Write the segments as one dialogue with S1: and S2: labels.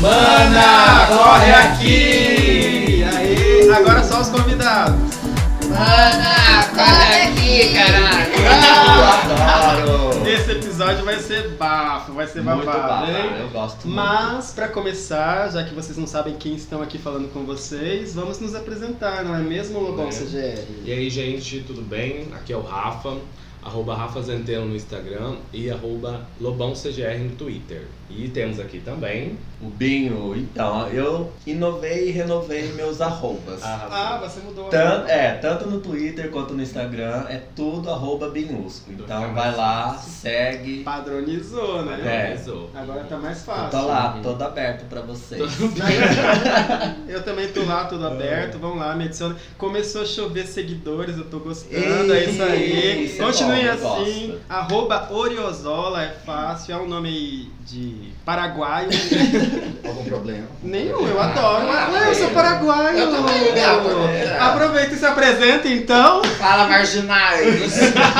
S1: Mana, corre aqui! Aí, agora só os convidados.
S2: Mana, corre aqui, caralho!
S3: Adoro.
S1: Esse episódio vai ser bafo, né? vai ser
S3: Muito
S1: babado,
S3: babado,
S1: hein?
S3: eu gosto muito.
S1: Mas, pra começar, já que vocês não sabem quem estão aqui falando com vocês, vamos nos apresentar, não é mesmo, Lobão
S4: É.
S1: CGR?
S4: E aí, gente, tudo bem? Aqui é o Rafa, arroba Rafa Zenteno no Instagram e arroba Lobão CGR no Twitter. E temos aqui também.
S3: O Binho, então, eu inovei e renovei meus arrobas.
S1: Ah, você mudou.
S3: Tan- é, tanto no Twitter quanto no Instagram, é tudo arroba Binhusco. Então vai lá, segue.
S1: Padronizou, né?
S3: É.
S4: Arrasou.
S1: Agora tá mais
S3: Eu
S1: fácil.
S3: tô lá, todo aberto pra vocês.
S1: Eu também tô lá,
S3: Ah.
S1: tudo aberto. Vão lá, me adiciona. Começou a chover seguidores, eu tô gostando.
S3: Ei,
S1: é isso aí.
S3: isso é
S1: Continue
S3: bom, eu
S1: assim.
S3: gosto.
S1: Arroba Oriozola é fácil. É um nome aí de paraguaio.
S5: Algum problema?
S1: Nenhum, eu adoro.
S3: Ah,
S1: Ué, eu sou
S3: é.
S1: paraguaio.
S2: Eu também,
S3: né,
S2: gato.
S1: Aproveita e se apresenta então.
S2: Fala, marginais!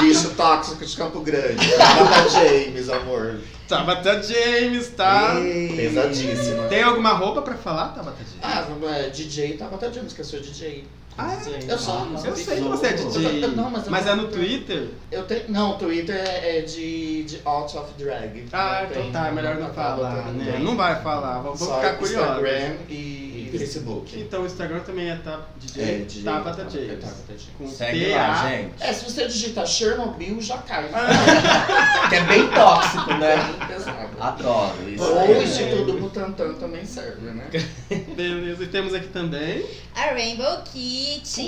S5: Lixo tóxico de Campo Grande. Tabata James, amor.
S1: Tabata James, tá?
S5: Pesadíssima.
S1: Tem alguma roupa pra falar, Tabata James?
S2: Ah, não é DJ, tava até dizendo que eu sou DJ.
S1: Ah,
S2: Eu sou, não
S1: Eu
S2: sabia.
S1: sei que você é DJ.
S2: Não, mas eu
S1: Mas
S2: não-
S1: é no Twitter?
S2: Eu tenho. Não, o Twitter é é de, de Out of Drag.
S1: Ah,
S2: Não
S1: então
S2: tem-
S1: tá, é melhor não
S2: tá
S1: falar,
S2: botando
S1: né?
S2: bem.
S1: Não vai falar, vamos
S2: Só
S1: ficar curioso.
S2: Instagram e,
S4: E
S2: Facebook.
S1: Então o Instagram também é tá, DJ
S5: É, DJ,
S1: Tabata
S2: É,
S1: James.
S2: tá, tá, tá.
S1: Com
S3: Segue
S1: T, A.
S3: lá, gente.
S2: É, se você digitar Chernobyl, já cai.
S1: Ah.
S3: Que é bem tóxico, né?
S2: Bem pesado.
S5: Ah,
S3: Adoro isso.
S5: é.
S2: Ou o
S3: aí.
S2: Instituto Butantan também serve, né?
S1: Beleza, e temos aqui também.
S6: A Rainbow Kitty.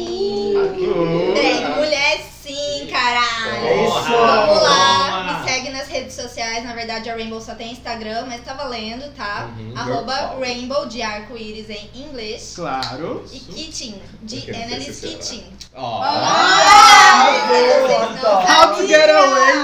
S1: Uh,
S6: Drag
S1: ah.
S6: mulher sim, caralho.
S3: É isso.
S6: Vamos
S1: Toma.
S6: lá, me segue nas redes sociais. Na verdade, a Rainbow só tem Instagram, mas tá valendo, tá?
S4: Uhum.
S6: Arroba
S3: Girl power.
S6: Rainbow de arco-íris em inglês.
S1: Claro.
S6: E Kitchen, de
S5: Eu quero
S6: Annelies
S5: ver se
S6: Kitchen.
S3: Ó.
S6: Olá!
S3: Ah, boa.
S1: How to get away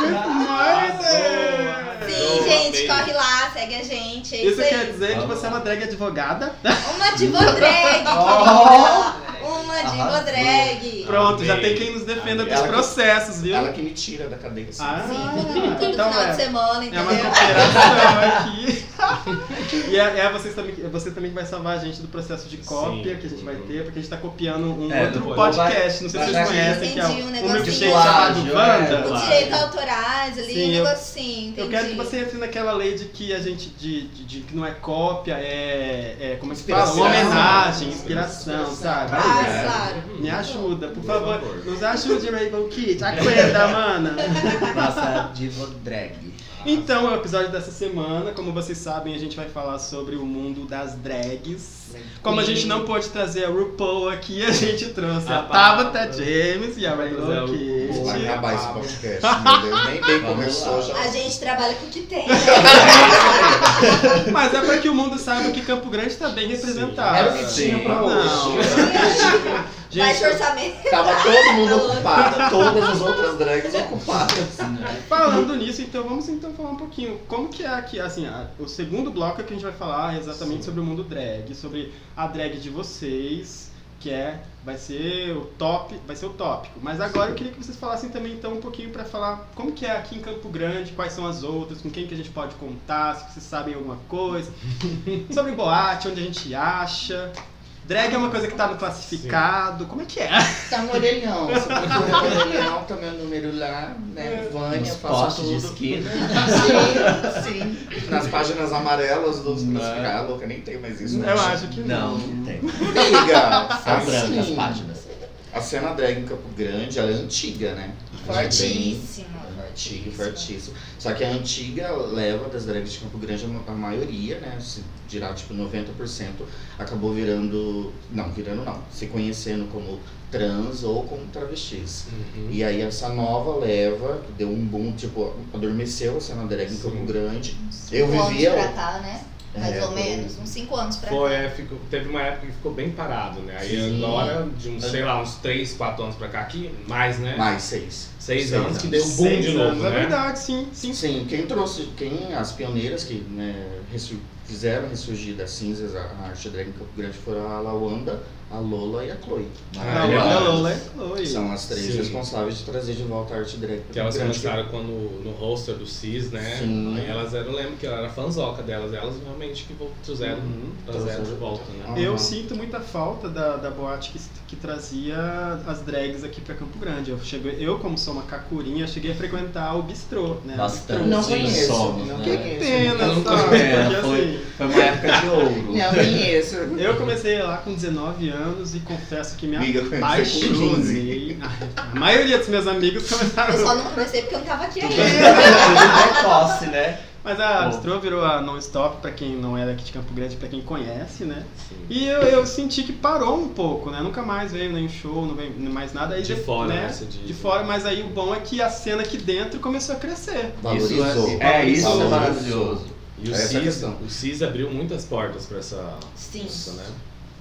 S1: with
S3: Ah,
S1: murder!
S6: Sim,
S4: Boa, baby.
S6: gente, corre lá, segue a gente. É
S1: Isso
S6: isso
S1: quer
S6: aí.
S1: dizer que
S3: Vamos
S1: você é
S3: lá.
S1: uma drag advogada?
S6: Uma diva drag,
S3: Ó.
S6: querida. Uma diva
S3: Arrasou.
S6: drag.
S1: Pronto, já
S4: Amei.
S1: tem quem nos defenda
S5: Amei.
S1: dos
S5: Ela que-
S1: processos, viu?
S5: Ela que me tira da assim. cabeça.
S1: Ah,
S6: Sim, todo
S1: então
S6: final
S1: é.
S6: de semana,
S1: É uma
S6: entendeu?
S1: cooperação aqui. e é, é vocês também, é você também que vai salvar a gente do processo de cópia
S4: Sim.
S1: que a gente vai ter, porque a gente tá copiando um
S3: É,
S1: outro
S4: depois
S1: podcast. Não sei
S3: vai-
S1: se
S3: vai-
S1: vocês conhecem, que é
S6: Entendi, um
S1: o um
S6: negocinho
S1: milkshake
S3: lá,
S1: chamado
S3: é,
S1: Wanda.
S6: Com
S4: claro.
S6: direito a autorais ali,
S1: Sim, eu-
S6: um negocinho, entendi.
S1: Eu quero que você entre naquela lei de que a gente. De, de- de que não é cópia, é. é como é que se fala? Uma
S2: Inspiração.
S1: homenagem, inspiração,
S2: Inspiração.
S1: sabe?
S6: Ah,
S1: Aí,
S4: né?
S6: claro.
S1: Me ajuda, por
S4: Por
S1: favor.
S4: favor.
S1: Nos ajude, Rainbow Kid. Acuenda, mana.
S3: Nossa diva drag.
S1: Então, é o episódio dessa semana. Como vocês sabem, a gente vai falar sobre o mundo das drags. Como a gente não pôde trazer a RuPaul aqui, a gente trouxe a
S4: A
S1: Tabata
S4: Tabata.
S1: James e a
S4: Trazer a
S1: Rainbow
S4: RuPaul.
S5: Vai
S1: Kid.
S5: acabar esse podcast, meu Deus. Nem bem
S3: Vamos
S5: começou
S3: lá.
S5: já.
S6: A gente trabalha com o que tem.
S1: Mas é pra que o mundo saiba que Campo Grande tá bem representado.
S2: Era o que tinha pra
S1: Não.
S2: hoje.
S6: Baixa
S1: Gente, é um
S6: orçamento.
S5: Tava todo mundo ocupado. Todas as outras drags ocupadas.
S1: falando nisso, então vamos então falar um pouquinho como que é aqui, assim, a- o segundo bloco é que a gente vai falar é exatamente sobre o mundo drag, sobre a drag de vocês, que é vai ser o top, vai ser o tópico. Mas agora eu queria que vocês falassem também então um pouquinho pra falar como que é aqui em Campo Grande, quais são as outras, com quem que a gente pode contar, se vocês sabem alguma coisa, sobre boate, onde a gente acha. Drag é uma coisa que tá no classificado, como é que é?
S2: Tá no orelhão. Você procura no orelhão, tá meu número lá, né? Vânia,
S3: Nos
S2: faço
S3: postes de
S2: tudo.
S3: esquina.
S2: Sim, sim.
S5: Nas páginas amarelas dos
S3: Não.
S5: classificados. Louca, nem tem mais isso. né?
S1: Né.
S4: é
S1: Eu acho que
S3: Não, não tem.
S5: Amiga,
S2: Tá
S3: São
S5: assim,
S3: brancas Tá as páginas.
S5: A cena drag em Campo Grande, ela é antiga, né? é Bem-
S6: Fortíssimo.
S5: Fortíssimo, fortíssimo. Só que a antiga leva das drags de Campo Grande, a maioria, né? Se dirá tipo 90%, acabou virando. Não, virando não. Se conhecendo como trans ou como travestis.
S4: Uhum.
S5: E aí essa nova leva, que deu um boom, tipo, adormeceu a cena drag em
S4: Sim.
S5: Campo Grande. Eu
S6: Cinco
S5: vivia.
S6: anos Um pra cá, né? Mais
S5: é,
S6: ou menos, uns cinco anos pra cá.
S4: Foi, é, ficou- teve uma época que ficou bem parado, né? Aí
S5: Sim.
S4: agora, de uns, sei lá, uns 3, 4 anos pra cá, que mais, né?
S5: Mais seis.
S4: 6
S5: Seis
S4: anos que deu boom
S1: Seis
S4: de novo,
S1: anos,
S4: né?
S1: É verdade, sim, sim.
S5: Sim, quem trouxe, quem as pioneiras que né, ressur- fizeram ressurgir das cinzas a a arte drag em Campo Grande foram a Lawanda a Lola e a Chloe.
S4: Ah,
S1: Não,
S4: é
S1: a
S4: verdade.
S1: Lola é Chloe.
S5: São as três
S4: Sim.
S5: responsáveis de trazer de volta a arte drag.
S4: Que elas
S5: grande.
S4: começaram quando, no roster do Cis, né?
S5: Sim.
S4: Aí elas eram, eu lembro que ela era fanzoca delas, elas realmente que vol- trouxeram,
S1: Uhum.
S4: trouxeram de
S5: Trouxeram.
S4: volta, né?
S5: Ah.
S1: Eu
S5: Uhum.
S1: sinto muita falta da, da boate que, que trazia as drags aqui pra Campo Grande. Eu, cheguei, eu, como sou uma cacurinha, cheguei a frequentar o bistrô, né?
S3: Bastante.
S5: Não
S3: Sim,
S5: conheço.
S3: somos,
S5: não
S3: né?
S5: conheço.
S1: Pena,
S3: Eu
S1: sabe?
S3: nunca fui, é,
S1: Porque,
S3: foi-
S1: assim,
S3: Foi uma época de ouro.
S2: Não conheço.
S1: eu comecei lá com 19 anos e confesso que me
S5: Amiga,
S3: um
S5: eu comecei com
S1: apaixonei.
S5: 15.
S1: A maioria dos meus amigos começaram
S6: Eu só não comecei porque eu não tava aqui ainda.
S3: Tudo precoce, né?
S1: Mas a
S3: Bom.
S1: Bistrô virou a non-stop, pra quem não é daqui de Campo Grande, pra quem conhece, né?
S4: Sim.
S1: E eu, eu senti que parou um pouco, né? Nunca mais veio nenhum show, não veio mais nada. Aí
S4: De
S1: de-
S4: fora,
S1: né?
S4: né? você diz.
S1: De fora, mas aí o bom é que a cena aqui dentro começou a crescer.
S5: Valorizou.
S3: Isso é, é, isso é
S5: Valorizou.
S3: maravilhoso.
S4: E o
S5: Essa é a
S4: Cis,
S5: questão.
S4: o Cis abriu muitas portas pra essa,
S6: Sim.
S4: essa, né?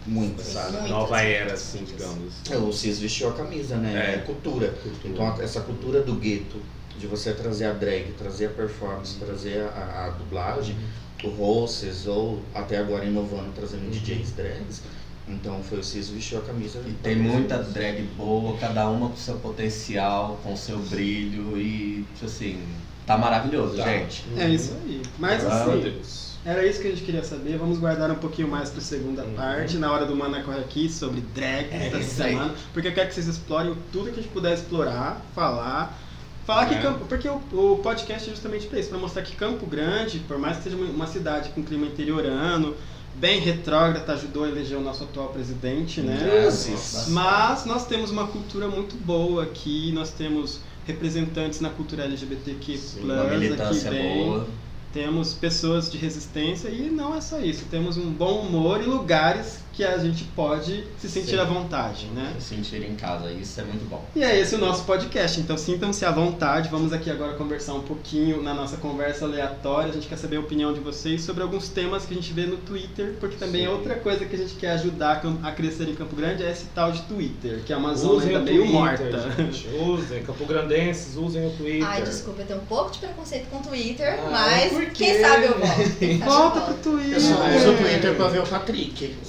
S5: Muito.
S4: essa
S6: Muitas.
S4: nova era, assim, digamos.
S5: É, O Cis vestiu a camisa, né?
S4: É.
S5: É, cultura. Então, a- essa cultura do gueto, de você trazer a drag, trazer a performance, trazer a- a, a dublagem, o Rosses, ou até agora inovando, trazendo DJs drags. Então, foi o Cis vestiu a camisa.
S3: Uhum.
S5: né?
S3: E tem muita drag boa, cada uma com seu potencial, com seu brilho e, tipo assim, tá maravilhoso,
S4: Tá.
S3: gente.
S1: É isso aí. Mas
S3: Ah,
S1: assim,
S4: Meu Deus.
S1: Era isso que a gente queria saber. Vamos guardar um pouquinho mais para a segunda parte, na hora do Mana Corre Aqui, sobre drag
S3: Uhum. É
S1: dessa
S3: isso aí.
S1: semana. Porque eu quero que vocês explorem tudo que a gente puder explorar, falar. Falar que
S4: É.
S1: Campo. Porque o, o podcast é justamente para isso para mostrar que Campo Grande, por mais que seja uma- uma cidade com clima interiorano, bem retrógrada, ajudou a eleger o nosso atual presidente, né?
S3: Nossa.
S1: Mas nós temos uma cultura muito boa aqui, nós temos representantes na cultura LGBTQ+,
S4: Sim,
S1: plus
S3: Uma
S1: aqui
S3: militância
S1: bem.
S3: boa.
S1: Temos pessoas de resistência e não é só isso. Temos um bom humor e lugares que a gente pode se sentir
S3: Sim.
S1: à vontade, né?
S3: Se sentir em casa, isso é muito bom.
S1: E é esse o nosso podcast, então sintam-se à vontade. Vamos aqui agora conversar um pouquinho na nossa conversa aleatória. A gente quer saber a opinião de vocês sobre alguns temas que a gente vê no Twitter, porque também é
S4: Sim.
S1: outra coisa que a gente quer ajudar a cam- a crescer em Campo Grande é esse tal de Twitter, que é uma zona
S4: Usem
S1: ainda
S4: o
S1: meio
S4: Twitter,
S1: morta.
S4: gente. Usem, campograndenses, usem o Twitter.
S6: Ai, desculpa, eu tenho um pouco de preconceito com o Twitter,
S4: Ah,
S6: mas
S4: por quê?
S6: quem sabe eu volto. Quem sabe eu
S1: Volta pro
S6: volto.
S1: Twitter!
S5: Eu só
S1: né?
S4: É.
S5: uso o Twitter pra ver o Patrick.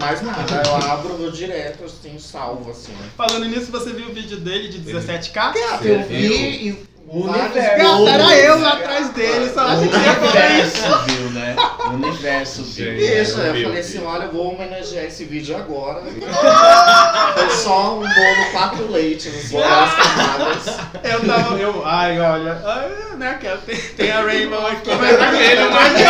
S5: Mais nada, eu abro, vou direto, assim, salvo, assim.
S1: Falando nisso, você viu o vídeo dele de 17k?
S5: Eu vi um e...
S3: O
S5: vários
S3: universo.
S1: Cara,
S5: outros.
S1: era É. eu lá atrás dele, só
S3: O
S1: acho que ia falar isso.
S3: universo viu, né? O universo viu.
S4: Gente.
S5: Isso,
S4: Eu
S5: eu,
S4: vi, eu
S5: falei
S4: vi.
S5: assim, olha, eu vou homenagear esse vídeo agora. Foi só um bolo, quatro leites, uns bolos camadas.
S1: Eu tava, eu, ai, olha, ai, né, que tem, tem a Rainbow aqui, mas aquele, mas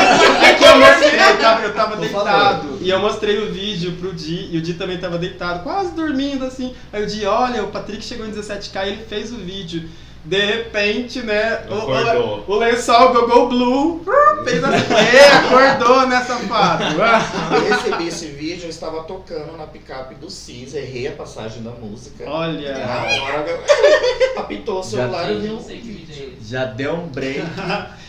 S1: é que eu mostrei, eu tava, eu tava
S3: Por
S1: deitado,
S3: favor.
S1: e eu mostrei o vídeo pro Di, e o Di também tava deitado, quase dormindo, assim, aí o Di, olha, o Patrick chegou em 17k, ele fez o vídeo, de repente, né, o, o,
S4: Acordou.
S1: o lençol Gogol Blue, fez assim, "Ê, acordou, né, safado,
S5: Eu recebi esse vídeo, eu estava tocando na picape do Cis, errei a passagem da música.
S1: olha,
S5: Na hora, apitou o celular e eu vi um vídeo.
S3: Já deu um break.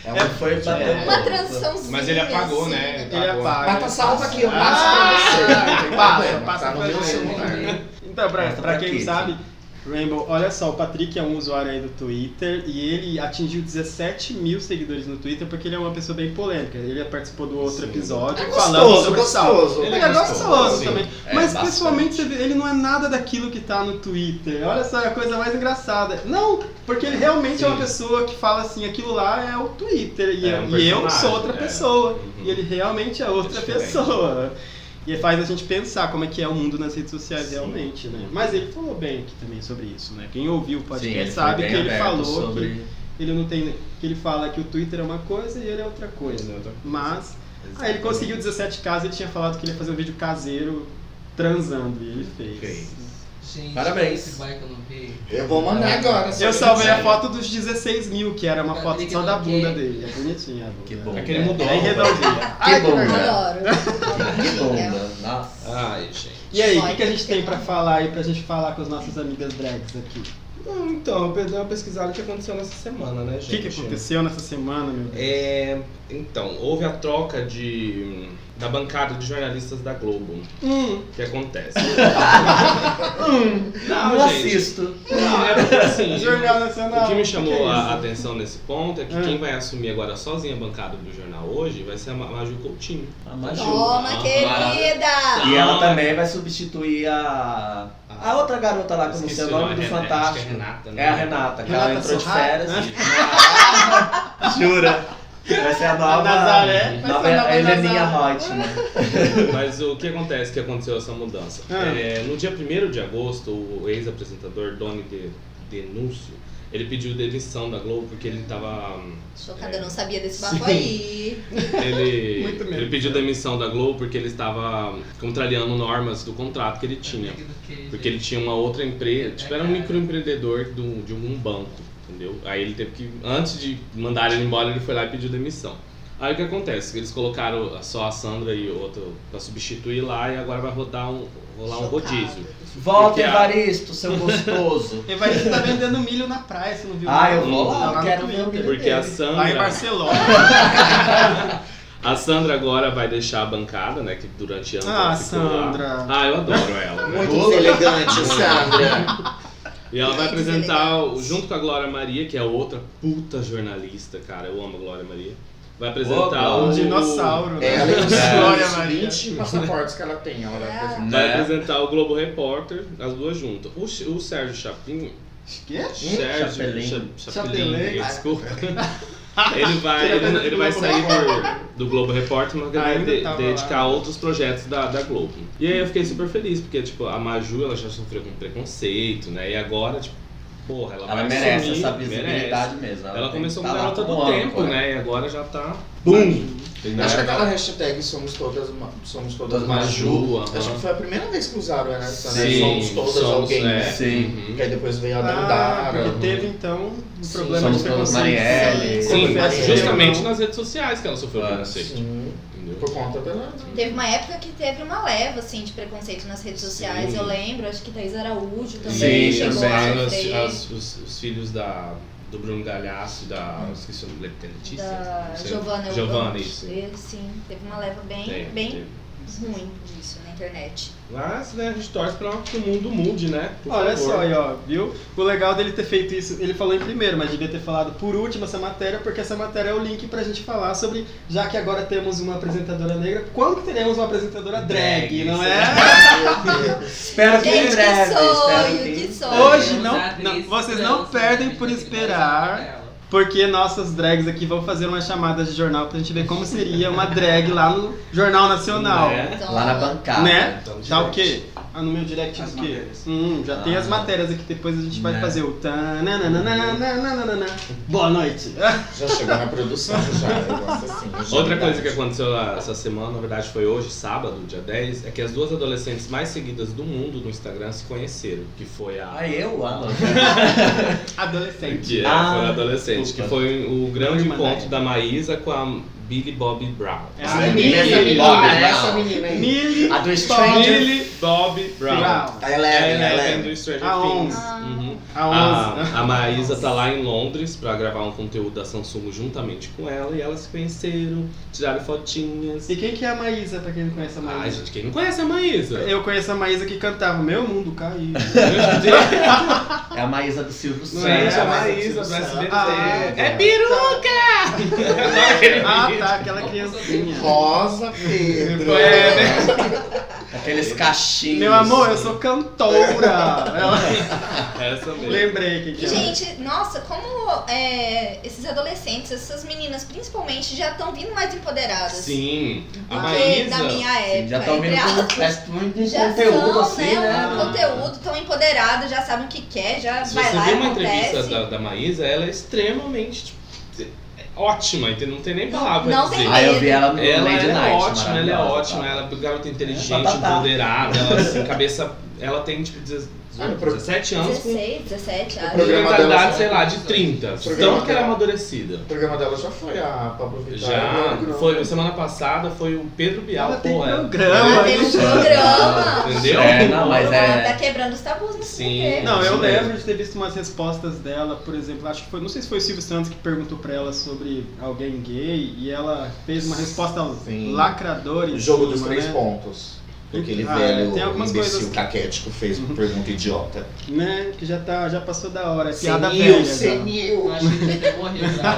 S5: É,
S3: foi bater
S5: É.
S6: Uma
S3: ponto.
S6: transiçãozinha.
S4: Mas ele apagou,
S6: assim,
S4: né?
S1: ele
S5: Mas
S1: apaga.
S5: tá salvo aqui, eu passo pra você. Não tem
S1: Ah! Passa,
S5: problema,
S1: passa
S5: tá no
S1: pra
S5: meu
S1: gente.
S5: celular.
S1: Então,
S4: É,
S1: pra,
S3: Essa
S1: pra
S3: pra
S1: quem
S3: Kate.
S1: sabe, Rainbow, olha só, o Patrick é um usuário aí do Twitter e ele atingiu 17 mil seguidores no Twitter porque ele é uma pessoa bem polêmica. Ele participou do outro
S4: Sim.
S1: episódio
S5: É
S1: falando
S5: gostoso,
S1: sobre sal.
S5: gostoso.
S1: Ele é gostoso
S4: sim.
S1: também.
S3: É,
S1: Mas
S3: bastante.
S1: pessoalmente você vê, ele não é nada daquilo que tá no Twitter. Olha só, é a coisa mais engraçada. Não, porque ele realmente é uma
S4: Sim.
S1: pessoa que fala assim, aquilo lá é o Twitter e,
S4: É um
S1: e eu
S4: personagem,
S1: sou outra
S4: é.
S1: pessoa.
S4: Uhum.
S1: E ele realmente é outra
S4: É diferente.
S1: pessoa. E faz a gente pensar como é que é o mundo nas redes sociais
S4: Sim.
S1: realmente, né? Mas ele falou bem aqui também sobre isso, né? Quem ouviu o
S3: Sim,
S1: podcast
S3: ele foi
S1: sabe
S3: bem
S1: que ele
S3: aberto
S1: falou que
S3: sobre.
S1: ele não tem. que ele fala que o Twitter é uma coisa e ele é outra coisa. Mas. Aí Ah, ele conseguiu 17 casas, ele tinha falado que ele ia fazer um vídeo caseiro transando e ele fez.
S4: Fez.
S7: Gente,
S3: Parabéns.
S7: esse vai que eu não vi.
S5: Eu vou mandar agora. só
S1: Eu
S5: que
S1: salvei a
S5: sei.
S1: foto dos 16 mil, que era uma foto
S7: Patrick
S1: só da
S7: não
S1: bunda
S7: quer.
S1: dele. É bonitinha a bunda.
S3: Que bom.
S4: É que ele mudou.
S1: Bem redondinha.
S3: Que bomba.
S6: Adoro.
S3: Que
S1: é.
S6: Legal.
S3: bomba. né? Nossa.
S1: Ah.
S4: Ai, gente.
S1: E aí, o que, que a gente tem pra falar aí, pra gente falar com as nossas amigas drags aqui?
S4: Não, então, eu dei uma pesquisada no que aconteceu nessa semana, né,
S1: O
S4: gente?
S1: que, que aconteceu nessa semana, meu Deus?
S4: É, então, houve a troca de, da bancada de jornalistas da Globo.
S1: Hum,
S4: O que acontece?
S3: Não,
S4: gente.
S3: assisto.
S4: Não, é porque assim,
S1: Jornal
S4: o
S1: Nacional.
S4: que me chamou
S1: é
S4: a
S1: isso?
S4: atenção nesse ponto é que
S1: Ah.
S3: Hum.
S4: quem vai assumir agora sozinha a bancada do jornal hoje vai ser a Ma- Maju Coutinho.
S3: A Maju.
S6: Toma,
S4: Ah,
S6: querida!
S3: E ela também vai substituir a. A outra garota lá, que eu não sei o
S4: Esqueci
S3: nome do
S4: Ren- acho que
S3: Fantástico.
S4: É Renata, né?
S3: É a Renata, que ela
S1: Renata
S3: entrou de
S1: Sorrah?
S3: férias. e- Jura? Vai ser a
S1: A
S3: nova.
S1: Nazaré. vai
S3: nova
S1: ser a nova
S3: a Heleninha
S1: Nazaré.
S3: Reutemann.
S4: Mas o que acontece que aconteceu essa mudança?
S1: Ah.
S3: Hum.
S4: É, no dia 1 de agosto, o ex-apresentador Doni de, Denúncio, ele pediu demissão da Globo porque ele tava. hum,
S6: Chocada, eu não sabia desse bafo aí.
S4: Ele,
S1: Muito mesmo.
S4: ele pediu demissão da Globo porque ele estava contrariando normas do contrato que ele tinha. Porque ele tinha uma outra empresa, tipo, era um microempreendedor de um, de um banco, entendeu? Aí ele teve que, antes de mandar ele embora, ele foi lá e pediu demissão. Aí o que acontece? Eles colocaram só a Sandra e outro pra substituir lá e agora vai rodar um, rolar um
S6: Chocada.
S4: rodízio.
S3: Volta,
S4: Porque é a-
S3: Evaristo, seu gostoso.
S1: E vai estar tá vendendo milho na praia, você não viu?
S3: Ah, eu vou lá,
S1: Tá
S3: eu
S1: no
S3: quero ver
S1: Twitter.
S3: o vídeo
S4: Porque a
S1: Lá
S3: dele.
S1: em
S4: Sandra.
S1: Barcelona.
S4: A Sandra agora vai deixar a bancada, né? Que durante anos
S1: Ah,
S4: ela ficou lá.
S1: Sandra.
S4: Ah, eu adoro ela. né?
S5: Muito elegante, Sandra.
S4: E ela vai
S6: Ai, que
S4: apresentar, o-
S6: elegante.
S4: junto com a Glória Maria, que é outra puta jornalista, cara. Eu amo a Glória Maria. Vai
S3: Ô,
S4: apresentar
S3: Glória.
S1: Um
S4: o.
S1: dinossauro. né?
S5: Ela e os
S1: Glória
S5: seus
S1: Maria. É.
S5: 20 passaportes que ela tem, ela vai apresentar.
S4: Vai
S3: Né?
S4: apresentar o Globo Repórter, as duas juntas. O, Ch- o Sérgio Chapin.
S1: Quê?
S4: Sérgio
S3: Hum, Chapelin.
S4: Cha-
S1: Chapelin.
S4: Chapelin, desculpa. Ele vai,
S1: Tira a
S4: ele,
S1: coisa
S4: ele
S1: do
S4: vai
S1: Globo
S4: sair por- do Globo Repórter, mas
S1: Ah,
S4: vai
S1: ainda
S4: de-
S1: tava
S4: dedicar
S1: lá.
S4: a outros projetos da, da Globo. E aí eu fiquei super feliz, porque tipo, a Maju ela já sofreu com preconceito, né? E agora, tipo, porra, ela,
S3: Ela
S4: vai
S3: merece
S4: assumir,
S3: essa
S4: merece.
S3: visibilidade mesmo.
S4: Ela
S3: tem
S4: começou
S3: que
S4: com
S3: tá lá
S4: garota do
S3: todo ano,
S4: tempo,
S3: pô.
S4: né? E agora já tá.
S1: Bum!
S5: Acho que
S4: Né?
S5: aquela hashtag somos todas, ma- somos todas
S3: Todas
S5: Maju.
S4: Maju, aham.
S5: Acho que foi a primeira vez que usaram essa, né?
S4: né? Sim,
S5: Somos todas
S4: somos,
S5: alguém,
S4: é.
S5: né?
S3: Sim.
S4: Uhum.
S5: Que aí depois veio a
S1: Ah,
S5: Dandara.
S1: porque teve então um
S5: Sim.
S1: problema
S3: Somos
S1: de
S3: todas
S1: preconceito. Sim,
S3: Marielle.
S4: Sim,
S5: Como
S1: confesso
S5: Marielle.
S1: é que eu
S4: justamente
S1: não.
S4: nas redes sociais que ela sofreu
S3: Claro.
S4: preconceito.
S5: Sim,
S4: Entendeu?
S5: por conta dela.
S6: Teve uma época que teve uma leva, assim, de preconceito nas redes sociais,
S4: Sim.
S6: eu lembro. Acho que Thaís Araújo
S4: Sim,
S6: também chegou
S4: também.
S6: a
S4: As,
S6: sofrer.
S4: as- os, os filhos da, do Bruno Galhaço, da. Esqueci o nome da Letícia.
S6: Hum. Da
S4: não sei.
S6: Giovanna
S4: Giovanna,
S6: Eubank.
S4: isso.
S6: Eu- é, Sim, teve uma leva bem,
S4: Tem,
S6: bem
S4: tem.
S6: ruim disso na internet.
S4: Mas, né, a gente torce pra que o mundo mude, né? Por
S1: Olha
S4: favor.
S1: só aí, ó, viu? O legal dele ter feito isso, ele falou em primeiro, mas devia ter falado por último essa matéria, porque essa matéria é o link pra gente falar sobre, já que agora temos uma apresentadora negra, quando teremos uma apresentadora drag,
S4: Drag,
S1: não
S4: sim.
S1: é?
S3: Espero que em
S6: Gente,
S3: breve.
S6: que sonho,
S3: espero
S6: que sonho.
S1: Hoje não-
S7: Temos a
S1: não,
S7: é um atriz
S1: vocês
S7: trans
S1: não perdem
S7: também,
S1: por
S7: que vai
S1: esperar.
S7: falar dela.
S1: Porque nossas drags aqui vão fazer uma chamada de jornal pra gente ver como seria uma drag lá no Jornal Nacional.
S4: Né?
S6: Então,
S3: Lá na bancada.
S1: Né?
S4: Então,
S1: Dá o quê? Ah, no meu direct
S7: As
S1: do quê?
S7: matérias.
S1: Hum, já tem
S3: Ah.
S1: as matérias aqui, depois a gente vai
S3: Né?
S1: fazer o tanananananananana. Boa noite.
S5: Já chegou na produção, já. Eu gosto assim. já
S4: Outra
S5: me
S4: coisa que
S5: dá-
S4: aconteceu lá essa semana, na verdade foi hoje, sábado, dia 10, é que as duas adolescentes mais seguidas do mundo no Instagram se conheceram, que foi a
S3: Ah, eu, Alan.
S1: Adolescente.
S4: Que é,
S3: Ah,
S4: foi adolescente,
S3: desculpa.
S4: que foi o grande
S1: Irmã
S4: encontro da Maísa com a Billy Bob Brown.
S1: É
S5: Essa
S1: a
S5: menina, essa
S1: Millie
S5: menina,
S3: Bob
S4: né,
S5: essa
S3: Brown.
S5: menina aí.
S1: Millie
S3: A do
S5: né?
S3: Stranger.
S4: Billy Bob Brown.
S1: Brown.
S5: A
S4: É,
S5: Eleven, a
S4: ela é
S5: Eleven.
S4: do Stranger
S1: A
S4: Things.
S1: onze.
S6: Ah,
S1: né?
S4: Uhum.
S1: A 11.
S4: A, a Maísa tá lá em Londres pra gravar um conteúdo da Samsung juntamente com ela e elas se conheceram, tiraram fotinhas.
S1: E quem que é a Maísa, pra quem não conhece a
S4: Ai,
S1: Maísa?
S4: gente, quem não conhece a Maísa?
S1: Eu conheço a Maísa que cantava Meu Mundo Caiu.
S4: Meu Deus.
S3: É a Maísa do Silvio
S1: Não
S3: Santos.
S1: é,
S4: Gente, a
S1: mas
S4: Maísa do SBT.
S1: Ah,
S4: é peruca! Adoro aquele
S1: Ah,
S4: vídeo.
S1: tá, aquela criancinha.
S5: Rosa Pedro.
S4: É, né?
S3: Aqueles cachinhos.
S1: Meu amor, eu sou cantora. Ela-
S4: Essa mesmo.
S1: Lembrei quem que é.
S6: E,
S1: era.
S6: gente, nossa, como é, esses adolescentes, essas meninas principalmente, já estão vindo mais empoderadas.
S4: Sim, a
S6: do que
S4: Maísa.
S6: da minha época.
S3: Assim, Já estão vindo
S6: É, entre aspas.
S3: com parece muito um
S6: já
S3: conteúdo
S6: são,
S3: assim,
S6: né? Um
S3: né?
S6: conteúdo, tão empoderado, já sabem o que quer, já
S4: Se
S6: vai
S4: você
S6: lá
S4: vê
S6: e
S4: uma
S6: acontece.
S4: entrevista da, da Maísa, ela é extremamente tipo, é ótima, entendeu? Não tem nem palavra
S6: Não
S4: a dizer.
S6: tem
S3: Aí eu vi ela no
S4: Ela
S3: Lady
S4: é
S3: Night.
S4: ótima, ela é
S3: maravilhosa,
S4: ótima,
S3: tá?
S4: ela é garota inteligente,
S3: Ela tá, tá.
S4: empoderada, ela assim, cabeça. Ela tem, tipo, 16
S6: Ah,
S5: Zoeira,
S4: 17 anos com
S6: 16, 17
S5: O
S6: anos.
S5: programa dela
S4: mentalidade,
S5: já-
S4: sei lá, de 30.
S5: programa
S4: Tanto que era
S5: dela.
S4: amadurecida.
S5: O programa dela já foi a Pablo Vittar.
S4: Já
S5: Não, não.
S4: foi, semana passada foi o Pedro Bial,
S1: Ela tem
S4: pô, é.
S1: programa.
S6: Teve um
S1: gente.
S6: programa.
S4: Entendeu?
S3: É, não, mas
S6: Ela Tá
S3: é.
S6: quebrando os tabus no
S4: Sim.
S6: SBT.
S1: Não, eu
S4: Isso mesmo.
S1: lembro de ter visto umas respostas dela, por exemplo, acho que foi, não sei se foi o Silvio Santos que perguntou pra ela sobre alguém gay e ela fez uma resposta
S5: Sim.
S1: lacradora em
S5: O jogo
S1: cima,
S5: dos três
S1: né?
S5: pontos. que Aquele
S1: Ah, é,
S5: velho
S1: tem algumas
S5: imbecil
S1: coisas-
S5: caquético fez uma pergunta idiota.
S1: Né? Que já tá, já passou da hora, é piada
S2: Senil,
S1: velha. já.
S2: senil.
S7: Eu acho que ele até morreu na
S5: Ah,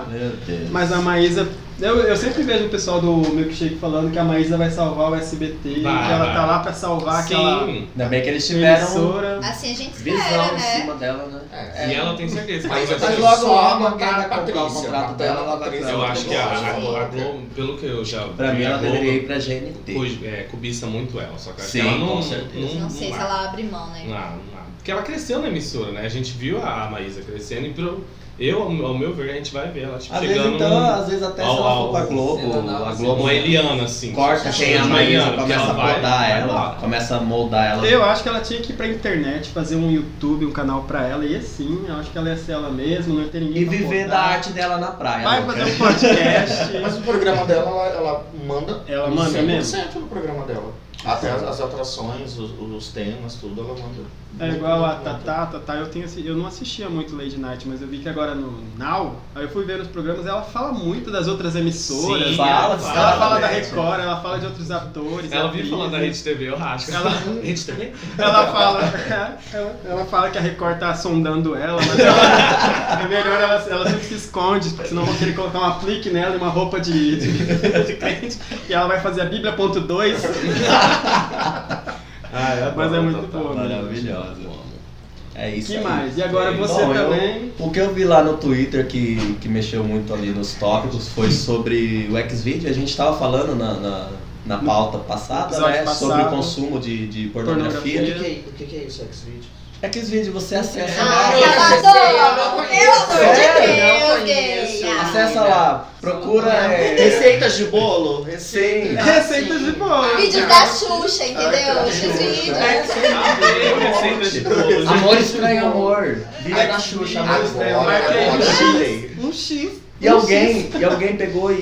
S7: hora. né?
S3: Meu Deus.
S1: Mas a Maísa, eu, eu sempre vejo o pessoal do Milkshake falando que a Maísa vai salvar o SBT,
S4: Vai,
S1: que ela
S4: vai.
S1: tá lá pra salvar aquela
S4: Sim. um
S3: Ainda bem que eles tiveram
S1: emissora.
S6: Assim a gente espera,
S3: visão em
S6: né?
S3: cima dela, né?
S5: É.
S4: E ela tem certeza que
S5: Mas
S4: ela vai
S5: tá
S4: ser-
S5: logo
S2: só
S5: logo
S2: mandaram
S5: a
S2: comprar o
S5: Patrícia.
S2: contrato
S5: Mandaram
S2: dela,
S5: a
S2: ela vai
S5: Patrícia.
S4: Eu acho que a, a-
S5: Sim.
S4: a Globo, pelo que eu já
S3: Pra
S4: vi,
S3: mim,
S4: a
S3: ela
S4: Globo
S3: deveria ir pra GNT.
S4: hoje, é, cobiça muito ela, só que acho
S3: Sim,
S4: que ela não,
S3: com certeza.
S4: não,
S6: Não sei se
S4: larga.
S6: ela abre mão, né?
S4: Não, não. Porque ela cresceu na emissora, né? A gente viu a Maísa crescendo e pro, eu, ao ao meu ver, a gente vai ver ela tipo,
S3: Às vezes,
S4: chegando
S3: então,
S4: num-
S3: às vezes até
S4: ao-
S3: se ela
S4: ao-
S3: for pra
S7: sei
S3: Globo,
S7: lá,
S3: a
S7: não,
S3: Globo
S4: uma Eliana, assim.
S3: corta quem é a
S4: de
S3: Maísa,
S4: Mariana, porque
S3: começa a
S4: ela vai-
S3: podar
S4: vai
S3: ela,
S4: lá.
S3: começa a moldar ela.
S1: Eu acho que ela tinha que ir pra internet, fazer um YouTube, um canal pra ela, e assim, eu acho que ela ia ser ela mesma, não ia ter ninguém
S3: E
S1: pra
S3: viver da
S1: podar.
S3: arte dela na praia.
S1: Vai
S3: louca.
S1: fazer um podcast.
S5: Mas o programa dela, ela, ela manda
S1: Ela manda
S5: 100%
S1: mesmo?
S5: no programa dela. Até as, as atrações, os, os temas, tudo, ela manda.
S1: É igual a Tatá, Tatá, eu, tenho, assi- eu não assistia muito Lady Night, mas eu vi que agora no Now, aí eu fui ver os programas, ela fala muito das outras emissoras.
S4: Sim,
S3: fala,
S1: né? ela
S3: fala,
S1: fala da
S3: né?
S1: Record, ela fala de outros atores.
S4: Ela vive falando da
S1: atrizes.
S4: Rede TV, eu acho.
S1: Ela-
S4: Rede TV?
S1: Ela fala, ela, ela fala que a Record tá sondando ela, mas ela, é melhor ela, ela sempre se esconde, porque senão vão querer colocar um aplique nela e uma roupa de, de, de crente, e ela vai fazer a Bíblia ponto 2.
S4: Ah, eu
S1: Mas
S4: adoro
S1: é
S4: a
S1: muito
S4: Tatá.
S1: boa, né?
S3: Maravilhosa. É isso
S1: Que
S3: aí.
S1: mais? E agora você
S3: Bom, eu-
S1: também.
S3: O que eu vi lá no Twitter que, que mexeu muito ali nos tópicos foi sobre o Xvideo. A gente tava falando na, na, na pauta passada,
S1: episódio
S3: né?
S1: passado.
S3: Sobre o consumo de, de
S5: O
S3: pornografia.
S5: que, que é, o que que é isso, Xvideos?
S3: Xvideo, você acessa
S6: Ah,
S3: lá.
S5: eu
S6: acabou!
S5: sei,
S6: Pelo
S5: eu não
S6: amor de
S5: Sério? Não
S6: Deus,
S5: conheço.
S6: gay! Ah,
S3: Acessa lá, procura. É...
S5: Receitas de bolo? Receita.
S1: Receitas de bolo.
S6: Vídeos da Xuxa, entendeu?
S5: Ah,
S6: Esses
S5: É,
S6: vídeos. né?
S4: Eu Tá receita de bolo.
S3: Amor estranho amor. Vida da Xuxa, amor estranho amor.
S5: Agora, agora eu tirei.
S1: Um X.
S3: E alguém, e alguém pegou e,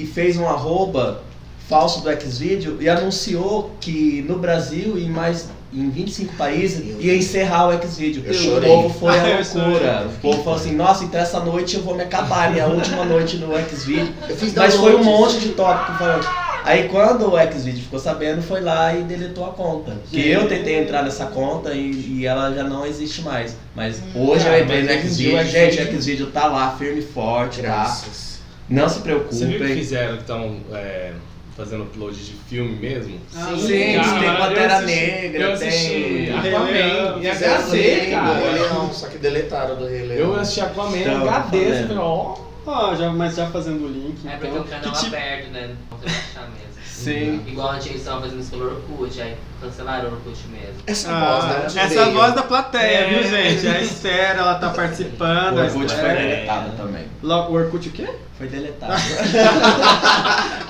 S3: e fez um arroba falso do Xvideo e anunciou que no Brasil e em mais em 25 países ia encerrar o Xvideo.
S5: Eu
S3: O
S5: chorei.
S3: povo foi
S1: Ah,
S3: à
S1: eu chorei.
S3: loucura. O povo falou assim, nossa, então essa noite eu vou me acabar, minha última noite no Xvideo.
S5: Eu fiz
S3: Mas foi um
S5: download.
S3: monte de tópico falando. Aí quando o Xvideo ficou sabendo, foi lá e deletou a conta. Que eu tentei entrar nessa conta e, e ela já não existe mais. Mas
S1: Hum.
S3: hoje
S4: Ah,
S3: eu entrei
S4: mas
S3: no Xvideo,
S1: é
S4: Xvideo-
S3: gente, o Xvideo tá lá, firme e forte, tá?
S5: Graças.
S3: Não se
S4: Você viu que
S3: preocupem.
S4: fizeram que estão fazendo upload de filme mesmo?
S1: Ah,
S3: Sim,
S1: sim,
S4: Cara,
S3: tem
S4: eu
S3: Pantera
S4: assisti-
S3: Negra,
S4: eu assisti
S3: tem-
S4: Aquaman, em
S5: Fizeram
S4: HD,
S5: do Rei
S4: é cara.
S5: Leão, só que deletaram do Rei Leão.
S4: Eu assisti Aquaman em
S3: Então,
S4: HD,
S3: tá
S4: assim, falei, ó.
S1: Ó, já, mas já fazendo o link.
S7: É porque é
S1: então,
S7: um canal
S1: que tipo-
S7: aberto, né? Não pode baixar mesmo.
S5: Hum.
S3: Sim.
S7: Igual a gente estava fazendo isso pelo Orkut, aí cancelaram o Orkut mesmo.
S5: Essa voz,
S1: Ah,
S5: da
S1: essa
S5: onde
S1: é a
S5: veio?
S1: voz da plateia,
S4: É.
S1: viu, gente? A Esther, ela tá
S3: O
S1: participando. a
S3: Orkut foi
S1: Esther.
S3: deletado também.
S1: Lo- O Orkut o quê?
S3: Foi deletado.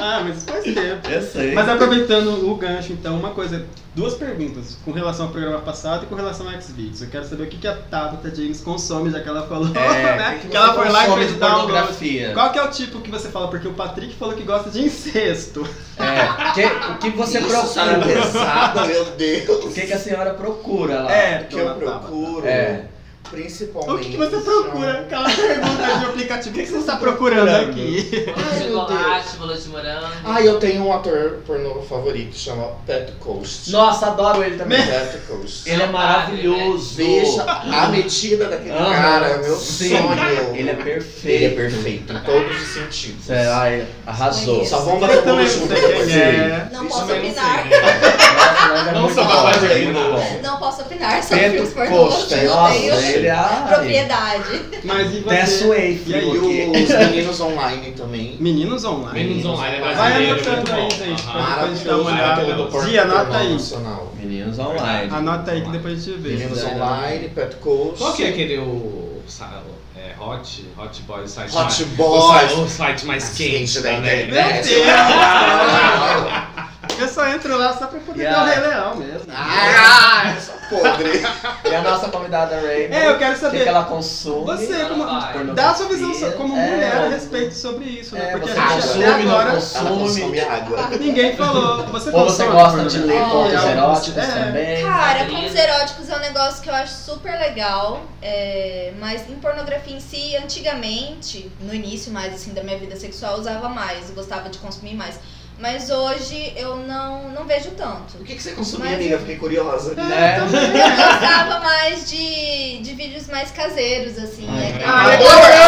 S1: Ah, mas faz tempo.
S3: eu sei.
S1: Mas aproveitando o gancho, então, uma coisa, duas perguntas com relação ao programa passado e com relação ao Xvideos. Eu quero saber o que, que a Tabata James consome, já que ela falou, né?
S3: o
S1: Que,
S3: É, que
S1: ela
S3: você
S1: foi lá e
S3: consome
S1: fez
S3: de
S1: download.
S3: pornografia.
S1: Qual que é o tipo que você fala? Porque o Patrick falou que gosta de incesto.
S3: É, que- o que você
S5: Isso,
S3: procura?
S5: sabe, pesada, meu Deus.
S3: O que, que a senhora procura lá?
S1: É,
S5: que eu
S1: dona Tabata.
S5: procuro,
S3: É.
S5: principalmente.
S1: O que, que você procura? Aquela pergunta de aplicativo. O que, que você está procurando aqui?
S7: Bolo de
S5: meu
S7: chocolate, bolo de morango.
S5: Ah, eu tenho um ator pornô favorito, chama Pat Coast.
S3: Nossa, adoro ele também.
S5: Pat Coast.
S3: Ele é maravilhoso.
S5: Veja a metida daquele
S3: Aham.
S5: cara, é meu
S3: Sim.
S5: sonho.
S3: Ele é
S5: Ele é
S3: perfeito. é
S5: perfeito em todos os sentidos.
S3: Sei lá, ele arrasou.
S5: Só vamos
S1: Eu
S5: bater
S1: também não
S5: todo junto.
S1: sei quem é.
S6: Não
S5: Isso
S6: posso
S5: também não
S6: opinar.
S3: Nossa, mas é
S4: Não
S3: muito
S4: sou
S3: bom,
S4: capaz de
S3: é
S4: opinar.
S3: muito bom.
S6: Não posso opinar sobre
S3: Pedro
S6: filmes pornôs,
S3: Costa,
S6: não
S3: nossa,
S1: né?
S6: tenho
S3: ele é... ai,
S6: propriedade.
S1: Mas e
S3: Até
S1: você?
S3: suei,
S5: E aí,
S3: frio aqui.
S5: os meninos online também.
S1: Meninos online?
S4: Meninos online é
S1: Vai
S4: brasileiro,
S1: anotando
S4: é
S1: aí,
S4: muito bom.
S1: gente.
S4: Aham.
S1: pra gente dar uma
S5: Maravilhoso
S1: olhada.
S5: conteúdo pornô
S1: Gia, anota aí.
S5: nacional.
S3: Meninos online.
S1: Anota aí que depois a gente vê.
S5: Meninos online, Pat Coast.
S4: Qual que é aquele o, sa- o- é, hot, hot boy, o site mais,
S5: Hot
S4: o
S5: Boys.
S4: site, o site mais quente da internet.
S1: Meu Deus! Eu só entro lá só pra poder
S3: Yeah.
S1: dar o Rei Leão mesmo.
S5: Ah, essa podre.
S3: E a nossa convidada Rainbow,
S1: É, eu quero
S3: o que, que
S1: saber.
S3: ela consome?
S1: Você,
S7: Ela
S1: como,
S7: vai.
S1: dá a sua visão so- como
S3: É,
S1: mulher a
S3: é.
S1: respeito sobre isso, né?
S3: É,
S1: Porque
S3: você
S1: a gente
S3: consome,
S1: até
S3: não
S1: agora
S5: Ela consome água.
S1: ninguém falou. Você
S3: Ou você
S1: consome
S3: gosta de ler
S1: pornografia?
S3: contos
S1: É,
S3: eróticos
S1: é.
S3: também?
S6: Cara,
S7: Quadrinhos.
S6: contos eróticos é um negócio que eu acho super legal, é, mas em pornografia em si, antigamente, no início mais assim da minha vida sexual, eu usava mais, eu gostava de consumir mais. Mas hoje eu não, não vejo tanto.
S5: O que, que você consumia,
S6: Mas-
S5: amiga? Fiquei curiosa.
S1: É.
S3: Né?
S6: Eu gostava mais de, de vídeos mais caseiros, assim.
S3: Ai,
S6: é-
S1: Ah,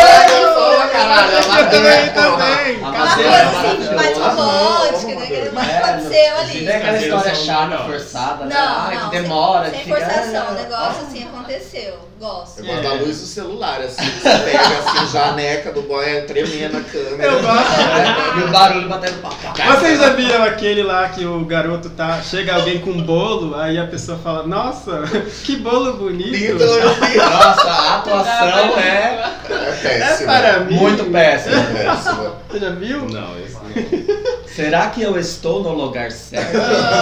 S5: eu
S1: eu
S5: caralho,
S1: Eu também, também.
S3: Ah,
S6: Uma
S3: mas
S1: Caseiro.
S3: é-
S6: coisa assim, mais
S3: maravilhoso. É,
S6: romântica, né? Que não aconteceu ali.
S3: Não é aquela
S4: Caseiros
S3: história
S4: são
S3: chata,
S4: melhores.
S3: forçada, né?
S6: Não,
S3: Ai,
S6: não,
S3: que demora.
S6: Sem
S3: que fica- né?
S6: forçação, o negócio assim aconteceu. Gosto.
S5: Eu gosto da luz do celular, assim. Você pega assim, já a neca do boy é tremendo a câmera.
S1: Eu gosto.
S3: É, E o barulho batendo papo.
S1: Vocês já viram aquele lá que o garoto tá. Chega alguém com um bolo, aí a pessoa fala, nossa, que bolo bonito.
S5: Lindo, eu vi.
S3: Nossa, a atuação é
S5: É
S1: É
S5: péssimo.
S1: para mim.
S3: muito péssima.
S5: É péssimo.
S1: Você já viu?
S4: Não, esse não.
S3: Será que eu estou no lugar certo?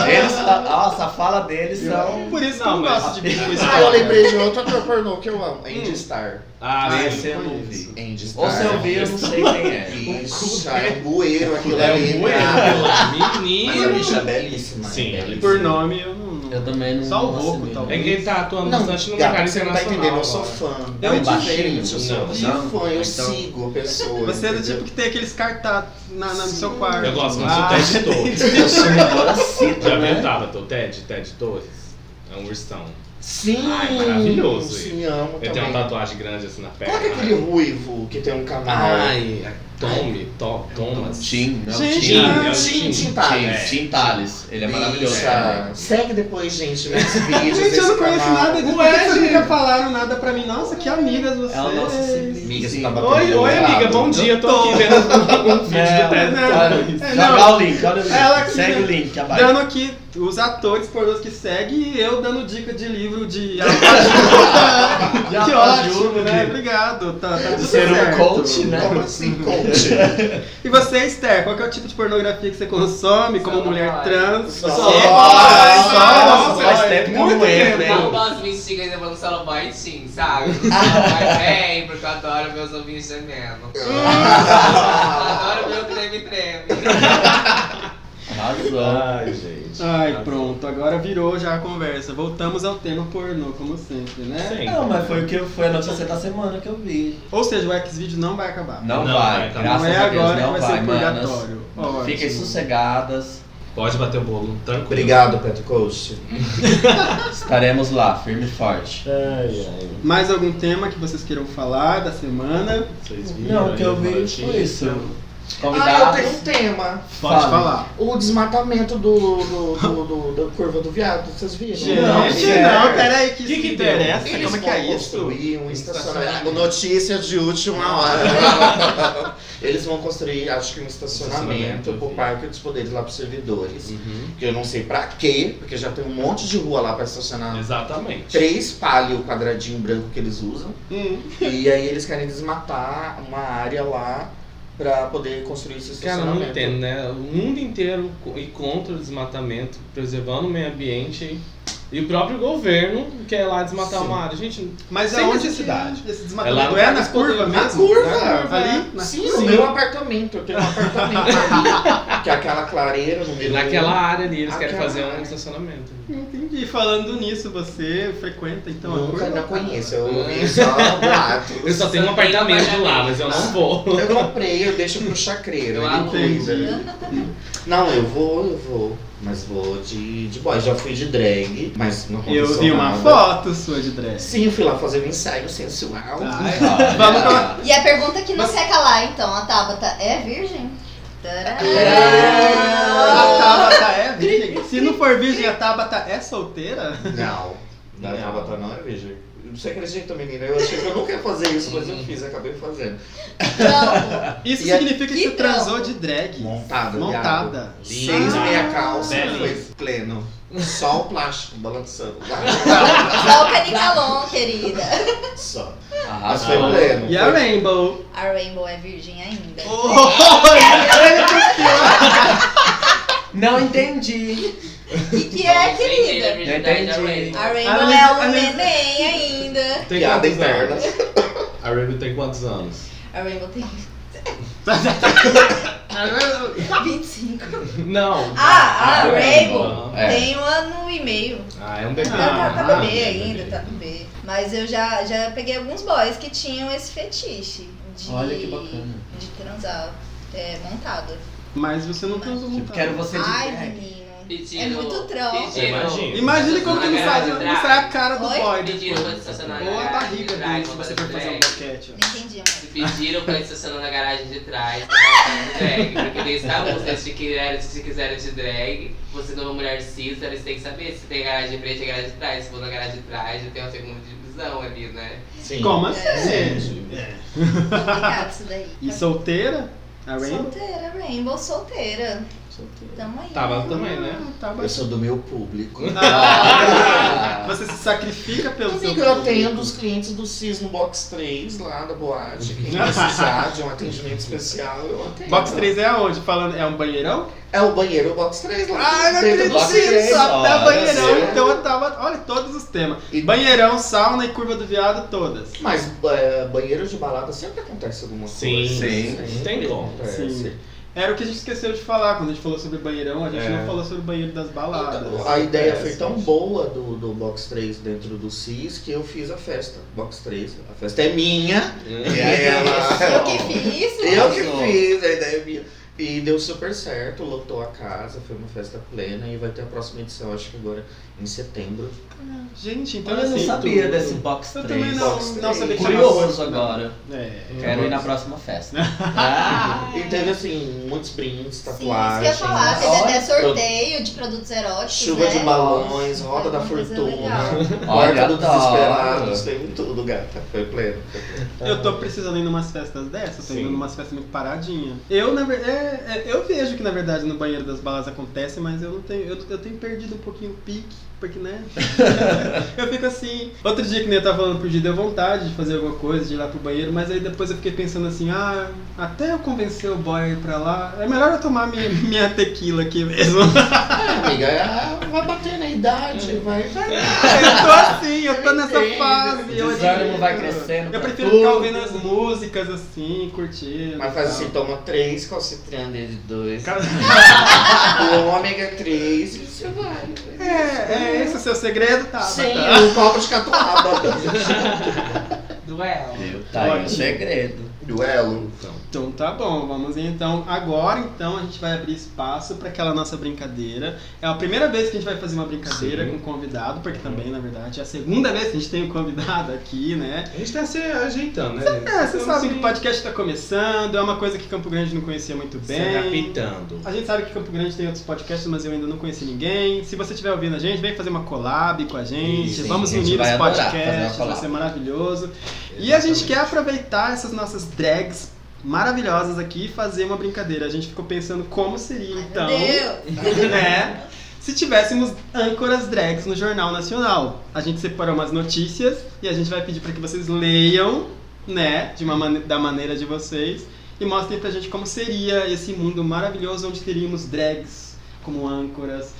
S3: Eles, fa- nossa, a fala deles são.
S1: Por isso que eu
S4: Não,
S1: não
S4: mas-
S1: gosto de vídeo com
S5: Ah, eu
S1: spoiler.
S5: lembrei de outro ator pornô que eu amo. Andy Star.
S4: Ah,
S3: Ah,
S4: sim.
S3: esse eu não vi.
S5: Andy Star.
S3: Ou se eu vi, eu não sei quem é.
S5: Bicha, é um bueiro aquilo
S4: É
S5: ali.
S4: um bueiro,
S5: cara.
S4: pelo
S5: Mas a
S4: menino.
S5: bicha é belíssima.
S4: Sim,
S5: é belíssima.
S1: Por nome, eu não. não-
S3: Eu também não.
S1: Só o
S3: não
S1: rouco,
S3: assimilo.
S1: talvez.
S4: É que ele tá atuando
S5: Não,
S4: bastante no
S5: Gabi,
S4: mercado
S5: você não tá
S4: internacional.
S5: entendendo, eu
S4: agora.
S5: sou fã.
S1: Eu
S5: é
S1: te
S5: diferente, eu sou
S4: Não,
S3: não.
S5: um fã, eu
S3: Então-
S5: sigo pessoas.
S1: Você é do
S5: entendeu?
S1: tipo que tem aqueles cartazes na, na- no seu
S5: Sim.
S1: quarto.
S4: Eu gosto, mas
S1: Ah,
S4: o Ted Torres.
S3: Eu sou agora cedo,
S4: Já viu o
S3: né?
S4: Tabata, o Ted, Ted Torres? É um ursão.
S5: Sim!
S4: Ai, maravilhoso
S5: Sim, amo
S4: Ele tem
S5: também.
S4: uma tatuagem grande assim na perna.
S5: é Qual que é aquele ruivo que tem um canal?
S4: Ai, Tommy,
S3: É
S4: To-
S3: um
S4: Thomas.
S3: Tim, não,
S1: Gente,
S3: Tim.
S1: é
S4: o
S5: Tim, Tim tá.
S4: Tim.
S5: Tales.
S4: É.
S3: Tim Tales. Ele é
S5: Bicha,
S3: maravilhoso.
S5: Segue depois, gente, meus
S1: Gente,
S5: vídeos.
S1: eu
S5: esse
S1: não conheço
S5: canal.
S1: nada disso. Por que vocês nunca falaram nada pra mim? Nossa, que amigas vocês.
S3: É o nosso sempre.
S5: Amiga, você
S3: Sim.
S5: tá batendo
S4: Oi, oi, amiga, bom dia. Tô aqui vendo um vídeo
S3: É,
S4: do Ted.
S1: Torres.
S3: olha,
S1: É,
S3: Joga
S1: não.
S3: o link, olha o link.
S1: Ela-
S3: Segue o link abaixo.
S1: Dando aqui os atores pornôs que seguem e eu dando dica de livro de autoajuda.
S3: De
S1: que ótimo,
S3: autoajuda,
S1: né?
S3: de-
S1: Obrigado. Tá, tá tudo
S3: Ser um
S1: certo.
S3: coach, né?
S5: Como assim, coach?
S1: E você, Esther, qual que é o tipo de pornografia que você consome como
S7: Só
S1: mulher
S7: vai.
S1: trans?
S5: Só
S1: Só
S5: vai.
S1: vai, só
S3: Nossa,
S1: vai.
S3: faz tempo que eu não entro, hein?
S7: Não posso me instigar ainda falando celular sim, sabe? Celular bem, porque eu adoro meus ouvintes gemendo. adoro meu treme-treme.
S3: Arrasou.
S4: gente.
S1: Ai, pronto, agora virou já a conversa. Voltamos ao tema pornô, como sempre, né?
S5: É,
S4: Sempre.
S3: Não, mas foi o que eu- foi a notícia da semana que eu vi.
S1: Ou seja, o Xvideo não vai acabar.
S3: Não,
S4: Não vai,
S3: vai,
S4: tá.
S3: graças
S1: Não é
S3: a Deus,
S1: agora
S3: não
S1: que vai
S3: vai,
S1: ser
S3: manas.
S1: purgatório. Ótimo.
S3: Fiquem sossegadas,
S4: Pode bater o bolo, tranquilo.
S5: Obrigado, Pet Coach.
S3: estaremos lá, firme e forte.
S1: Mais algum tema que vocês queiram falar da semana?
S4: Vocês viram
S3: Não, o que eu
S4: aí,
S3: vi
S4: baratinho?
S3: foi isso.
S5: Ah, eu
S3: Convidados,
S5: tenho um tema.
S1: Pode
S3: Fala.
S1: falar.
S5: O desmatamento do, do, do, do- da curva do viado, vocês viram?
S1: Gente,
S3: Não,
S1: não,
S3: sério.
S1: peraí, que,
S4: Que
S1: isso
S4: que deu?
S1: interessa?
S5: Eles
S1: Como é que
S5: vão
S1: é isso?
S5: construir um estacionamento.
S4: Estacionamento.
S5: Notícia de última hora. Eles vão construir, acho que um estacionamento
S4: Estacionamento,
S5: pro
S4: vi.
S5: Parque dos Poderes lá pros servidores.
S4: Uhum.
S5: Que eu não sei pra quê, porque já tem um monte de rua lá pra estacionar.
S4: Exatamente.
S5: Três palio quadradinho branco que eles usam.
S1: Hum.
S5: E aí eles querem desmatar uma área lá pra poder construir esse
S1: é
S4: Cara, eu
S5: estacionamento.
S4: não entendo, né? O mundo inteiro co- e contra o desmatamento, preservando o meio ambiente e o próprio governo quer lá desmatar
S5: Sim.
S4: uma área. Gente,
S1: Mas
S4: Sem
S1: aonde
S4: necessidade.
S1: esse
S4: É lá
S1: desmatamento
S4: no
S1: é,
S4: Parque
S1: na
S4: dos
S1: curva
S4: Poderes.
S1: mesmo?
S5: Na curva, é.
S1: Na Ali?
S5: Sim,
S1: Na-
S5: o
S4: Sim.
S5: meu apartamento. Eu tenho um apartamento ali, que é aquela clareira no meio
S4: naquela área ali eles querem
S5: Aquela
S4: fazer um
S5: área.
S4: estacionamento.
S1: Entendi. Falando nisso, você frequenta então a
S5: Nunca,
S1: curva?
S5: não conheço, eu ouvi só boatos.
S4: Eu só tenho um
S7: Só tem um
S4: apartamento lá,
S7: apartamento.
S4: mas eu não vou.
S5: Eu comprei, eu deixo pro chacreiro.
S7: Eu
S5: ele
S1: Ah, entendi.
S5: cuida. Não, eu vou, eu vou. Mas vou de, de boy. Já fui de drag, mas não aconteceu
S1: Eu vi uma
S5: nada.
S1: foto sua de dress.
S5: Sim, eu fui lá fazer um ensaio sensual.
S3: Tá.
S1: Ai,
S3: Olha.
S1: vamos com-
S6: E a pergunta que não seca lá, então, a Tabata é virgem? Tará.
S5: É.
S1: A Tabata é virgem? Se não for virgem, a Tabata é solteira?
S5: Não. Não,
S4: Não.
S5: Avatar não é virgem. Você acredita, menina? Eu achei que eu não queria fazer isso, mas eu fiz, acabei fazendo.
S6: Não.
S1: Isso
S5: E é então. a-
S1: significa que
S6: que
S1: você transou
S6: trampo.
S1: de drag.
S5: Montada, viado.
S1: Montada.
S5: Seis
S4: Linda.
S5: meia calça, foi
S4: Belíssima.
S5: pleno. Só o plástico balançando.
S6: Só o Canicalon, querida.
S5: Só. Mas
S3: Arrasou.
S5: foi pleno.
S1: E a Rainbow?
S6: Oh. A Rainbow é virgem ainda.
S1: Oh,
S3: Não entendi.
S6: O que, que é, querida?
S3: Não entendi.
S6: A Rainbow
S1: Analisa-
S6: é um
S1: analisa-
S6: neném ainda.
S4: Tem
S5: Piada
S4: quantos
S5: interna.
S4: anos? A Raven tem quantos anos?
S6: A Rainbow tem 25.
S4: Não.
S6: Ah, a Rainbow
S4: Não.
S5: É.
S6: tem um ano e meio.
S4: Ah, é um bebê.
S1: Ah,
S6: tá, tá, tá bebê
S4: é um
S6: ainda, tá bebê. Mas eu já, já peguei alguns boys que tinham esse fetiche de,
S3: Olha que bacana.
S6: de transar é, montada.
S1: Mas você não transou
S3: Tipo,
S1: montado.
S3: quero você de
S6: Ai,
S3: drag.
S6: menino.
S7: Pedindo,
S6: É muito trampo.
S4: Você imagina.
S1: Imagine como que não sai, não sai a cara do
S6: Oi?
S1: boy
S7: Pediram pra
S1: depois.
S7: estacionar na
S1: Ou a
S7: garagem
S1: barriga
S7: de trás,
S1: dele, se você
S7: pra
S1: for fazer um
S7: drag.
S1: boquete. ó.
S6: Não entendi, amor.
S7: Pediram pra ele estacionar na garagem de trás, pra ela fazer drag, porque eles estavam né? se eles te quiserem, se te quiserem de drag, você não é uma mulher cis, eles têm que saber se tem garagem de frente e garagem de trás. Se for na garagem de trás, já tem uma segunda divisão ali, né?
S5: Sim.
S1: Como assim?
S5: É.
S1: É.
S6: Complicado isso daí.
S1: E solteira?
S5: tá
S1: A Rainbow?
S6: Solteira, Rainbow, solteira. Tamo aí.
S4: Tava também, né?
S1: Ah, Tava.
S5: Eu sou do meu público.
S1: Ah, você se sacrifica pelo seu
S5: Amigo, eu atendo
S1: público.
S5: os clientes do CIS no Box 3, lá da boate. Quem precisar de um atendimento especial, eu atendo.
S1: Box 3 é aonde? Falando, é um banheirão?
S5: É o banheiro o Box 3 lá.
S1: Ah, eu não
S5: dentro
S1: acredito
S5: do Box 3,
S1: nisso!
S5: ó.
S1: Da
S3: olha
S1: banheirão,
S5: só.
S1: então eu tava. Olha, todos os temas.
S5: E-
S1: Banheirão, sauna e curva do viado, todas.
S5: Mas é, banheiro de balada sempre acontece alguma
S4: Sim.
S5: coisa.
S3: Sim.
S5: Sempre
S4: Tem como.
S5: acontece.
S1: Sim. Era o que a gente esqueceu de falar quando a gente falou sobre banheirão, a gente
S4: É.
S1: não falou sobre o banheiro das baladas.
S5: Então, a ideia
S4: Acontece,
S5: foi tão
S4: gente.
S5: boa do, do Box 3 dentro do CIS que eu fiz a festa. Box 3, a festa é minha. E aí ela...
S6: Eu que fiz.
S5: Eu que fiz, a ideia é minha. E deu super certo, lotou a casa, foi uma festa plena e vai ter a próxima edição, acho que agora em setembro.
S1: Gente, então
S3: Eu não
S1: assim,
S3: sabia
S1: tudo.
S3: desse box
S1: Eu também
S3: 3.
S1: não,
S5: Box
S1: não
S5: três.
S1: sabia que
S3: Curioso
S1: chamava-
S3: agora.
S1: É.
S3: Quero ir na próxima festa. Ah,
S5: E teve assim, muitos brindes,
S6: Sim, isso que eu ia
S5: tatuagens.
S6: falar. Teve
S3: Olha.
S6: até sorteio de produtos eróticos,
S5: né? Chuva
S6: né?
S5: de balões, roda da
S6: Uma coisa
S5: fortuna,
S6: legal.
S5: porta do
S3: Olha, tá. adoro.
S5: desesperados, teve tudo, gata. Foi pleno. foi pleno.
S1: Eu tô precisando ir numas festas dessas, tô indo
S4: Sim.
S1: numas festas muito paradinha. Eu, na verdade, eu vejo que na verdade no banheiro das balas acontece, mas eu não tenho. Eu, eu tenho perdido um pouquinho o pique, porque né? eu fico assim. Outro dia que nem eu tava falando pro G, deu vontade de fazer alguma coisa, de ir lá pro banheiro, mas aí depois eu fiquei pensando assim, ah, até eu convencer o boy a ir pra lá, é melhor eu tomar minha, minha tequila aqui mesmo.
S5: Ah, amiga, ah, vai bater na idade, vai. vai.
S1: eu tô assim, eu tô nessa
S5: Entendo.
S1: fase.
S3: o
S1: eu
S3: desânimo
S1: admiro.
S3: vai crescendo.
S1: Eu
S3: pra
S1: prefiro
S3: tudo.
S1: ficar ouvindo as músicas assim, curtindo.
S5: Mas faz
S1: e tal.
S5: assim, toma três, calcitriana de dois,
S1: Cara,
S5: o ômega três e você vai.
S1: É, é esse o seu segredo, tá?
S5: Sim, um copo de catuaba.
S7: Duelo.
S3: Viu? Tá aí
S1: Ótimo.
S3: o segredo.
S5: Duelo.
S1: Então tá bom, vamos então. Agora então a gente vai abrir espaço para aquela nossa brincadeira. É a primeira vez que a gente vai fazer uma brincadeira
S4: Sim.
S1: com um convidado, porque também, na verdade, é a segunda vez que a gente tem um convidado aqui, né?
S4: A gente tá se ajeitando, né?
S1: É, você sabe que o podcast tá começando, é uma coisa que Campo Grande não conhecia muito
S4: Se
S1: bem.
S4: adaptando.
S1: A gente sabe que Campo Grande tem outros podcasts, mas eu ainda não conheci ninguém. Se você estiver ouvindo a gente, vem fazer uma collab com a gente.
S4: Isso,
S1: Vamos
S3: a gente
S1: unir
S3: vai
S1: os
S3: adorar fazer
S1: podcasts,
S3: uma collab.
S1: vai ser maravilhoso. E a gente quer aproveitar essas nossas drags maravilhosas aqui e fazer uma brincadeira. A gente ficou pensando como seria
S6: Ai,
S1: então,
S6: Meu Deus.
S1: né? Se tivéssemos âncoras drags no Jornal Nacional. A gente separou umas notícias e a gente vai pedir para que vocês leiam, né, de uma mane- da maneira de vocês e mostrem pra gente como seria esse mundo maravilhoso onde teríamos drags como âncoras.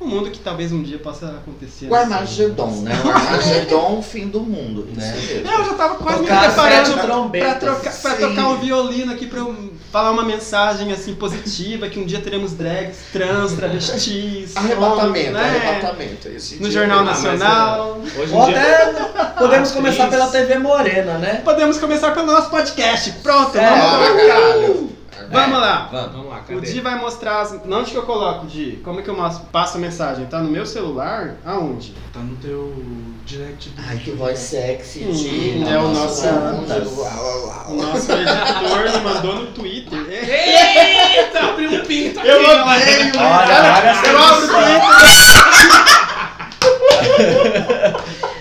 S1: Um mundo que talvez um dia possa acontecer.
S5: O
S1: assim.
S5: Armagedon, né? O Armagedon, o fim do mundo. Isso
S3: Né?
S5: mesmo.
S1: Eu já tava quase
S3: Tocar
S1: me
S3: as
S1: preparando
S3: sete
S1: pra,
S3: trombetas.
S1: trocar, pra
S5: Sim.
S1: tocar um violino aqui, pra eu falar uma mensagem assim positiva, que um dia teremos drags, trans, travestis,
S5: Arrebatamento,
S1: homens, né?
S5: arrebatamento. é Ah, Esse
S1: No
S5: dia
S1: Jornal
S5: aí.
S4: mas
S1: Nacional.
S4: Hoje
S3: Ou
S4: em dia.
S1: é
S3: até podemos
S4: Ah,
S3: começar
S4: três.
S3: pela TV Morena, né?
S1: Podemos começar pelo nosso podcast. Pronto,
S3: É,
S1: vamos lá.
S5: caralho.
S1: Vamos lá.
S3: Vamos.
S4: Vamos lá,
S1: O
S4: cadê?
S1: Di vai mostrar as. não, Onde que eu coloco, Di? Como é que eu mostro- passo a mensagem? Tá no meu celular? Aonde?
S8: Tá no teu direct do
S5: Ai, que voz sexy,
S1: Hum,
S5: de...
S1: é o nosso-
S5: anjo. Uau, uau,
S1: O
S5: uau.
S1: nosso editor me mandou no Twitter. É.
S7: Eita, abriu um pinto aqui.
S1: Eu odeio, né?
S3: Olha, olha
S1: Cara,
S3: essa
S1: Eu abro o Twitter.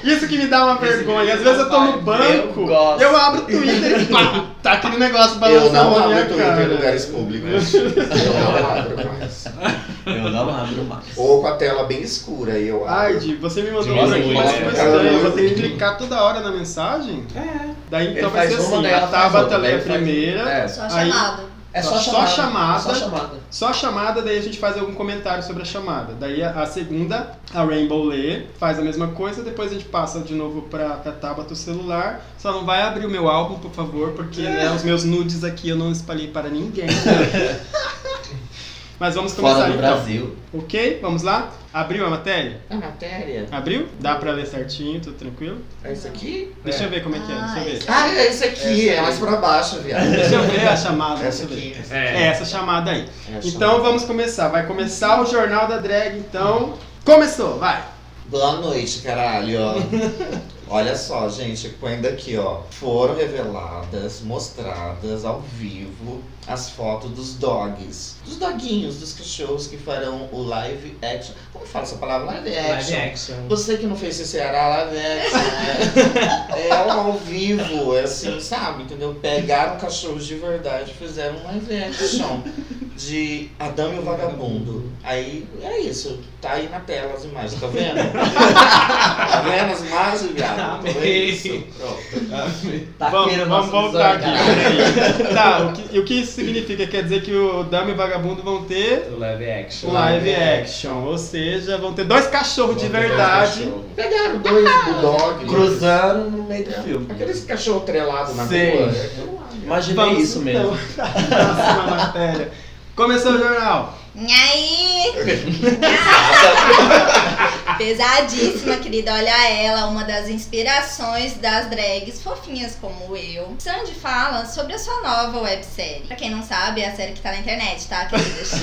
S1: Isso que me dá uma vergonha. Às vezes eu tô no banco,
S3: Eu gosto.
S1: eu abro o Twitter e pá, tá aquele negócio
S5: Eu
S1: balançando
S5: não
S1: na
S5: abro
S1: minha
S5: Twitter em
S1: cara.
S5: lugares públicos. Eu não abro mais.
S3: Eu não abro mais.
S5: Ou com a tela bem escura, eu
S1: Ai,
S5: abro.
S1: Di, você me mandou
S4: Nossa,
S1: uma aqui,
S4: muito,
S1: mas
S4: né?
S1: ficou
S5: Cara,
S1: estranho. Eu vou
S5: muito.
S1: ter que clicar toda hora na mensagem? É. Daí então
S3: Ele
S1: vai
S3: faz
S1: ser
S3: uma
S1: assim,
S3: dela,
S1: a
S3: faz outra,
S1: Tabata lê
S3: daí
S1: a
S3: faz-
S1: primeira.
S3: É.
S6: Só
S1: Aí-
S6: chamado.
S3: É
S1: Só-
S3: só,
S1: só
S3: chamada.
S1: chamada.
S3: Só chamada.
S1: Só a chamada, daí a gente faz algum comentário sobre a chamada. Daí a, a segunda, a Rainbow lê, faz a mesma coisa, depois a gente passa de novo pra, pra Tabata o celular. Só não vai abrir o meu álbum, por favor, porque
S3: É.
S1: né, os meus nudes aqui eu não espalhei para ninguém. Mas vamos começar
S5: Fora do
S1: então.
S5: Brasil.
S1: Ok? Vamos lá? Abriu a matéria?
S5: A matéria.
S1: Abriu? Dá pra ler certinho, tudo tranquilo?
S5: É isso aqui?
S1: Deixa eu ver como é que é, deixa eu ver.
S5: Ah, é isso aqui. É mais pra baixo, viado.
S1: Deixa eu ver a chamada, deixa
S5: Essa
S1: eu ver.
S5: aqui.
S1: É
S4: É.
S1: essa chamada aí.
S5: Essa.
S1: Então vamos começar. Vai começar o Jornal da Drag, então. Começou, vai!
S5: Boa noite, caralho. ó. Olha só, gente, quando aqui, ó, foram reveladas, mostradas ao vivo as fotos dos dogs. Dos doguinhos, dos cachorros que farão o live action. Como fala essa palavra? Live action.
S8: Live action.
S5: Você que não fez esse Ceará, live action, né? É ao vivo, é assim, sabe? Entendeu? Pegaram cachorros de verdade e fizeram um live action de Adão e o Vagabundo. Aí é isso, tá aí na tela as imagens, tá vendo? tá vendo as imagens, viado? Então é
S4: Amei.
S5: isso. Pronto.
S3: Tá
S1: Vamos,
S3: Taqueira
S1: vamos
S3: nossa
S1: voltar aqui.
S3: visão,
S1: peraí. tá, o que, e o que isso significa? Quer dizer que o Dama e o Vagabundo vão ter
S4: O live action.
S1: live action, ou seja, vão ter dois cachorros de verdade. Ah!
S5: Pegaram dois bulldogs.
S3: Cruzando no meio do filme.
S5: Aqueles cachorro trelado na
S3: Sim.
S5: rua. é aquilo lá.
S3: Imaginei isso mesmo.
S1: Então, próxima matéria. Começou o jornal.
S6: Nhaí! Pesadíssima, querida. Olha ela, uma das inspirações das drags fofinhas como eu. Sandy fala sobre a sua nova websérie. Pra quem não sabe, é a série que tá na internet, tá, queridas?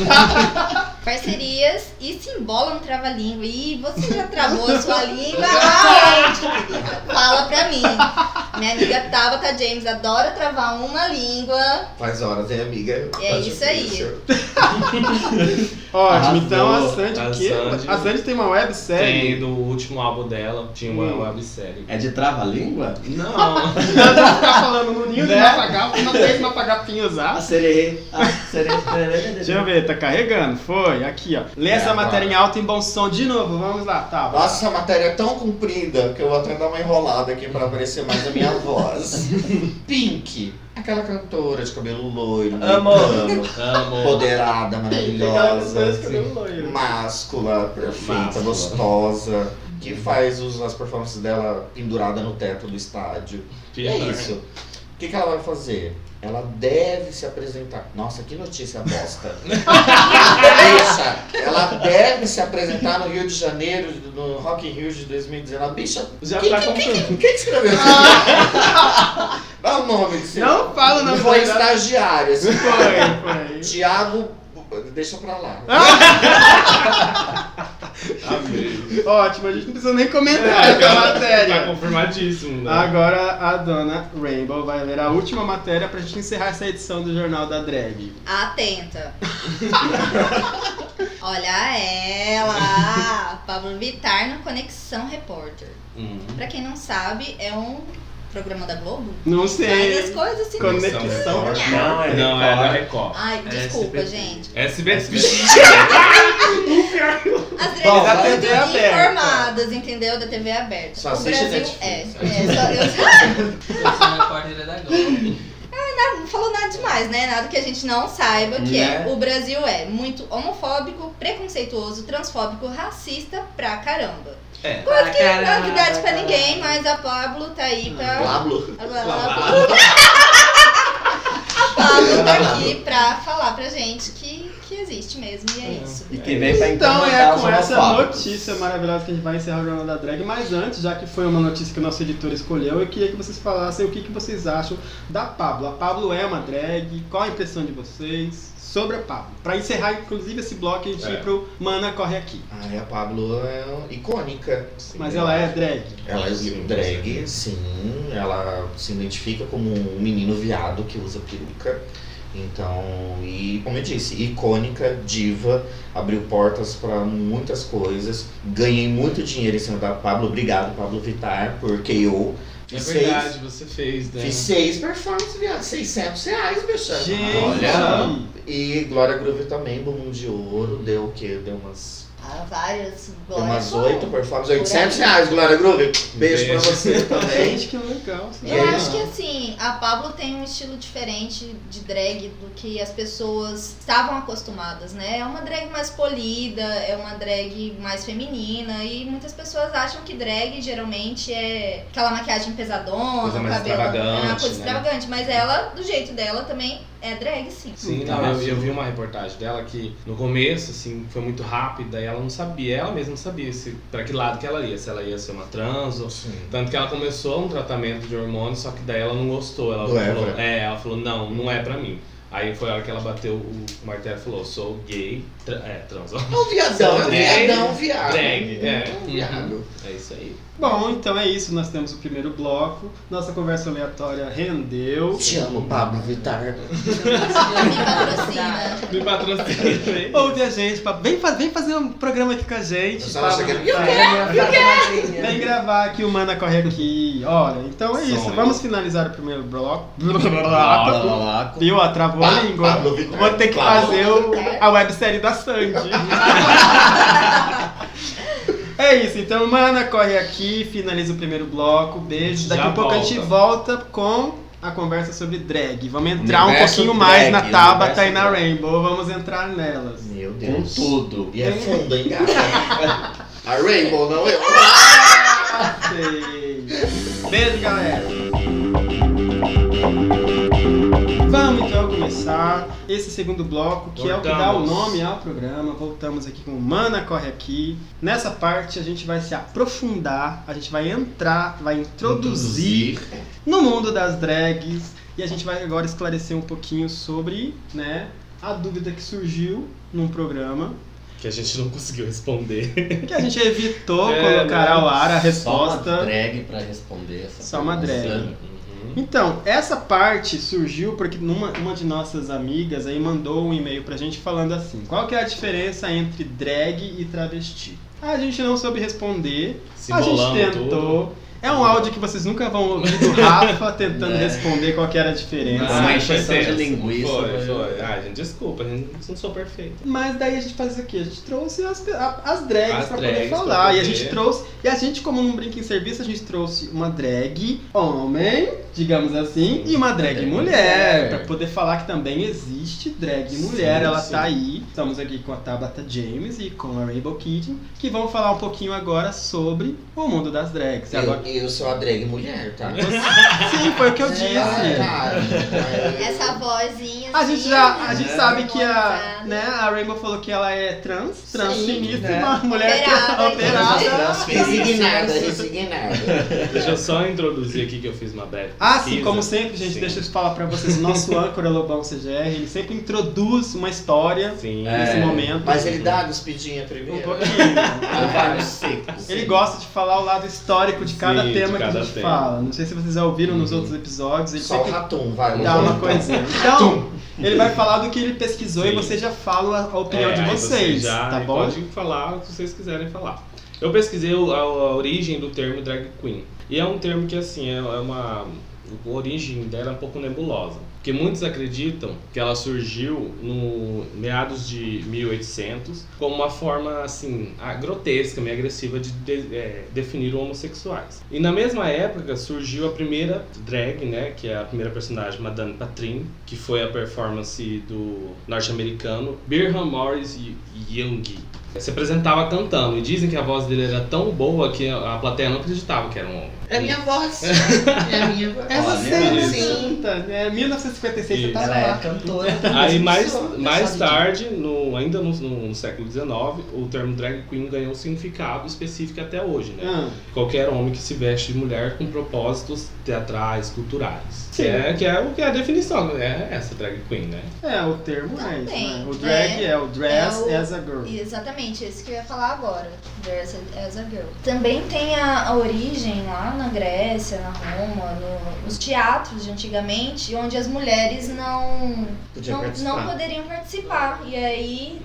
S6: Parcerias e se embola no trava-língua. Ih, você já travou a sua língua? Aonde? Fala pra mim. Minha amiga Tabata James adora travar uma língua.
S5: Faz horas, hein, amiga?
S6: É
S5: Tá
S6: isso aí.
S5: difícil.
S1: Ótimo,
S3: Arrasou.
S1: então a Sandy
S4: A
S1: o quê?
S4: Sandy-
S1: A Sandy tem uma
S4: Tem
S1: websérie.
S4: do último álbum dela, tinha uma
S1: É Hum.
S4: websérie.
S3: É de trava-língua?
S4: Não,
S1: Ela deve ficar falando no ninho de
S3: Né?
S1: mafagafo, não sei se mafagafinho
S3: Ah,
S1: usar.
S3: serei. Ah, serei.
S1: Deixa eu ver, tá carregando, foi, aqui ó. Lê essa
S5: É,
S1: matéria em
S5: agora.
S1: alto e em bom som de novo, vamos lá, tá.
S5: Nossa, essa matéria é tão comprida que eu vou até dar uma enrolada aqui pra aparecer mais a minha voz. Pink, aquela cantora de cabelo loiro,
S3: Amo. É.
S5: americano,
S4: amo.
S5: empoderada, maravilhosa,
S1: Maravilhosa.
S5: máscula, perfeita,
S4: Máscula.
S5: gostosa, que faz os- as performances dela pendurada no teto do estádio. E é isso. O que, que ela vai fazer? Ela deve se apresentar. Nossa, que notícia bosta. Bicha, ela deve se apresentar no Rio de Janeiro, no Rock in Rio de 2019. Bicha,
S1: Já
S5: quem,
S1: tá
S5: quem,
S1: contando.
S5: quem, quem escreveu isso? Ah! Dá o nome disso.
S1: Não fala na
S5: Foi
S1: voz. da-
S5: estagiário.
S1: Foi, Ah!
S5: Assim.
S1: foi.
S5: Tiago, deixa pra lá.
S4: Amei.
S1: Ótimo, a gente não precisa nem comentar essa
S4: Tá
S1: matéria.
S4: confirmadíssimo, né?
S1: Agora a dona Rainbow vai ler a última matéria pra gente encerrar essa edição do Jornal da Drag.
S6: Atenta. Olha ela! Pablo Vittar no Conexão Repórter.
S5: Uhum.
S4: Hum.
S6: Pra quem não sabe, é um programa da Globo.
S1: Não
S6: Faz
S5: Tá,
S6: as
S1: sei. é
S6: coisas assim.
S5: né?
S1: Conexão.
S3: Não, é.
S4: Não, é da Record.
S6: Ai, desculpa,
S8: SBT.
S6: gente.
S4: SBT.
S6: As drags
S3: Bom,
S6: são
S1: da
S6: muito
S1: TV aberta.
S6: informadas, entendeu? Da TV aberta.
S5: Só
S6: o
S5: assiste
S6: Brasil é. é
S5: Netflix.
S6: só, eu,
S7: Eu sou repórter da Globo.
S6: não falou nada demais, né? Nada que a gente não saiba que
S3: Né?
S6: é. O Brasil é muito homofóbico, preconceituoso, transfóbico, racista pra caramba.
S4: É.
S6: Quanto que não é
S8: Pra
S6: novidade pra
S8: caramba.
S6: ninguém, mas a Pablo tá aí pra.
S5: Pablo.
S6: A Pablo tá aqui pra falar pra gente que, que existe mesmo, e é isso.
S3: E que veio pra
S1: Então
S3: incomodar
S1: é
S3: os
S1: com essa
S3: homofóbicos.
S1: notícia maravilhosa que a gente vai encerrar o Jornal da Drag, mas antes, já que foi uma notícia que o nosso editor escolheu, eu queria que vocês falassem o que, que vocês acham da Pablo. A Pablo é uma drag, qual a impressão de vocês sobre a Pablo? Pra encerrar, inclusive, esse bloco, a gente
S4: É.
S1: ir pro Mana Corre Aqui.
S5: Ai, a Pablo é icônica.
S1: Mas ela é drag.
S5: Ela é
S4: Sim,
S5: drag, sim. Ela se identifica como um menino viado que usa peruca. Então, e como eu disse, icônica, diva, abriu portas para muitas coisas. Ganhei muito dinheiro em cima da Pablo. Obrigado, Pablo Vittar, porque eu
S4: É
S5: Fiz
S4: verdade, você fez, né?
S5: fiz seis performances, viado. 600 reais, bichão.
S1: Gente!
S5: Olha. E Glória Groove também, do Mundo de Ouro, deu o quê? Deu umas
S6: Ah, várias.
S5: Tem
S6: Glória é
S5: umas
S6: Groove.
S5: oito performances, 800 reais, Glória Groove. Beijo pra
S4: Beijo.
S5: você também.
S1: então, Gente, que legal. sabe?
S6: Eu acho que assim, a Pablo tem um estilo diferente de drag do que as pessoas estavam acostumadas, né? É uma drag mais polida, é uma drag mais feminina e muitas pessoas acham que drag geralmente é aquela maquiagem pesadona,
S4: Coisa mais
S6: o cabelo,
S4: extravagante,
S6: é uma coisa
S4: né?
S6: extravagante, mas ela, do jeito dela também é drag sim.
S4: Sim, não, eu, eu vi uma reportagem dela que no começo, assim, foi muito rápida e ela não sabia, ela mesma não sabia se, pra que lado que ela ia, se ela ia ser uma trans ou... Tanto que ela começou um tratamento de hormônio, só que daí ela não gostou. Ela
S5: Do
S4: falou,
S5: Évora.
S4: é, ela falou, não, não é pra mim. Aí foi a hora que ela bateu o martelo e falou, sou gay, tra é, trans, ó.
S5: É um viadão, é um
S4: Drag.
S5: viadão, viado.
S4: Drag, é.
S5: Um viado.
S4: É isso aí.
S1: Bom, então é isso. Nós temos o primeiro bloco. Nossa conversa aleatória rendeu.
S5: Te amo, Pablo Vittar.
S6: Me patrocina.
S4: Me patrocina, hein?
S1: Ouve a gente, pra- vem, fa- vem fazer um programa aqui com a gente.
S5: Eu só
S1: pra-
S5: acho que é ele-
S1: pra- Vem
S2: quê?
S1: gravar aqui, o Mana corre aqui. Olha, então é
S4: Som,
S1: isso.
S4: hein?
S1: Vamos finalizar o primeiro bloco.
S3: Lalaco.
S1: Viu? Ó, Travou a língua.
S5: Pablo Vittar.
S1: Vou ter que
S5: Pablo.
S1: fazer o- a websérie da Sandy. É isso, então, Mana corre aqui, finaliza o primeiro bloco. Beijo. Daqui
S4: Já
S1: a pouco a
S4: volta.
S1: gente volta com a conversa sobre drag. Vamos entrar um
S5: Universo
S1: pouquinho
S5: drag,
S1: mais na Tabata
S5: universo
S1: e na
S5: drag.
S1: Rainbow. Vamos entrar nelas.
S5: Meu
S3: Com
S5: Deus.
S3: tudo.
S5: E é fundo, hein, gata? A Rainbow, não é eu.
S1: Ah! Sei. Beijo, galera. Vamos então começar esse segundo bloco, que é o que dá o
S4: Voltamos.
S1: nome ao programa. Voltamos aqui com o Mana Corre Aqui. Nessa parte a gente vai se aprofundar, a gente vai entrar, vai introduzir no mundo das drags e a gente vai agora esclarecer um pouquinho sobre, né, a dúvida que surgiu num programa
S4: Que a gente não conseguiu responder.
S1: que a gente evitou
S4: É,
S1: colocar
S4: né?
S1: ao ar a
S3: Só uma
S1: resposta.
S3: drag pra responder essa
S1: Só uma
S3: pergunta.
S1: drag.
S4: Uhum.
S1: Então, essa parte surgiu porque numa, uma de nossas amigas aí mandou um e-mail pra gente falando assim: qual que é a diferença entre drag e travesti? A gente não soube responder, a gente
S4: Simulamos tudo.
S1: tentou. É um áudio que vocês nunca vão ouvir do Rafa tentando
S3: Né?
S1: responder qual que era a diferença.
S3: Uma
S4: foi
S3: encheção de
S4: tenso.
S3: linguiça,
S4: Foi,
S1: né?
S3: mas-
S4: foi. Ah, gente, desculpa, a gente não sou perfeito.
S1: Mas daí a gente faz o quê? A gente trouxe as, pe- a- as drags
S4: As
S1: pra poder
S4: drags pra
S1: falar. E a
S4: poder.
S1: gente trouxe. E a gente, como não brinca em serviço, a gente trouxe uma drag homem, digamos assim, e uma drag,
S4: Drag
S1: mulher.
S4: mulher.
S1: Pra poder falar que também existe drag
S4: Sim,
S1: mulher. Ela
S4: sim.
S1: tá aí. Estamos aqui com a Tabata James e com a Rainbow Kitten, que vão falar um pouquinho agora sobre o mundo das drags. E agora-
S5: Eu, eu sou a drag mulher, tá?
S1: Sim, foi o que eu disse.
S6: Essa vozinha. assim,
S1: A gente já, a
S4: Né?
S1: gente
S3: É.
S1: sabe que a,
S6: Harmonizada.
S1: né, a Rainbow falou que ela é trans, transfinista,
S4: É.
S3: né?
S1: uma mulher é
S6: Operada,
S1: operada.
S5: Resignada, resignada.
S4: Deixa eu só introduzir aqui que eu fiz uma breve
S1: Ah, sim,
S4: pesquisa.
S1: como sempre, gente,
S4: Sim.
S1: deixa eu falar pra vocês, o nosso âncora Lobão CGR, ele sempre introduz uma história
S4: Sim.
S1: nesse
S3: É.
S1: momento.
S5: Mas ele dá a cuspidinha
S4: é.
S1: Um
S5: primeiro.
S1: pouquinho.
S5: Ele vai no seco.
S1: Ele gosta de falar o lado histórico de cada
S4: Sim, de
S1: tema que
S4: cada
S1: a gente
S4: tema. Uhum.
S1: fala. Não sei se vocês já ouviram nos outros episódios, ele
S5: Só o
S1: sempre
S5: ratum, vai.
S1: dá
S5: vamos
S1: uma
S5: lá.
S1: coisinha. Então, ele vai falar do que ele pesquisou e
S4: Sim.
S1: você já fala a opinião
S4: É,
S1: de
S4: aí
S1: vocês,
S4: você já
S1: tá bom?
S4: Pode falar o que vocês quiserem falar. Eu pesquisei o- a, a origem do termo drag queen. E é um termo que, assim, é, é uma. A origem dela é um pouco nebulosa. Porque muitos acreditam que ela surgiu no meados de 1800 como uma forma, assim, a- grotesca, meio agressiva de, de- é, definir homossexuais. E na mesma época surgiu a primeira drag, né? Que é a primeira personagem, Madame Patrin, que foi a performance do norte-americano Birham Morris y- Young se apresentava cantando e dizem que a voz dele era tão boa que a a plateia não acreditava que era um homem.
S2: É minha voz. É minha voz.
S1: É você,
S4: Olha
S1: né?
S4: isso.
S1: Santa, né? 1956, você
S4: Isso.
S1: tá
S3: Ela é
S1: lá.
S3: cantora.
S4: Aí mais,
S2: Só-
S4: mais
S2: só-
S4: tarde, no, ainda no, no século XIX, o termo drag queen ganhou um significado específico até hoje, né?
S1: Ah,
S4: Qualquer homem que se veste de mulher com propósitos teatrais, culturais. Que
S1: Sim.
S4: é, que é o que é a definição, né? é essa drag queen, né?
S1: é, o termo é isso, né?
S6: Também,
S1: O drag é,
S6: né?
S1: o dress
S6: É o-
S1: as a girl.
S6: Exatamente, esse que eu ia falar agora. There's a, as a girl. Também tem a, a origem lá na Grécia, na Roma, no- nos teatros de antigamente, onde as mulheres não,
S5: Podia
S6: não,
S5: participar.
S6: não poderiam participar. E aí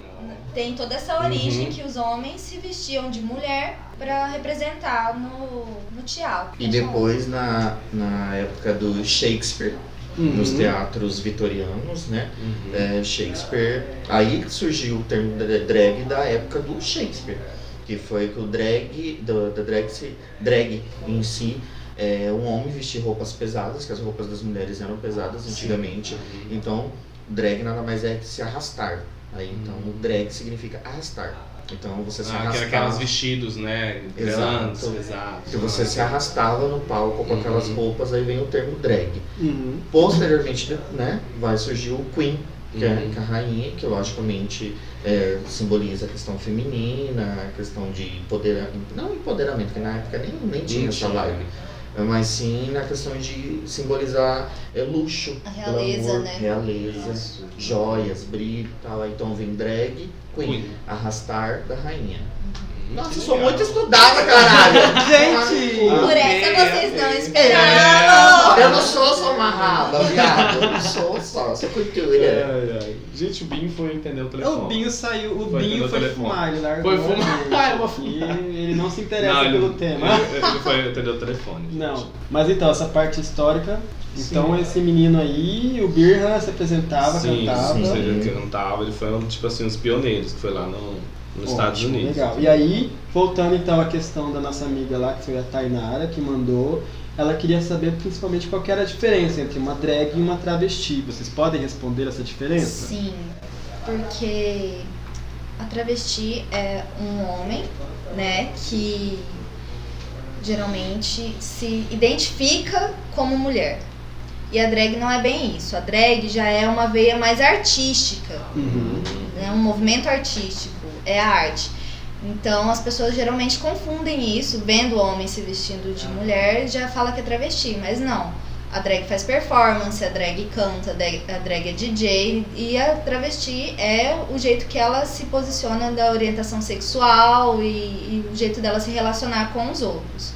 S6: tem toda essa origem
S4: Uhum.
S6: que os homens se vestiam de mulher pra representar no, no teatro.
S5: E depois, na, na época do Shakespeare,
S1: Uhum.
S5: nos teatros vitorianos, né?
S4: Uhum.
S5: É, Shakespeare. Aí que surgiu o termo dra- drag da época do Shakespeare, que foi que o drag, do- da drag, se- drag em si, é um homem vestir roupas pesadas, que as roupas das mulheres eram pesadas antigamente. Então, drag nada mais é que se arrastar. Aí, então, o drag significa arrastar. Então, você se
S4: Uhum. Ah, que
S5: arrastar.
S4: era aquelas vestidos, né? Grandes, né?
S5: Exato.
S4: exato.
S5: Que você se arrastava no palco com aquelas
S4: Uhum.
S5: roupas, aí vem o termo drag.
S1: Uhum.
S5: Posteriormente, né, vai surgir o Queen, que é
S4: Uhum.
S5: que é a rainha, que logicamente é, simboliza a questão feminina, a questão de empoderamento. Não empoderamento, que na época nem, nem tinha essa vibe. Mas sim na questão de simbolizar é, luxo,
S6: A realeza,
S5: glamour,
S6: né?
S5: realeza, joias, brilho e tal. Aí, Então vem drag, Queen,
S4: Queen.
S5: arrastar da rainha.
S4: Hum,
S5: Nossa,
S4: que
S5: eu sou
S4: legal.
S5: muito estudada, caralho!
S1: Gente!
S6: Por essa vocês não esperavam!
S5: Eu não sou só uma raba, viado. Eu não sou só, sou cultura.
S4: Ai, ai. É, Gente, o Binho foi entender o telefone.
S1: O Binho saiu, o
S4: Foi
S1: Binho
S4: pelo
S1: foi
S4: telefone.
S1: fumar, ele largou.
S4: Foi fumar.
S1: gente.
S4: Ah, eu vou fumar.
S1: E ele não se interessa
S4: Não, ele-
S1: pelo tema.
S4: Ele, ele foi entender o telefone. gente.
S1: Não, mas então, essa parte histórica. Então, esse menino aí, o Birra se apresentava,
S4: Sim,
S1: cantava.
S4: sim, ele que cantava, ele foi um, tipo assim, um dos pioneiros que foi lá no, nos Estados
S1: Ótimo,
S4: Unidos.
S1: Legal. E aí, voltando então à questão da nossa amiga lá, que foi a Tainara, que mandou, ela queria saber principalmente qual que era a diferença entre uma drag e uma travesti. Vocês podem responder essa diferença?
S6: Sim, porque a travesti é um homem, né, que geralmente se identifica como mulher. E a drag não é bem isso. A drag já é uma veia mais artística,
S1: Uhum.
S6: né, um movimento artístico, é a arte. Então as pessoas geralmente confundem isso, vendo o homem se vestindo de mulher, já fala que é travesti, mas não. A drag faz performance, a drag canta, a drag, a drag é DJ e a travesti é o jeito que ela se posiciona da orientação sexual e, e o jeito dela se relacionar com os outros.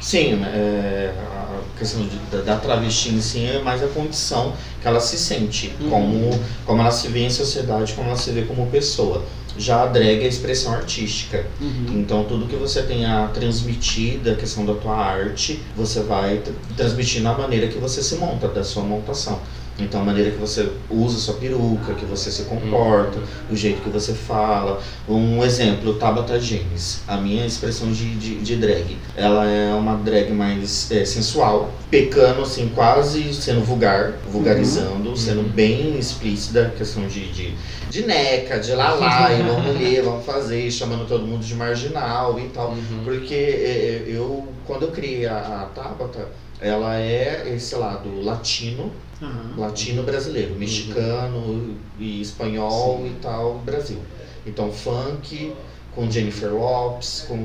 S5: Sim, é, a questão de- da, da travesti em si é mais a condição que ela se sente,
S1: Uhum.
S5: como, como ela se vê em sociedade, como ela se vê como pessoa. Já a drag é a expressão artística.
S1: Uhum.
S5: Então tudo que você tenha transmitido, a questão da tua arte, você vai tr- transmitir na maneira que você se monta, da sua montação. Então a maneira que você usa sua peruca, que você se comporta, o jeito que você fala. Um exemplo, Tabata James, a minha expressão de, de, de drag. Ela é uma drag mais é, sensual, pecando assim, quase sendo vulgar, vulgarizando, sendo bem explícita, questão de, de, de neca, de lalá, e vamos ler, vamos fazer, e chamando todo mundo de marginal e tal.
S4: Uhum.
S5: Porque é, é, eu, quando eu criei a, a Tabata, ela é esse lado latino,
S1: Aham.
S5: latino brasileiro, mexicano e espanhol e tal, Brasil. Então funk com Jennifer Lopes, com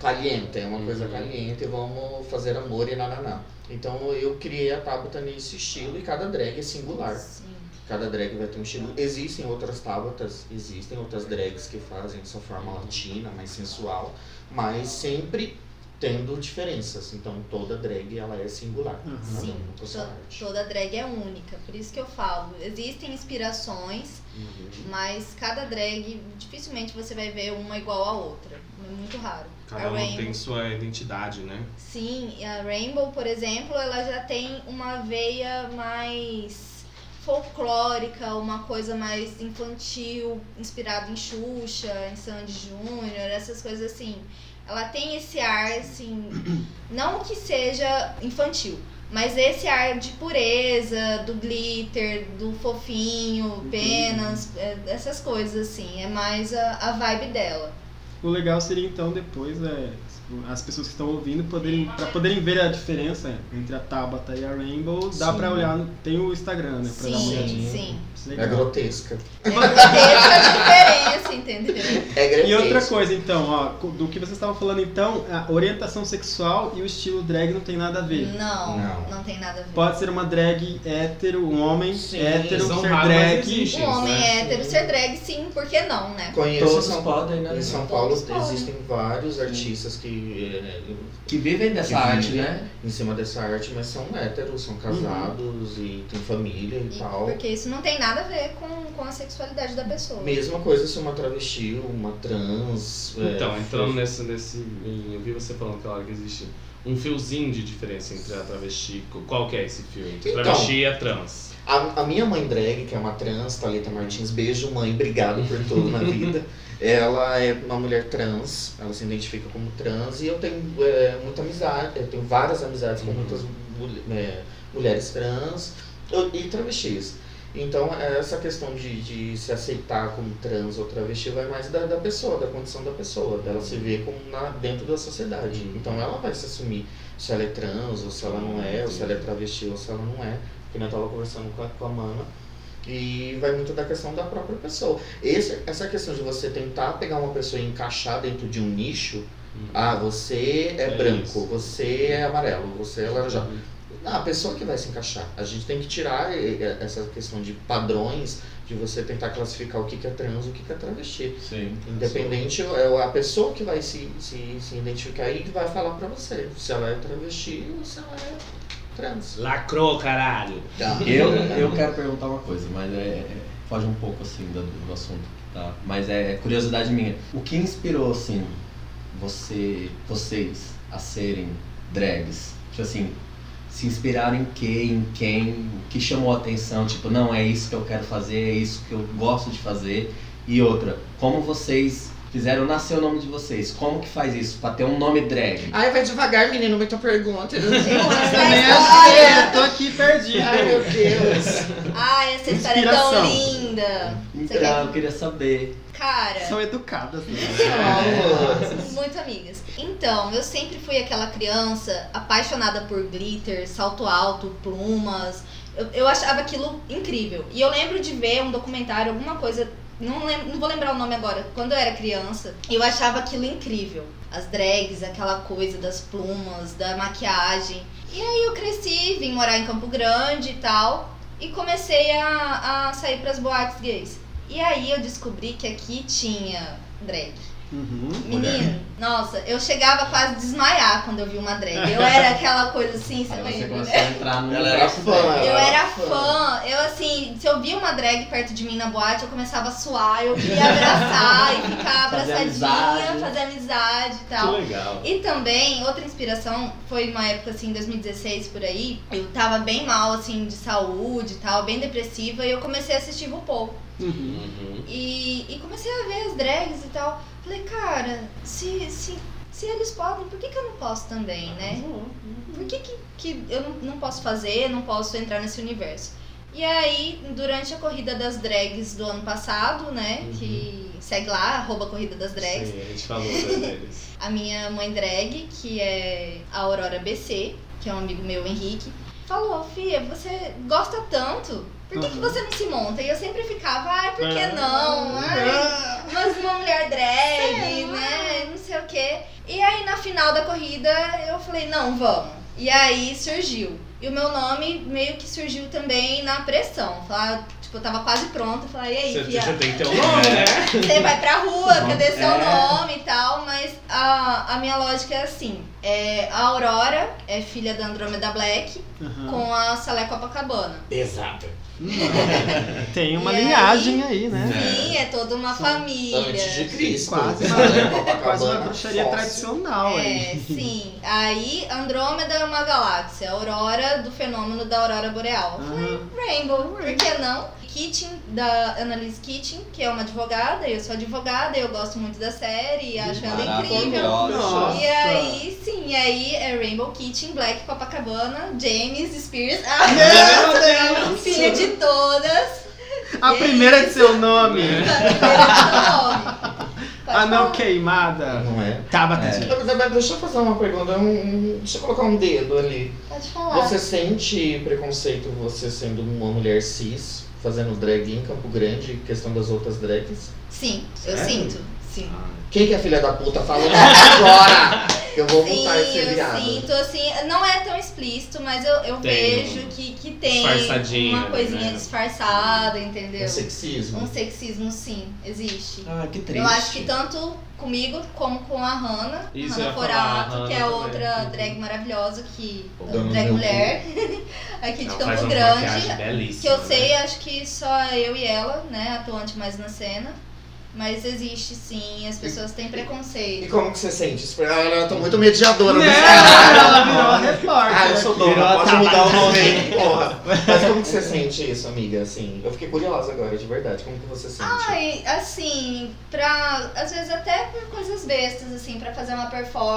S5: caliente, é uma coisa caliente, vamos fazer amor e nananá. Então eu criei a Tabata nesse estilo e cada drag é singular.
S6: Sim.
S5: Cada drag vai ter um estilo. Existem outras tábuas, existem outras drags que fazem sua forma latina, mais sensual, mas sempre tendo diferenças. Então toda drag ela é singular.
S1: Uhum.
S5: Cada
S6: Sim,
S5: um com a sua
S6: to-
S5: arte.
S6: toda drag é única, por isso que eu falo. Existem inspirações, mas cada drag dificilmente você vai ver uma igual à outra. É muito raro.
S4: Cada um tem sua identidade, né?
S6: Sim, e a Rainbow, por exemplo, ela já tem uma veia mais folclórica, uma coisa mais infantil, inspirada em Xuxa, em Sandy Júnior, essas coisas assim. Ela tem esse ar, assim, não que seja infantil, mas esse ar de pureza, do glitter, do fofinho, penas, é, essas coisas assim. É mais a, a vibe dela.
S1: O legal seria então depois é, as pessoas que estão ouvindo poderem para poderem ver a diferença entre a Tabata e a Rainbow, dá
S5: Sim.
S1: pra olhar, no- tem o Instagram, né, para dar uma olhadinha.
S6: Sim, sim.
S5: É
S1: Legal.
S5: grotesca.
S6: É essa a diferença, entendeu?
S5: É grotesca.
S1: E outra coisa, então, ó, co- do que vocês estavam falando, então, a orientação sexual e o estilo drag não tem nada a ver.
S6: Não,
S5: Não.
S6: não, tem nada a ver.
S1: Pode ser uma drag hétero, um homem
S5: Sim,
S1: hétero,
S4: são
S1: ser
S4: raros, mas
S1: drag.
S4: existem.
S6: Um homem
S4: né?
S6: hétero ser drag, sim, por que não, né?
S5: Conheço
S3: Todos
S5: São
S3: podem, né?
S5: Em São Paulo
S6: Todos podem.
S5: existem vários artistas que eh,
S3: Que vivem dessa
S5: Que
S3: arte,
S5: vivem.
S3: né?
S5: em cima dessa arte, mas são héteros, são casados e têm família e,
S6: E-
S5: tal.
S6: porque isso não tem nada a ver com, com a sexualidade da pessoa.
S5: Mesma coisa se uma travesti, uma trans. eh,
S4: É, Então, entrando nesse, nesse. em- Eu vi você falando aquela hora que existe um fiozinho de diferença entre a travesti. Qual que é esse fio? Entre
S5: Então.
S4: travesti e a trans.
S5: A, a minha mãe drag, que é uma trans, Thalita Martins, beijo mãe, obrigado por tudo na vida. Ela é uma mulher trans, ela se identifica como trans e eu tenho é, muita amizade, eu tenho várias amizades com
S4: Uhum.
S5: muitas mul- é, mulheres trans eu- e travestis. Então essa questão de, de se aceitar como trans ou travesti vai mais da, da pessoa, da condição da pessoa, dela se ver como na, dentro da sociedade. Então ela vai se assumir se ela é trans ou se ela não é, ou se ela é travesti ou se ela não é que nós tava conversando com a, com a Mana. E vai muito da questão da própria pessoa. Esse, essa questão de você tentar pegar uma pessoa e encaixar dentro de um nicho.
S4: Uhum.
S5: Ah, você é,
S4: É
S5: branco,
S4: isso.
S5: você é amarelo, você é laranjado. Não, a pessoa que vai se encaixar. A gente tem que tirar eh, eh, essa questão de padrões, de você tentar classificar o que que é trans, o que que é travesti.
S4: Sim.
S5: Independente, é a pessoa que vai se, se, se identificar e que vai falar pra você se ela é travesti ou se ela é trans.
S4: Lacrou, caralho.
S3: Eu, eu quero perguntar uma coisa, mas é, é- foge um pouco assim do, do assunto, tá? Mas é curiosidade minha. O que inspirou assim você, vocês a serem drags? Tipo assim, se inspiraram em quê, em quem, o que chamou a atenção? Tipo, não é isso que eu quero fazer, é isso que eu gosto de fazer. E outra, como vocês fizeram nascer o nome de vocês? Como que faz isso pra ter um nome drag?
S2: Ai, vai devagar, menino, muita pergunta. Eu não sei
S6: Mas vai
S2: mais também.
S6: só-
S1: Ah, é, tô aqui perdido.
S2: Ai, meu Deus.
S6: Ai, essa história é tão
S1: Inspiração.
S6: linda. Você
S3: Então,
S6: quer-
S3: eu queria saber. É.
S6: Cara.
S1: São educadas. né?
S6: Ah, Muito amigas. Então, eu sempre fui aquela criança apaixonada por glitter, salto alto, plumas. Eu, eu achava aquilo incrível. E eu lembro de ver um documentário, alguma coisa. Não, lem- não vou lembrar o nome agora. Quando eu era criança, eu achava aquilo incrível. As drags, aquela coisa das plumas, da maquiagem. E aí eu cresci, vim morar em Campo Grande e tal. E comecei a, a sair pras boates gays. E aí eu descobri que aqui tinha drag.
S1: Uhum.
S6: Menino, nossa, eu chegava quase a desmaiar quando eu vi uma drag. Eu era aquela coisa assim, você
S3: Aí você
S6: lembra?
S3: começou a entrar no
S5: Ela era
S3: universo
S5: fã.
S3: drag.
S6: Eu era
S5: fã.
S6: fã, eu assim, se eu via uma drag perto de mim na boate, eu começava a suar, eu queria abraçar e ficar
S3: Fazer
S6: abraçadinha,
S3: amizade.
S6: fazer amizade e
S4: Que
S6: tal.
S4: legal.
S6: E também, outra inspiração foi uma época assim, 2016 por aí, eu tava bem mal assim de saúde e tal, bem depressiva, e eu comecei a assistir RuPaul.
S1: Uhum.
S4: Uhum.
S6: E, e comecei a ver as drags e tal. Falei, cara, se, se, se eles podem, por que, que eu não posso também, né? Por que, que, que eu não, não posso fazer, não posso entrar nesse universo? E aí, durante a corrida das drags do ano passado, né?
S4: Uhum.
S6: Que segue lá, arroba corrida das drags.
S4: Sim, a gente falou das deles.
S6: A minha mãe drag, que é a Aurora BC, que é um amigo meu, Henrique, falou, Fia, você gosta tanto, por que, que
S1: Uhum.
S6: você não se monta? E eu sempre ficava, ai, por que
S4: Ah.
S6: não? Ai, mas uma mulher drag, né? Não sei o quê. E aí na final da corrida eu falei, não, vamos. E aí surgiu. E o meu nome meio que surgiu também na pressão. Falar, tipo, eu tava quase pronta. Falar, e aí,
S4: Você,
S6: Fia?
S4: você tem que ter um nome, né?
S6: Você vai pra rua, cadê seu
S3: É.
S6: nome e tal, mas a, a minha lógica é assim: é, a Aurora é filha da Andrômeda Black
S1: Uhum.
S6: com a Salé Copacabana.
S5: Exato.
S1: Tem uma
S6: E aí?
S1: linhagem aí, né?
S6: Sim, é toda uma
S5: Antes de
S6: família.
S5: Cristo.
S1: Quase uma- Quase
S5: Né?
S1: uma
S5: Copacabana,
S1: bruxaria
S5: fóssil.
S1: tradicional
S6: É,
S1: aí.
S6: sim. Aí Andrômeda é uma galáxia, a aurora do fenômeno da aurora boreal. Eu falei,
S1: Aham.
S6: Rainbow, por que não? Kitchen, da Annalise Kitchen, que é uma advogada, eu sou advogada, eu gosto muito da série, acho ela incrível.
S3: Maravilhosa.
S6: E aí, sim, e aí é Rainbow Kitchen, Black Copacabana, James Spears, Ah, a
S1: Meu Deus!
S6: filha de todas.
S1: A primeira de seu nome.
S6: Ah,
S1: A não queimada.
S5: Não é?
S1: Tá, batidinha.
S5: Isabel, Deixa eu fazer uma pergunta. um- um- deixa eu colocar um dedo ali.
S6: Pode falar.
S5: Você sente preconceito você sendo uma mulher cis, fazendo drag em Campo Grande, questão das outras drags?
S6: Sim, eu
S5: Sério?
S6: sinto. Sim.
S5: Quem que é filha da puta? Fala o nome agora! que Eu vou
S6: Sim,
S5: voltar esse
S6: eu
S5: viado.
S6: sinto, assim, não é tão explícito, mas eu, eu
S4: Tem
S6: vejo que, que tem
S4: disfarçadinho,
S6: uma coisinha
S4: né?
S6: disfarçada, entendeu?
S5: Um sexismo.
S6: Um sexismo, sim, existe.
S3: Ah, que triste.
S6: Eu acho que tanto comigo como com a Hanna,
S4: Isso, eu
S6: Hanna
S4: ia falar,
S6: Forato,
S4: a
S6: que é
S4: Hannah também.
S6: outra drag maravilhosa que
S5: Dando
S6: drag
S5: meu
S6: mulher aqui de
S4: Ela faz
S6: Campo
S4: uma
S6: Grande,
S4: maquiagem belíssima.
S6: que eu
S4: né?
S6: sei, acho que só eu e ela, né, atuante mais na cena. Mas existe sim, as pessoas têm
S5: E
S6: preconceito.
S5: como que você sente? Tipo, ah, eu tô muito mediadora
S1: Né?
S5: nessa
S1: Ela virou a repórter.
S5: Ah, eu sou
S1: aqui.
S5: dona, pode mudar o nome, hein, porra. Mas como que você sente isso, amiga? Assim, eu fiquei curiosa agora, de verdade. Como que você sente?
S6: Ai, assim, pra. Às vezes até por coisas bestas, assim, pra fazer uma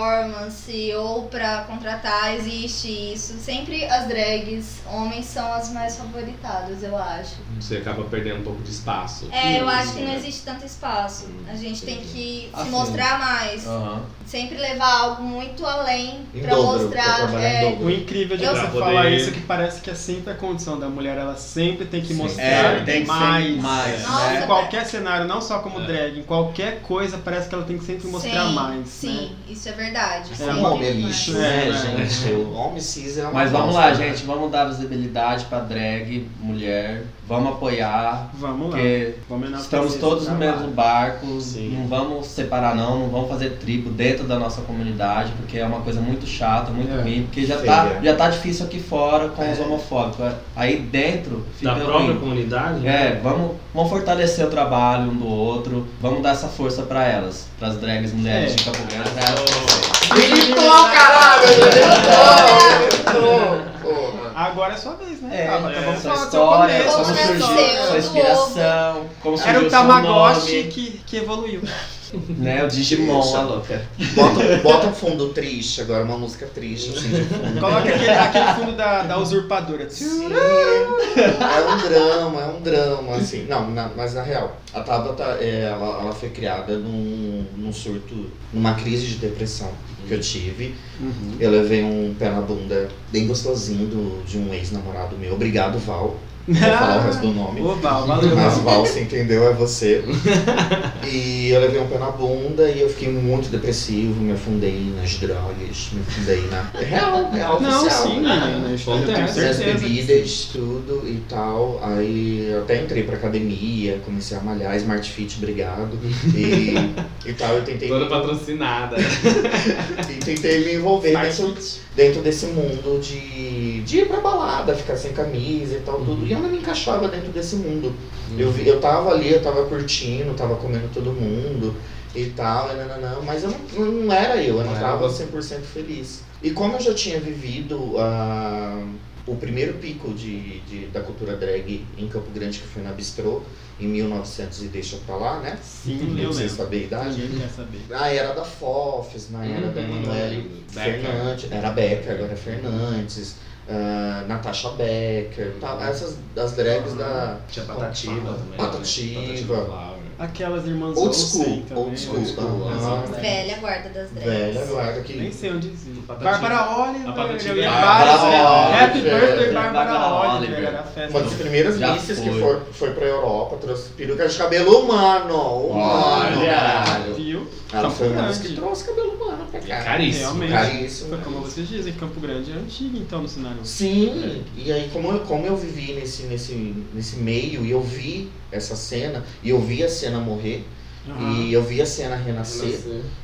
S6: performance ou pra contratar, existe isso. Sempre as drags, homens são as mais favoritadas, eu acho.
S4: Você acaba perdendo um pouco de espaço.
S6: É, eu
S4: Não,
S6: acho que não
S4: né?
S6: existe tanto espaço. A gente tem que se
S3: Assim.
S6: mostrar mais.
S3: Aham.
S6: Sempre levar algo muito além
S5: Ah. Em
S6: pra
S5: dobro, pra
S6: mostrar.
S5: trabalhar
S6: é,
S5: em
S1: O
S5: dobro.
S1: incrível de
S6: Eu-
S1: você
S4: Pra poder-
S1: falar isso é que parece que é sempre a condição da mulher, ela sempre tem que
S3: Sim.
S1: mostrar
S3: É, tem que ser
S1: mais.
S3: mais,
S6: Nossa,
S1: Em
S6: né?
S1: qualquer cenário, não só como
S4: É.
S1: drag, em qualquer coisa parece que ela tem que sempre mostrar
S6: sim,
S1: mais.
S6: Sim,
S1: Né?
S6: isso é verdade.
S1: É,
S6: sempre
S5: O homem é
S6: mais.
S5: lixo,
S1: É,
S5: né,
S1: né?
S5: gente? O homem cis é uma
S3: Mas vamos lá,
S5: bosta, né?
S3: gente. Vamos dar visibilidade pra drag, mulher. Vamos apoiar.
S1: Vamos lá.
S3: Porque
S1: Vamos enaltecer
S3: estamos
S1: esse
S3: todos no
S1: trabalho.
S3: mesmo barco.
S4: Sim.
S3: Não vamos separar, não. Não vamos fazer tribo dentro da nossa comunidade. Porque é uma coisa muito chata, muito
S1: É.
S3: ruim. Porque já
S5: Feia.
S3: tá, já tá difícil aqui fora com os
S5: É.
S3: homofóbicos. Aí dentro fica
S4: Da própria
S3: ruim.
S4: comunidade?
S3: É, vamos, vamos fortalecer o trabalho um do outro. Vamos dar essa força pra elas, pras drags mulheres
S1: É.
S3: de Campo Grande. né? pra elas crescerem.
S5: Militou, caralho! Militou! Porra.
S1: Agora é sua vez, né?
S3: É,
S1: Tabata?
S4: é.
S1: vamos
S3: sua
S1: falar do seu
S3: história,
S1: começo.
S3: como
S6: Como
S1: Vamos
S6: nasceu,
S3: surgiu
S1: surgir.
S3: sua
S6: do
S3: inspiração, como surgiu
S1: Era o
S3: seu
S1: Tamagotchi
S3: nome,
S1: que, que evoluiu.
S3: né? O Digimon,
S5: Isso.
S3: a louca.
S5: Bota, bota um fundo triste agora, uma música triste, assim, de fundo.
S1: Coloca aquele, aquele fundo da, da usurpadora.
S5: Sim. É um drama, é um drama, assim. Não, na- mas na real, a Tabata, é, ela, ela foi criada num, num surto, numa crise de depressão que eu tive. Eu levei um pé na bunda bem gostosinho do- de um ex-namorado meu. Obrigado, Val. Não vou falar o resto do nome.
S1: Oba, valeu.
S5: Mas Val, você entendeu, é você. E eu levei um pé na bunda e eu fiquei muito depressivo, me afundei nas drogas, me afundei na. É Real, é real
S1: Não,
S5: oficial,
S1: sim,
S5: né?
S1: menina. Eu tenho
S4: Acontece.
S5: As
S1: É, certeza. que sim.
S5: bebidas, tudo e tal. Aí eu até entrei pra academia, comecei a malhar, Smart Fit, obrigado. E, e tal, eu tentei,
S4: Toda patrocinada. né?
S5: e tentei me envolver
S1: Smart
S5: dentro, dentro desse mundo de, de ir pra balada, ficar sem camisa e tal,
S1: Uhum.
S5: tudo. E eu não me encaixava dentro desse mundo. Eu, vi- eu tava ali, eu tava curtindo, tava comendo todo mundo e tal, né, e nananã, mas eu não, não era eu, eu não
S4: Não era
S5: tava
S4: você.
S5: 100% feliz. E como eu já tinha vivido ah, o primeiro pico de, de- da cultura drag em Campo Grande, que foi na Bistrô, em 1900 e deixa pra lá, né?
S1: Sim, eu
S5: Não sei
S1: lembro.
S5: saber a idade.
S1: Ninguém quer saber.
S5: Na era da Fofes, na era da Emanuele Fernandes, era Becker, agora é Fernandes, ah, Natasha Becker, tal, essas das drags da...
S4: Tinha patativa também.
S5: Patativa.
S4: Né? Patativa Flower.
S1: Aquelas irmãs
S5: Old
S1: Olsen
S5: school,
S1: também, né?
S5: old school. então,
S1: old school,
S5: Aham.
S1: exato.
S6: Velha guarda das drags.
S5: né? Velha guarda
S1: Nem
S5: é que.
S1: sei onde existe.
S4: Patativa.
S1: Bárbara
S4: A
S1: Oliver.
S4: patativa
S1: Eu ia
S4: é
S1: várias.
S5: Bárbara
S1: né? Happy
S5: Oliver.
S1: birthday, Bárbara
S3: Bárbara
S1: Oliver.
S3: Oliver.
S1: Era a festa.
S5: Uma das primeiras
S3: Já
S5: misses
S3: foi.
S5: que foi, foi pra Europa, trouxe peruca de cabelo humano. Humano,
S3: Olha.
S5: caralho.
S1: Viu?
S5: Ela foi uma das
S1: Grande.
S5: que trouxe cabelo humano pra
S4: E
S5: cá.
S4: é caríssimo.
S1: Realmente.
S5: Caríssimo.
S1: Foi como vocês dizem, Campo Grande é antigo, então, no cenário.
S5: Sim, e aí como eu, como eu vivi nesse, nesse, nesse meio e eu vi essa cena, e eu vi a cena morrer,
S1: Aham.
S5: e eu vi a cena renascer,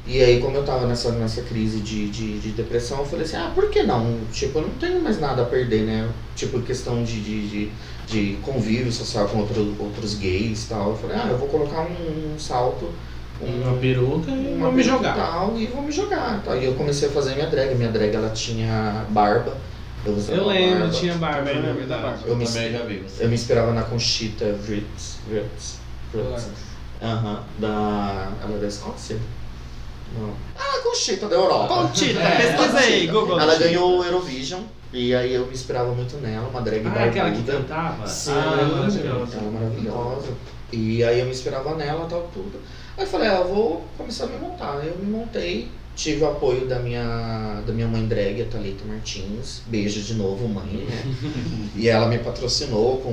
S5: E aí, como eu tava nessa, nessa crise de, de, de depressão, eu falei assim, ah, por que não? Tipo, eu não tenho mais nada a perder, né? Tipo, questão de, de, de, de convívio social com outro, outros gays e tal. Eu falei, ah, eu vou colocar um, um salto,
S4: Uma
S5: um,
S4: peruca e
S5: uma
S4: vou me
S5: peruca e
S4: jogar.
S5: Tal, e vou me jogar. Tal. E eu comecei a fazer minha drag. Minha drag, ela tinha barba. Eu, usava
S4: Eu lembro,
S5: barba.
S4: tinha barba,
S1: Também
S4: na
S1: lembro da
S4: verdade.
S5: Eu me,
S3: Também já vi você.
S5: eu me inspirava na Conchita Vrits. Vrits. Vrits. Aham, da. Ela é da Escócia? Não. Ah, Conchita da Europa.
S1: Contita,
S3: É,
S1: pesquisa aí,
S5: Conchita.
S1: Google.
S5: Ela ganhou o Eurovision e aí eu me inspirava muito nela, uma drag
S4: Ah,
S5: barbuda.
S4: aquela que cantava?
S5: Sim,
S4: ah,
S5: ela é
S4: maravilhosa.
S5: Ela é maravilhosa. E aí eu me inspirava nela e tal, tudo. Aí eu falei, ah, eu vou começar a me montar. Aí Eu me montei, tive o apoio da minha, da minha mãe drag, a Thalita Martins. Beijo de novo, mãe, né? e ela me patrocinou com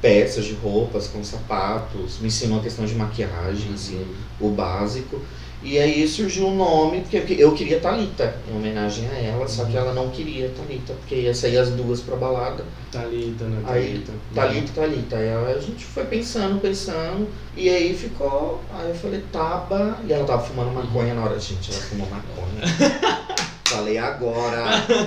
S5: peças de roupas, com sapatos, me ensinou a questão de maquiagem, assim, o básico. E aí surgiu o nome, porque eu queria Thalita, em homenagem a ela, só que ela não queria Thalita, porque ia sair as duas pra balada.
S4: Thalita, né?
S5: Aí,
S4: Thalita.
S5: Thalita, Thalita. tá Então, Aí a gente foi pensando, pensando. E aí "Tá, ficou. Aí eu falei, Taba. E ela tava fumando maconha na hora, gente. Ela fumou maconha. falei agora.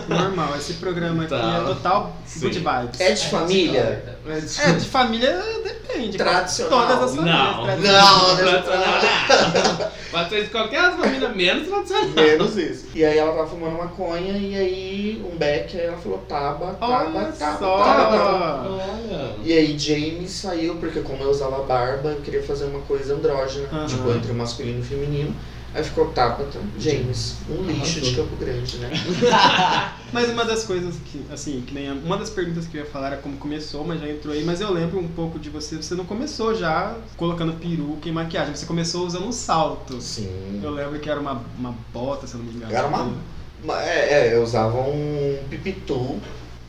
S1: Normal, esse programa aqui
S4: Tá.
S1: é total good
S4: Sim.
S1: vibes.
S5: É de família?
S1: É, de família depende.
S5: Tradicional.
S1: Todas as famílias.
S4: Não. é
S1: tradicionais.
S5: Não, né?
S4: Tradicional, não. Pode ser de qualquer família, menos tradicional.
S5: Menos isso. E aí ela tava fumando maconha e aí um beck, aí ela falou "Tá, taba, taba,
S1: Olha
S5: taba, taba, taba.
S1: só.
S4: Olha.
S5: "Tá, E aí James saiu, porque como eu usava barba, eu queria fazer uma coisa andrógena,
S1: Aham.
S5: tipo entre o masculino e o feminino. Aí ficou Tabata, James, um lixo de Campo Grande, né?
S1: Mas uma das coisas que, assim, que nem a- uma das perguntas que eu ia falar era como começou, mas já entrou aí. Mas eu lembro um pouco de você. Você não começou já colocando peruca e maquiagem. Você começou usando um salto.
S5: Sim.
S1: Eu lembro que era uma, uma bota, se eu não me engano.
S5: Era uma- Mas, É, é, eu usava um pipitu,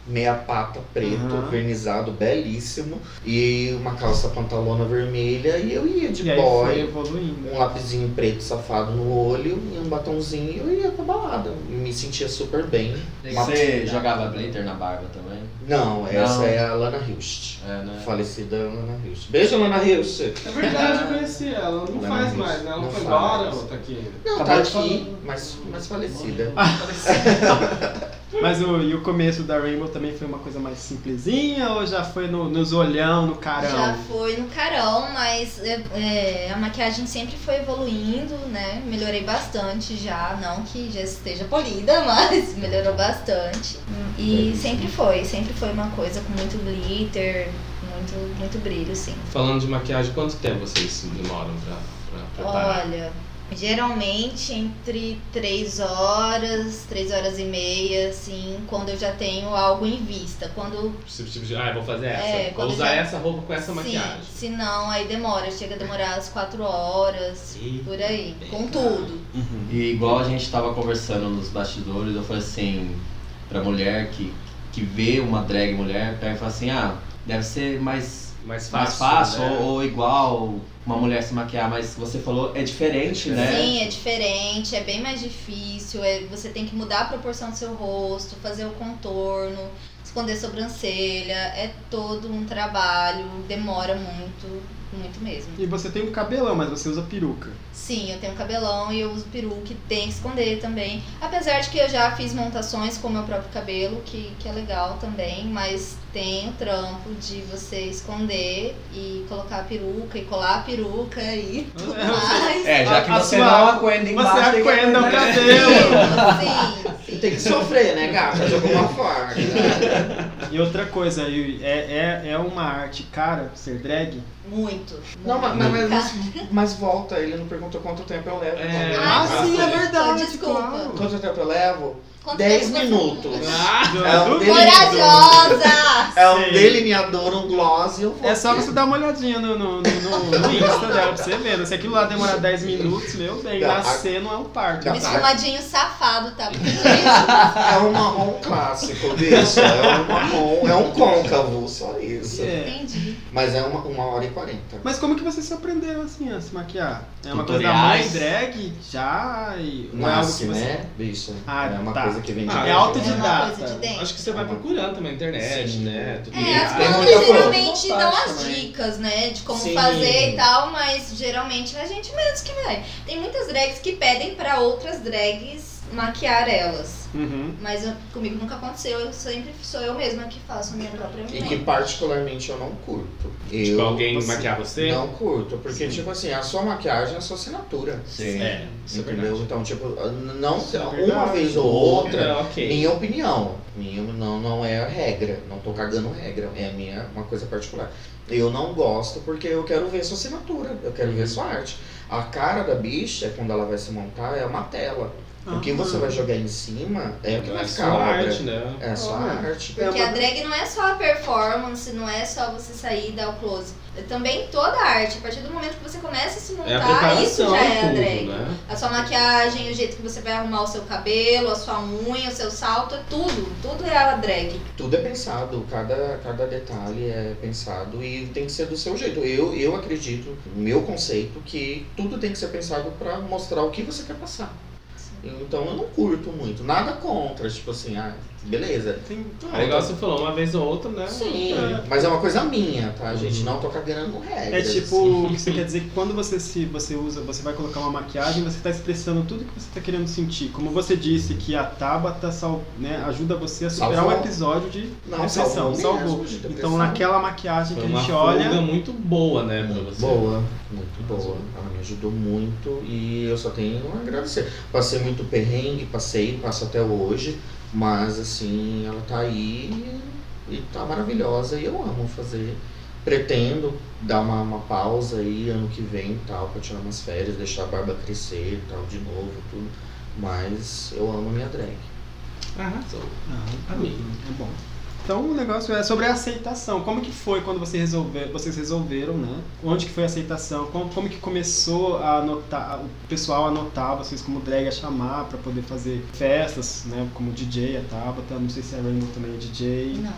S5: meia pata preto,
S1: Aham.
S5: vernizado, belíssimo, e uma calça pantalona vermelha, e eu ia de
S1: E aí
S5: boy.
S1: foi evoluindo.
S5: um lapisinho preto safado no olho e um batonzinho e eu ia pra balada. E me sentia super bem.
S3: Você jogava glitter na barba também?
S5: Não, essa
S3: Não.
S5: é a Lana Hilst.
S3: É, né?
S5: Falecida Lana Hilst. Beijo, Lana Hilst!
S1: É verdade, eu conheci ela. Não
S3: Não
S1: faz
S3: é
S1: mais, né? Ela
S5: Não
S1: foi
S5: faz.
S1: embora, ou tá aqui.
S5: Não, tá
S3: Acabou de
S5: aqui,
S3: falar.
S5: mas, mas falecida.
S4: Ah,
S1: Mas o, e o começo da Rainbow também foi uma coisa mais simplesinha ou já foi no- nos olhão, no carão?
S6: Já foi no carão, mas é, é, a maquiagem sempre foi evoluindo, né? Melhorei bastante já, não que já esteja polida, mas melhorou bastante. E sempre foi, sempre foi uma coisa com muito glitter, muito, muito brilho, sim.
S4: Falando de maquiagem, quanto tempo vocês demoram pra, pra preparar?
S6: Olha, geralmente entre 3 horas, 3 horas e meia, assim, quando eu já tenho algo em vista. Quando
S4: Tipo, tipo de, ah, eu vou fazer essa.
S6: É,
S4: vou
S6: quando
S4: usar
S6: já-
S4: essa roupa com essa
S6: sim,
S4: maquiagem.
S6: se não, aí demora, chega a demorar as 4 horas,
S4: Ih,
S6: por aí,
S4: bem
S6: com
S4: claro.
S6: tudo.
S5: Uhum.
S3: E igual a gente tava conversando nos bastidores, eu falei assim, pra mulher que, que vê uma drag mulher, pega e fala assim, ah, deve ser mais,
S4: Mais fácil.
S3: mais fácil,
S4: né?
S3: ou, ou igual uma mulher se maquiar, mas você falou, é diferente, né?
S6: Sim, é diferente, é bem mais difícil, é, você tem que mudar a proporção do seu rosto, fazer o contorno, esconder a sobrancelha, é todo um trabalho, demora muito, muito mesmo.
S1: E você tem um cabelão, mas você usa peruca.
S6: Sim, eu tenho cabelão e eu uso peruca e tem que esconder também. Apesar de que eu já fiz montações com o meu próprio cabelo, que, que é legal também, mas tem o trampo de você esconder e colocar a peruca e colar a peruca e tudo
S1: É,
S6: mais.
S3: É, já
S1: A-
S3: que
S1: a
S3: você
S1: sua-
S3: não acuenda
S1: Você
S3: embaixo, tem que é
S1: acuenda o
S3: acuendar.
S1: cabelo!
S6: Sim, sim.
S5: Tem que sofrer, né, gata? De alguma forma.
S1: e outra coisa, Yuri, é, é, é uma arte cara ser drag?
S6: Muito.
S5: Não, mas,
S6: muito.
S5: mas, mas- mas volta, ele não perguntou quanto tempo eu levo. então, né?
S4: É.
S1: Ah,
S4: Ah,
S1: sim,
S4: sim.
S1: é verdade,
S6: Desculpa.
S1: claro.
S5: Quanto tempo eu levo?
S6: Quanto
S5: 10
S6: tempo você-
S5: minutos.
S4: Ah,
S1: Eu
S5: É um
S1: duvido.
S6: Corajosa!
S5: É um
S1: Sim.
S5: delineador, um gloss e eu vou.
S1: É só você dar uma olhadinha no, no, no, no- no Insta dela pra você ver. né? Se aquilo lá demorar 10 minutos, meu bem,
S5: Gata.
S1: nascer não é um parto.
S6: Um
S5: Gata.
S6: esfumadinho safado, tá? Porque, gente,
S5: É um marrom clássico, bicho. É um marrom, é um côncavo, só isso.
S1: É.
S6: entendi.
S5: Mas é uma, uma hora e quarenta.
S1: Mas como que vocês se aprenderam assim a se maquiar? É uma
S3: Tutoriais.
S1: coisa da mãe drag? Já? E... ou é algo
S5: Nasce,
S1: que você...
S5: né, bicho?
S1: Ah,
S5: é uma
S1: tá.
S5: coisa que vem de
S4: Ah,
S1: É
S5: dentro.
S6: É
S1: autodidata.
S6: uma coisa de dentro.
S4: acho que você vai procurando também na internet,
S5: Sim.
S4: né? Tudo
S6: É,
S4: isso.
S6: as
S5: tem
S6: pessoas
S5: muita coisa.
S6: geralmente dão
S1: Fantástica,
S6: as
S1: né?
S6: dicas, né? De como
S5: Sim.
S6: fazer e tal, mas geralmente é a gente mesmo que vai. Tem muitas drags que pedem pra outras drags maquiar elas.
S1: Uhum.
S6: Mas eu- comigo nunca aconteceu, eu sempre sou eu mesma que faço a minha própria
S5: E que
S6: make.
S5: particularmente eu não curto. Eu,
S4: Tipo, alguém
S5: assim,
S4: maquiar você?
S5: Não curto, porque, tipo assim, a sua maquiagem é a sua assinatura.
S3: Sim.
S4: É, isso é
S5: entendeu?
S4: verdade.
S5: então, tipo, não
S1: Isso é
S5: uma
S1: verdade.
S5: vez ou outra,
S4: É, ok.
S5: Minha opinião. Minha não, não é a regra. Não tô cagando regra. É a minha uma coisa particular. Eu não gosto porque eu quero ver sua assinatura. Eu quero ver sua arte. A cara da bicha, quando ela vai se montar, é uma tela. O que você vai jogar em cima é o que vai
S4: É sua
S5: ficar a obra.
S4: arte, né?
S5: É sua
S1: Ah.
S5: arte.
S1: É
S6: Porque
S1: uma-
S6: a drag não é só a performance, não é só você sair e dar o close. É também toda a arte. A partir do momento que você começa a se
S4: É a
S6: montar,
S4: preparação
S6: Ah, isso já é a
S4: tudo,
S6: drag.
S4: né?
S6: A sua maquiagem, o jeito que você vai arrumar o seu cabelo, a sua unha, o seu salto, é tudo. Tudo é a drag.
S5: Tudo é pensado, cada, cada detalhe é pensado e tem que ser do seu jeito. Eu, eu acredito, no meu conceito, que tudo tem que ser pensado pra mostrar o que você quer passar. Então eu não curto muito, nada contra, tipo assim, ah, beleza.
S1: Tem,
S4: Ah, igual você falou, uma vez ou outra, né?
S5: Sim,
S1: É.
S5: mas é uma coisa minha, tá, gente?
S4: Uhum.
S5: Não tô cagando
S1: É
S5: regras. assim.
S1: tipo, o que você quer dizer que quando você se você usa, você vai colocar uma maquiagem, você está expressando tudo que você está querendo sentir. Como você disse que a Tabata sal, né, ajuda você a superar
S5: Salvou.
S1: um episódio de
S5: Não,
S1: depressão,
S5: salvou
S1: salvou.
S5: mesmo, de
S1: Então
S5: depressão.
S1: naquela maquiagem
S4: Foi
S1: que a
S4: uma
S1: gente
S4: fuga
S1: olha,
S4: muito boa, né, pra você.
S5: Boa, É muito boa. Ela me ajudou muito e eu só tenho a agradecer. Passei muito perrengue, passei, passo até hoje, mas assim, ela tá aí e tá maravilhosa e eu amo fazer. Pretendo dar uma, uma pausa aí ano que vem e tal, pra tirar umas férias, deixar a barba crescer e tal de novo, tudo. Mas eu amo a minha drag.
S4: Arrasou.
S1: Ah,
S4: Amigo.
S1: é bom. Então o negócio é sobre a aceitação. Como que foi quando você resolver, vocês resolveram, né? Onde que foi a aceitação? Como, como que começou a notar, o pessoal a notar vocês como drag a chamar pra poder fazer festas, né? Como DJ, a Tabata, não sei se a Rainbow também é DJ.
S6: Não.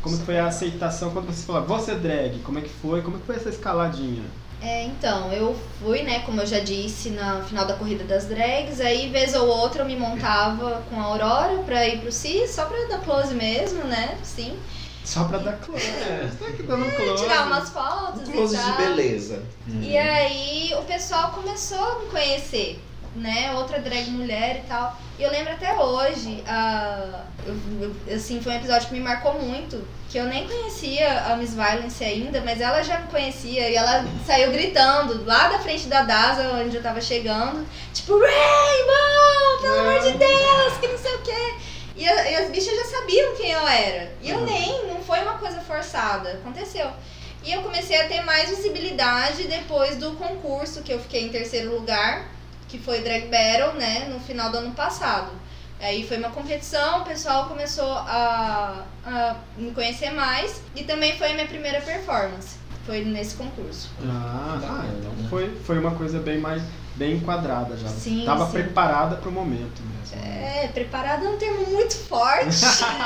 S1: Como que foi a aceitação quando vocês falaram, você é drag, como é que foi? Como é que foi essa escaladinha?
S6: É, então, eu fui, né, como eu já disse, na final da corrida das drags, aí vez ou outra eu me montava com a Aurora pra ir pro CIS, só pra dar close mesmo, né? Sim.
S1: Só pra dar close. É, tá aqui dando close.
S6: Tirar um umas fotos
S5: Um Close
S6: e tal.
S5: de beleza.
S6: E aí o pessoal começou a me conhecer, né? Outra drag mulher e tal. E eu lembro até hoje, a- eu- eu- assim, foi um episódio que me marcou muito, que eu nem conhecia a Miss Violence ainda, mas ela já me conhecia e ela saiu gritando lá da frente da DASA, onde eu tava chegando, tipo, Rainbow, pelo amor de Deus, que não sei o quê. E, a- e as bichas já sabiam quem eu era. E eu nem, não foi uma coisa forçada, aconteceu. E eu comecei a ter mais visibilidade depois do concurso que eu fiquei em terceiro lugar, que foi Drag Battle, né, no final do ano passado. Aí foi uma competição, o pessoal começou a, a me conhecer mais e também foi a minha primeira performance. Foi nesse concurso.
S1: Ah, ah, então foi, foi uma coisa bem mais bem enquadrada já.
S6: Sim,
S1: Tava
S6: sim.
S1: preparada pro momento mesmo.
S6: É, preparada é um termo muito forte.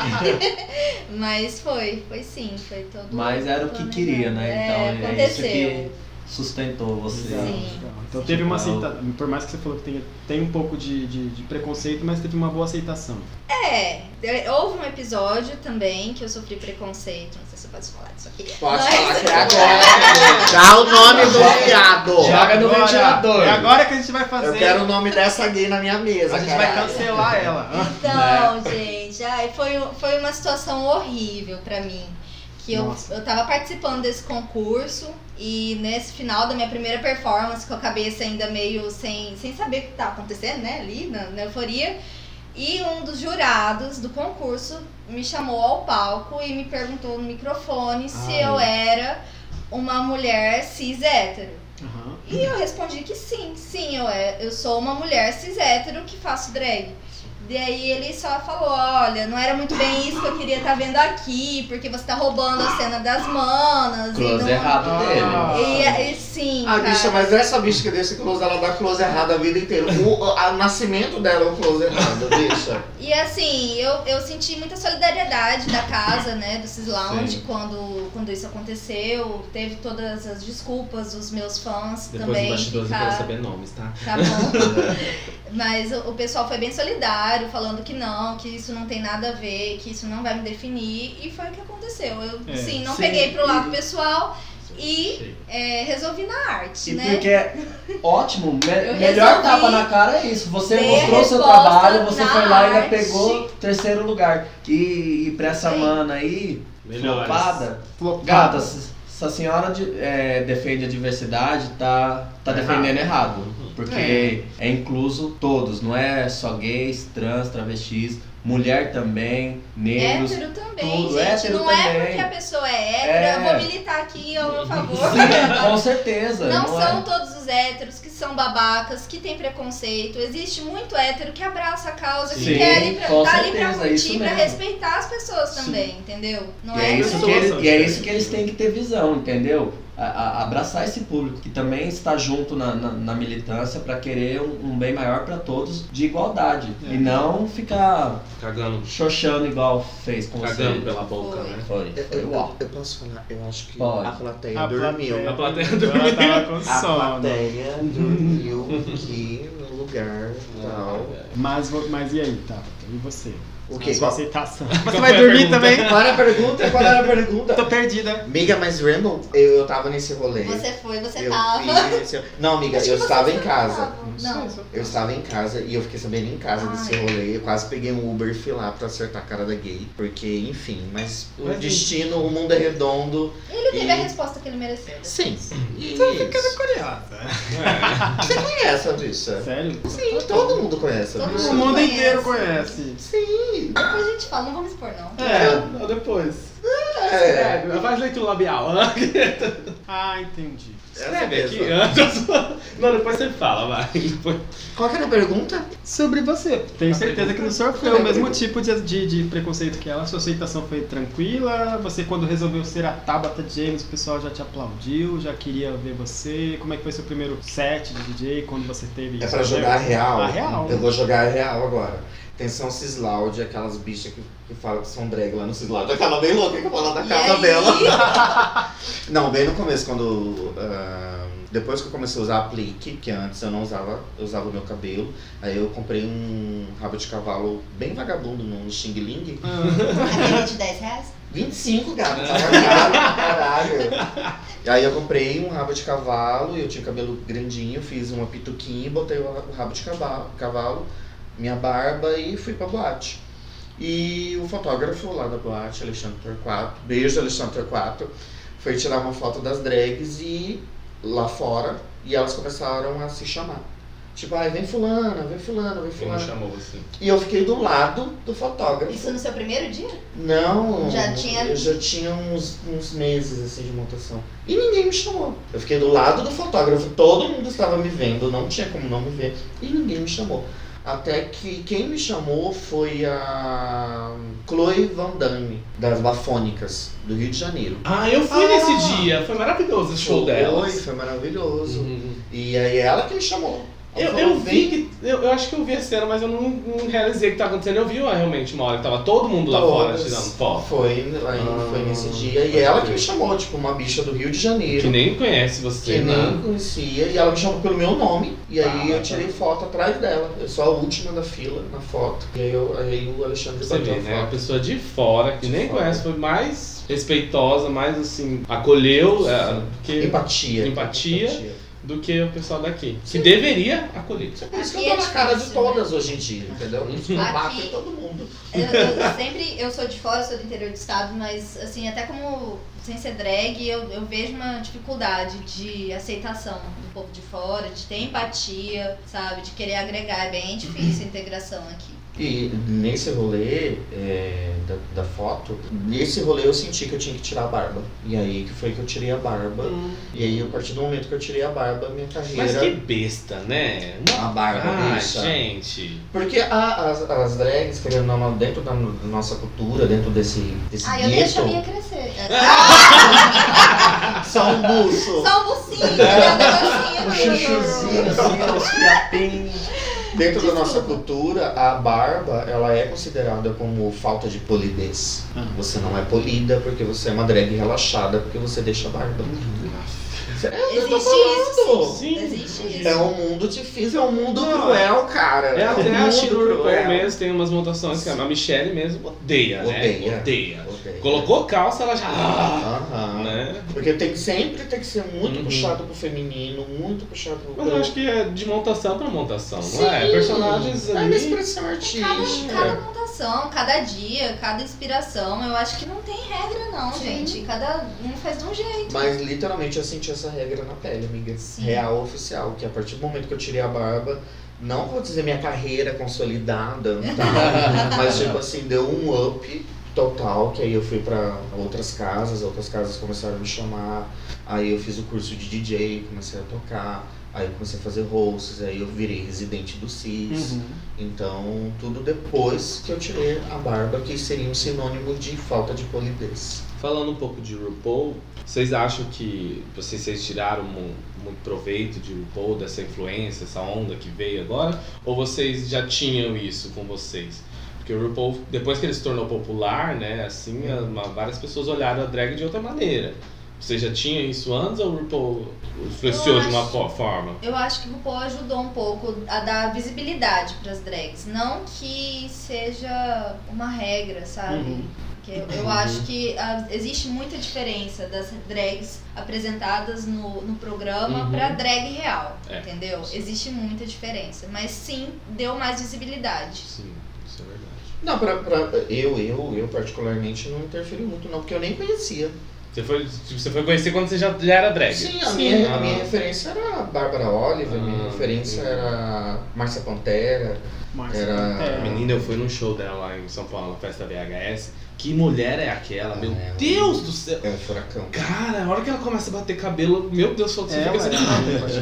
S6: Mas foi, foi sim, foi todo
S3: Mas era o que
S6: planejado.
S3: queria, né?
S6: É,
S3: Então é isso
S6: aconteceu.
S3: que sustentou você.
S6: Sim.
S1: Então teve uma
S3: Legal.
S1: aceitação, por mais que você falou que tem, tem um pouco de, de, de preconceito, mas teve uma boa aceitação.
S6: É, de- houve um episódio também que eu sofri preconceito, não sei se eu posso falar disso aqui.
S5: Pode
S6: Mas-
S5: falar que é agora. Dá o nome do viado.
S1: Joga
S3: no ventilador.
S1: É agora que a gente vai fazer.
S5: Eu quero o nome dessa gay na minha mesa.
S1: A gente vai
S5: caralho.
S1: cancelar ela.
S6: Então,
S1: né?
S6: gente, ai, foi, um- foi uma situação horrível pra mim. Que eu,
S1: Nossa.
S6: eu tava participando desse concurso e nesse final da minha primeira performance, com a cabeça ainda meio sem, sem saber o que tava acontecendo, né? Ali na, na euforia. E um dos jurados do concurso me chamou ao palco e me perguntou no microfone se
S1: Ai.
S6: eu era uma mulher cis hétero.
S1: Aham.
S6: E eu respondi que sim, sim, eu, é, eu sou uma mulher cis hétero que faço drag. Daí ele só falou, olha, não era muito bem isso que eu queria estar vendo aqui, porque você tá roubando a cena das manas.
S3: Close é
S6: e não... Ah.
S3: errado dele.
S6: E, e sim,
S5: Ah,
S6: cara.
S5: bicha, mas essa bicha que deixa close, ela dá close errado a vida inteira. O, a- o nascimento dela é um close errado, bicha.
S6: E assim, eu, eu senti muita solidariedade da casa, né, do Cis Lounge, quando, quando isso aconteceu. Teve todas as desculpas, os meus fãs
S4: Depois
S6: também.
S4: dos bastidores eu
S6: ficaram-
S4: quero saber nomes, tá?
S6: Tá bom. Mas o o pessoal foi bem solidário, falando que não, que isso não tem nada a ver, que isso não vai me definir. E foi o que aconteceu. Eu,
S1: É,
S6: sim, não
S1: sim,
S6: peguei pro lado
S1: e-
S6: pessoal e é, resolvi na arte,
S3: E
S6: né?
S3: porque é ótimo, me-
S6: Eu
S3: melhor
S6: resolvi
S3: tapa na cara é isso. Você
S6: ter
S3: mostrou seu
S6: resposta
S3: trabalho, você
S6: na
S3: foi lá e ainda
S6: arte.
S3: pegou terceiro lugar. E, e pra essa
S6: Sim.
S3: mana aí,
S4: Melhores.
S3: flopada,
S1: Flopada.
S3: gata, se, se a senhora de- é, defende a diversidade, tá, tá
S4: Tá
S3: defendendo errado. Porque é. incluso todos, não é só gays, trans, travestis, mulher também, negros.
S6: Hétero também,
S3: tudo,
S6: gente.
S3: hétero
S6: não
S3: também.
S6: é porque a pessoa é hétero,
S3: É.
S6: eu vou militar aqui ao meu favor.
S3: Sim, com certeza.
S6: Não
S3: é.
S6: são todos os héteros que são babacas, que tem preconceito. Existe muito hétero que abraça a causa,
S3: Sim,
S6: que quer ali pra,
S3: com
S6: tá ali pra
S3: certeza, é isso
S6: curtir, pra
S3: mesmo.
S6: respeitar as pessoas também, entendeu? Não tipo,
S3: E é,
S6: porque-
S3: isso que eles, e é isso que eles têm que ter visão, entendeu? A- a- abraçar esse público que também está junto na, na- na militância para querer um, um bem maior para todos de igualdade.
S1: É.
S3: E não ficar
S4: Cagando.
S3: xoxando igual fez com
S4: Cagando
S3: você.
S4: pela boca, né?
S3: Foi,
S5: Eu,
S3: foi uau.
S5: posso falar? Eu acho que
S3: Pode.
S5: a plateia
S1: A
S5: dormiu.
S1: plateia- né?
S4: A plateia
S1: Ela
S4: dormiu.
S1: tava com
S5: A
S1: sono.
S5: plateia dormiu aqui no lugar e tal.
S1: Mas, vo- mas e aí, Tabata? E você?
S5: O quê?
S1: Sua
S5: Qual?
S1: aceitação.
S9: Mas você vai dormir também?
S5: Qual era a pergunta? Qual era a pergunta?
S9: Tô perdida.
S5: Amiga, mas Ramble, eu, eu tava nesse rolê.
S6: Você foi, você
S5: eu
S6: tava.
S5: fiz esse- Não, amiga,
S6: Acho
S5: eu
S6: que
S5: estava
S6: você
S5: em
S6: não
S5: casa.
S6: tava. Não.
S5: Eu estava em casa e eu fiquei sabendo em casa desse
S6: Ai.
S5: rolê. Eu quase peguei um Uber e fui lá pra acertar a cara da gay. Porque, enfim, mas o
S1: Mas,
S5: destino, o mundo é redondo.
S6: Ele teve
S5: E-
S6: a resposta que ele mereceu.
S5: Sim. E você
S1: é
S4: É.
S5: Você conhece a bicha?
S1: Sério?
S5: Sim, todo mundo conhece a
S6: Todo
S5: bicha.
S1: O mundo inteiro conhece.
S5: Sim.
S6: Depois a gente fala, não vamos expor, não.
S1: É, depois.
S5: É.
S1: Escreve, faz leitura labial. ah, entendi.
S5: Escreve aqui.
S4: Não, depois você fala, vai. Depois-
S5: Qual que era a pergunta?
S1: Sobre você. Tenho certeza que não sofreu o mesmo tipo de, de, de preconceito que ela. Sua aceitação foi tranquila? Você, quando resolveu ser a Tabata James, o pessoal já te aplaudiu, já queria ver você? Como é que foi seu primeiro set de DJ? Quando você teve
S5: É
S1: isso?
S5: pra jogar a real.
S1: A real.
S5: Eu vou jogar a real agora. Atenção, Cislaud, aquelas bichas que, que falam que são drag lá no Cislaud. Aquela bem louca que fala da
S6: E
S5: casa
S6: aí?
S5: dela. Não, bem no começo, quando. ah, depois que eu comecei a usar aplique, que antes eu não usava, eu usava o meu cabelo. Aí eu comprei um rabo de cavalo bem vagabundo no Xing Ling.
S6: Aquele de 10 reais?
S5: 25, gato, tava caro pra caralho. Aí eu comprei um rabo de cavalo, eu tinha cabelo grandinho, fiz uma pituquinha, botei o ra- o rabo de cavalo, cavalo, minha barba e fui pra boate. E o fotógrafo lá da boate, Alexandre Torquato, beijo Alexandre Torquato, foi tirar uma foto das drags e lá fora, e elas começaram a se chamar. Tipo, ai, vem fulana, vem fulana, vem
S4: Fulano
S5: fulana.
S4: chamou você.
S5: E eu fiquei do lado do fotógrafo.
S6: Isso no seu primeiro dia?
S5: Não.
S6: Já tinha-
S5: Eu já tinha uns, uns meses assim de montação. E ninguém me chamou. Eu fiquei do lado do fotógrafo, todo mundo estava me vendo, não tinha como não me ver, e ninguém me chamou. Até que quem me chamou foi a Chloe Van Damme, das Bafônicas, do Rio de Janeiro.
S4: Ah, eu fui
S5: Ah.
S4: nesse dia. Foi maravilhoso o show dela.
S5: Foi, foi maravilhoso.
S4: Uhum.
S5: E aí é ela que me chamou. Ela
S4: Eu,
S5: falou,
S4: eu vi que. Eu, eu acho que eu vi a cena, mas eu não, não realizei o que tá acontecendo. Eu vi ó, realmente uma hora que tava todo mundo lá fora
S5: Todas.
S4: tirando foto.
S5: Foi, lá em-
S4: Ah,
S5: foi nesse dia.
S4: pode
S5: E ela que
S4: crer.
S5: me chamou, tipo, uma bicha do Rio de Janeiro.
S4: Que nem conhece você,
S5: que
S4: né?
S5: nem conhecia, e ela me chamou pelo meu nome, e aí
S4: Ah,
S5: eu tirei foto atrás dela. Eu sou a última da fila na foto. E aí, eu- aí o Alexandre
S4: Você
S5: bateu
S4: vê,
S5: a
S4: né? A
S5: foto.
S4: pessoa de fora, que
S5: De
S4: nem
S5: fora.
S4: conhece, foi mais respeitosa, mais assim, acolheu é,
S5: Sim.
S4: do, que,
S5: Empatia.
S4: Empatia. do que o pessoal daqui. Que deveria acolher.
S5: É por isso que
S6: Aqui
S5: eu
S6: é
S5: tô na cara de
S6: difícil, né?
S5: todas hoje em dia, entendeu? Eu bato em todo mundo.
S6: Eu, eu sempre, eu sou de fora, eu sou do interior do estado, mas assim, até como sem ser drag, eu, eu vejo uma dificuldade de aceitação do povo de fora, de ter empatia, sabe? De querer agregar. É bem difícil a integração aqui.
S5: E nesse rolê é, da, da foto, nesse rolê eu senti que eu tinha que tirar a barba. E aí que foi que eu tirei a barba.
S6: Hum.
S5: E aí, a partir do momento que eu tirei a barba, minha carreira.
S4: Mas que besta, né?
S5: A barba,
S4: Ah,
S5: bicha.
S4: gente.
S5: Porque a- as, as drags, querendo ou não, dentro da no- nossa cultura, dentro desse, desse
S6: Ah, eu deixo a minha
S5: gueto,
S6: crescer. É,
S5: É.
S6: tá,
S5: são um buço.
S6: Só né? o bucinho, a
S5: É. Um
S6: negocinho.
S5: chuchuzinho, assim, uns fiapinhos. Dentro da nossa
S6: Desculpa.
S5: cultura, a barba, ela é considerada como falta de polidez.
S1: Ah.
S5: Você não é polida porque você é uma drag relaxada, porque você deixa a barba. É, eu tô
S6: Existe isso,
S5: falando.
S4: Sim.
S6: Existe isso.
S5: É um mundo difícil, é um mundo
S4: Não.
S5: cruel, cara.
S4: É até
S5: um
S4: a
S5: mundo
S4: Chirurgo
S5: cruel.
S4: mesmo, tem umas montações que a Michelle mesmo odeia, né?
S5: Odeia.
S4: Odeia.
S5: Odeio.
S4: Colocou calça, ela já. Ah,
S5: Aham.
S4: né?
S5: Porque tem que sempre tem que ser muito
S4: Uhum.
S5: puxado pro feminino, muito puxado pro.
S4: Mas eu acho que é de montação pra montação,
S5: Sim.
S4: não é? Personagens
S5: É uma
S4: ali.
S5: expressão
S6: Cada,
S5: artística.
S6: cada mutação, cada dia, cada inspiração, eu acho que não tem regra não, gente. Cada um faz de um jeito.
S5: Mas literalmente eu senti essa regra na pele, amiga.
S6: Sim.
S5: Real oficial. Que a partir do momento que eu tirei a barba, não vou dizer minha carreira consolidada, tá? mas tipo assim, deu um up total. Que aí eu fui pra outras casas, outras casas começaram a me chamar. Aí eu fiz o curso de DJ, comecei a tocar. Aí eu comecei a fazer hosts, aí eu virei residente do CIS.
S1: Uhum.
S5: Então, tudo depois que eu tirei a barba, que seria um sinônimo de falta de polidez.
S4: Falando um pouco de RuPaul, vocês acham que vocês, vocês tiraram mu- muito proveito de RuPaul, dessa influência, essa onda que veio agora? Ou vocês já tinham isso com vocês? Porque o RuPaul, depois que ele se tornou popular, né, assim, a- uma- várias pessoas olharam a drag de outra maneira. Você já tinha isso antes ou o RuPaul influenciou
S6: Eu
S4: de uma
S6: acho-
S4: fo- forma?
S6: Eu acho que o RuPaul ajudou um pouco a dar visibilidade pras drags. Não que seja uma regra, sabe?
S1: Uhum.
S6: Porque eu, eu acho que ah, existe muita diferença das drags apresentadas no, no programa
S4: Uhum.
S6: pra drag real,
S4: É.
S6: entendeu? Existe muita diferença. Mas sim, deu mais visibilidade.
S4: Sim, isso é verdade.
S5: Não, pra, pra, eu, eu, eu particularmente não interferi muito não, porque eu nem conhecia.
S4: Você foi, tipo, você foi conhecer quando você já, já era drag?
S5: Sim, a,
S4: Sim.
S5: Minha, a
S4: Ah.
S5: minha referência era a Bárbara Oliver, a minha
S4: Ah,
S5: referência
S4: entendi.
S5: era a Márcia Pantera.
S1: Márcia
S5: Era-
S1: Pantera.
S4: Menina, eu fui num show dela lá em São Paulo, na festa VHS. Que mulher é aquela? Meu
S5: É,
S4: Deus do céu!
S5: É um furacão.
S4: Cara, a hora que ela começa a bater cabelo, meu Deus, só você
S1: É,
S4: fica
S1: mas-
S4: assim.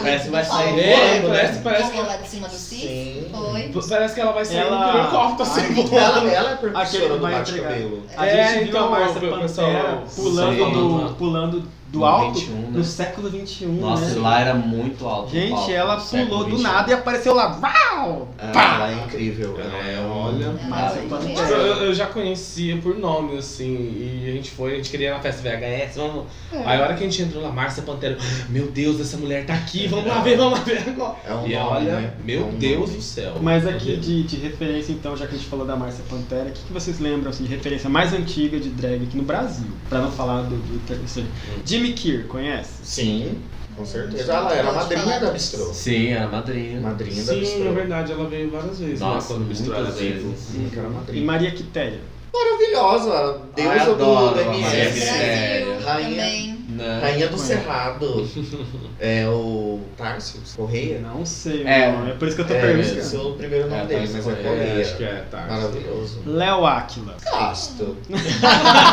S3: Parece que vai sair
S4: É,
S3: voando,
S4: parece,
S3: né?
S4: parece,
S6: Falou lá de cima do cis?
S5: Sim.
S6: Foi.
S4: que, parece que ela vai sair
S1: Ela-
S4: no primeiro corpo, assim,
S1: Ai,
S4: voando.
S5: Ela, ela é
S1: Aquele
S5: professora do
S1: vai
S5: bate-cabelo.
S1: A
S4: É,
S1: gente viu
S4: então,
S1: a Márcia
S4: o pessoal-
S1: Pantera
S3: Sim.
S1: pulando do, pulando do
S3: No
S1: alto
S3: 21, né?
S1: no século XXI,
S3: Nossa,
S1: né?
S3: e lá era muito alto. o palco,
S1: Gente, ela
S3: no século
S1: pulou do
S3: 21.
S1: nada e apareceu lá. Uau!
S5: Ah, ela é incrível. Ela
S3: né?
S5: é uma-
S3: um
S4: olha.
S1: Márcia
S6: Ela-
S1: Pantera.
S4: Tipo, eu, eu já conhecia por nome, assim, e a gente foi, a gente queria ir na festa VHS, vamos.
S5: É.
S4: Aí a hora que a gente entrou lá, Márcia Pantera, meu Deus, essa mulher tá aqui, vamos lá ver, vamos lá ver agora.
S5: É um
S4: E
S5: nome,
S4: olha,
S5: né? É
S4: meu
S5: um nome.
S4: Deus do céu.
S1: Mas
S4: Meu
S1: aqui
S4: Deus.
S1: de, de referência, então, já que a gente falou da Márcia Pantera, o que, que vocês lembram assim, de referência mais antiga de drag aqui no Brasil? Pra não falar do, do do- isso aí.
S3: Hum.
S1: Jimmy Kier, conhece?
S5: Sim, com certeza. Ela era a madrinha da bistrô.
S3: Sim, era madrinha.
S5: Madrinha da
S4: Sim, na
S5: bistrô.
S4: verdade, ela veio várias vezes.
S3: Nossa,
S4: né, quando misturou
S3: muitas
S4: ela veio.
S3: vezes.
S5: Sim, que era
S1: E
S5: madrinha.
S1: Maria Quitéria.
S5: Maravilhosa.
S3: Ai,
S5: Deusa do,
S3: adoro
S5: do
S3: a Maria
S5: MS.
S6: Brasil
S3: Sério?
S6: também.
S3: Né?
S5: É,
S1: É,
S5: Rainha do Cerrado. É o Tarsus Correia.
S1: Não sei,
S3: É.
S1: é, é por isso que eu tô
S5: É,
S1: perguntando.
S5: esse é o primeiro nome
S3: É,
S5: dele,
S3: Tarso
S5: mas é
S3: Correia,
S4: É, acho que
S5: Correia.
S4: é, tá.
S5: Maravilhoso.
S1: Léo Áquila.
S5: Casto. Casto.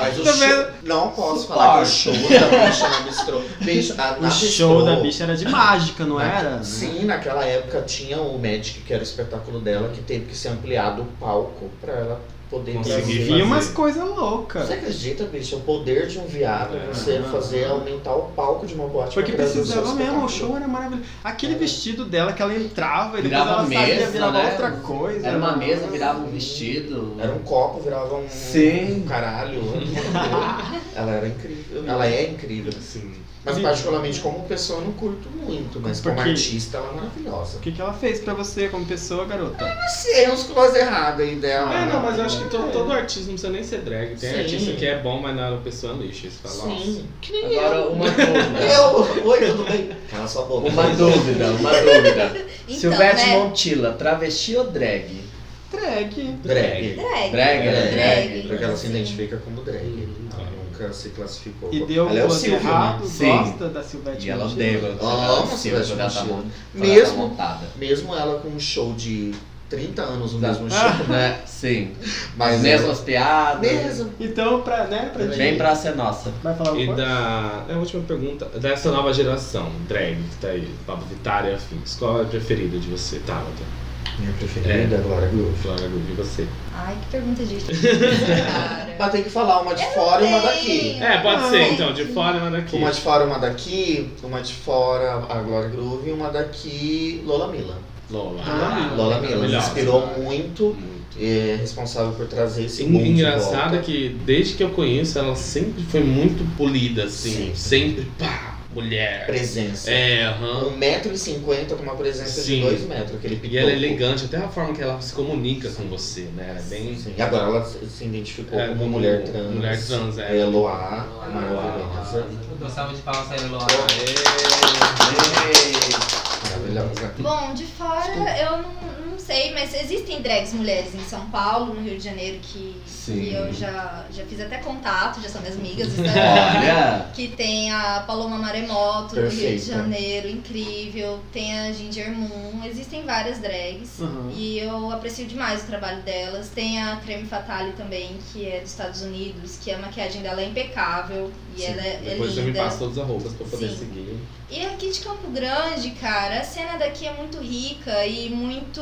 S5: Mas o
S1: Tá
S5: show... Não posso falar que o show da bicha na bistrô. Bicho, a, na
S1: O show
S5: bistrô-
S1: da bicha né? era de mágica, não
S3: Né?
S5: Na-
S1: era?
S5: Sim, naquela época tinha o Magic, que era o espetáculo dela, que teve que ser ampliado o palco pra ela poder
S4: Consegui
S5: trazer.
S1: Vi
S4: fazer.
S1: umas coisas loucas.
S5: Você acredita, bicho? O poder de um viado,
S4: É.
S5: você fazer aumentar o palco de uma boate
S1: Porque
S5: pra trazer o seu
S1: precisava mesmo, o
S5: espetáculo.
S1: show era maravilhoso. Aquele vestido dela que ela entrava e depois
S3: Virava
S1: ela saía,
S3: mesa,
S1: virava
S3: né?
S1: outra coisa.
S3: Era uma mesa, virava um vestido.
S5: Era um copo, virava um
S3: Sim.
S5: caralho. ela era incrível. Ela é incrível.
S4: Sim.
S5: Mas
S1: Sim.
S5: particularmente como pessoa eu não curto muito, mas como
S1: Porque-
S5: artista ela é maravilhosa.
S1: O que, que ela fez pra você como pessoa, garota?
S5: Mas é uns close errado aí dela.
S4: É, não, mas eu acho que todo, todo artista não precisa nem ser drag. Tem
S5: Sim.
S4: artista que é bom, mas não era uma pessoa lixo. Você fala, nossa.
S5: Sim. Que nem
S3: Agora, uma dúvida.
S5: Eu! Oi, tudo bem? Cala sua boca.
S3: Uma dúvida, uma dúvida.
S6: Então,
S3: Silvete
S6: né?
S3: Montilla, travesti ou drag?
S1: Drag.
S5: Drag.
S6: Drag.
S3: Drag, né?
S6: Drag.
S5: Porque ela se
S6: Sim.
S5: identifica como drag. né?
S4: Hum,
S5: Ela nunca se classificou.
S1: E deu
S5: ela é o
S1: close
S5: Silvio, né?
S1: errado,
S3: Sim.
S1: gosta da Silvete
S3: E ela
S1: Montilla.
S3: odeia quando ela
S5: Nossa,
S3: se quando ela tá
S5: Silvete
S3: mon- quando ela tá
S5: Mesmo-
S3: montada.
S5: Mesmo ela com um show de 30 anos no
S3: Tá.
S5: mesmo show.
S3: Né? Sim. As
S5: Mas é assim,
S3: mesmas piadas.
S5: Mesmo.
S1: Então, pra, né, pra gente.
S3: Vem pra ser nossa.
S1: Vai falar
S4: E
S1: alguma coisa?
S4: da. É a última pergunta. Dessa nova geração, drag, que tá aí, Pablo Vittar e afins. Qual é a preferida de você, Tabata?
S5: Minha preferida, Glória Groove.
S4: Flora Groove, e você.
S6: Ai, que pergunta difícil, cara.
S5: Mas tem que falar uma de fora e uma daqui.
S4: É, pode
S1: Não.
S4: ser então, de fora mas daqui.
S5: Uma de fora, uma daqui. Uma de fora, a Glória Groove. E uma daqui, Lola Mila.
S4: Lola.
S1: Ah,
S5: Lola Mila me
S4: Maravilhosa.
S5: inspirou muito.
S4: Muito.
S5: É responsável por trazer esse
S4: En-
S5: mundo de
S4: Engraçado
S5: volta.
S4: é que desde que eu conheço, ela sempre foi muito polida, assim.
S5: Sempre.
S4: Sempre, pá, mulher.
S5: Presença.
S4: É, aham.
S5: 1,50m com uma presença
S4: Sim.
S5: de 2 metros, aquele
S4: E
S5: pitoco.
S4: ela é elegante, até a forma que ela se comunica com você, né? Ela é bem.
S5: Sim, E agora ela se se identificou
S4: É,
S5: como
S4: como
S5: mulher trans.
S4: mulher trans, é.
S5: É Eloá, maravilhosa.
S7: Gostava de palmas aí, Luan.
S5: Maravilhosa.
S6: Bom, de fora eu não, não sei, mas existem drags mulheres em São Paulo, no Rio de Janeiro, que,
S3: Sim.
S6: que eu já, já fiz até contato, já são minhas amigas. né?
S3: Olha.
S6: que tem a Paloma Maremoto, do Rio de
S5: Perfeita.
S6: Janeiro, incrível. Tem a Ginger Moon, existem várias drags.
S1: Uhum.
S6: E eu aprecio demais o trabalho delas. Tem a Creme Fatale também, que é dos Estados Unidos, que a maquiagem dela é impecável e
S4: Sim.
S6: ela é, é
S4: Depois você me
S6: linda.
S4: passa todas as roupas pra eu poder
S6: Sim.
S4: seguir.
S6: E aqui de Campo Grande, cara, a cena daqui é muito rica e muito.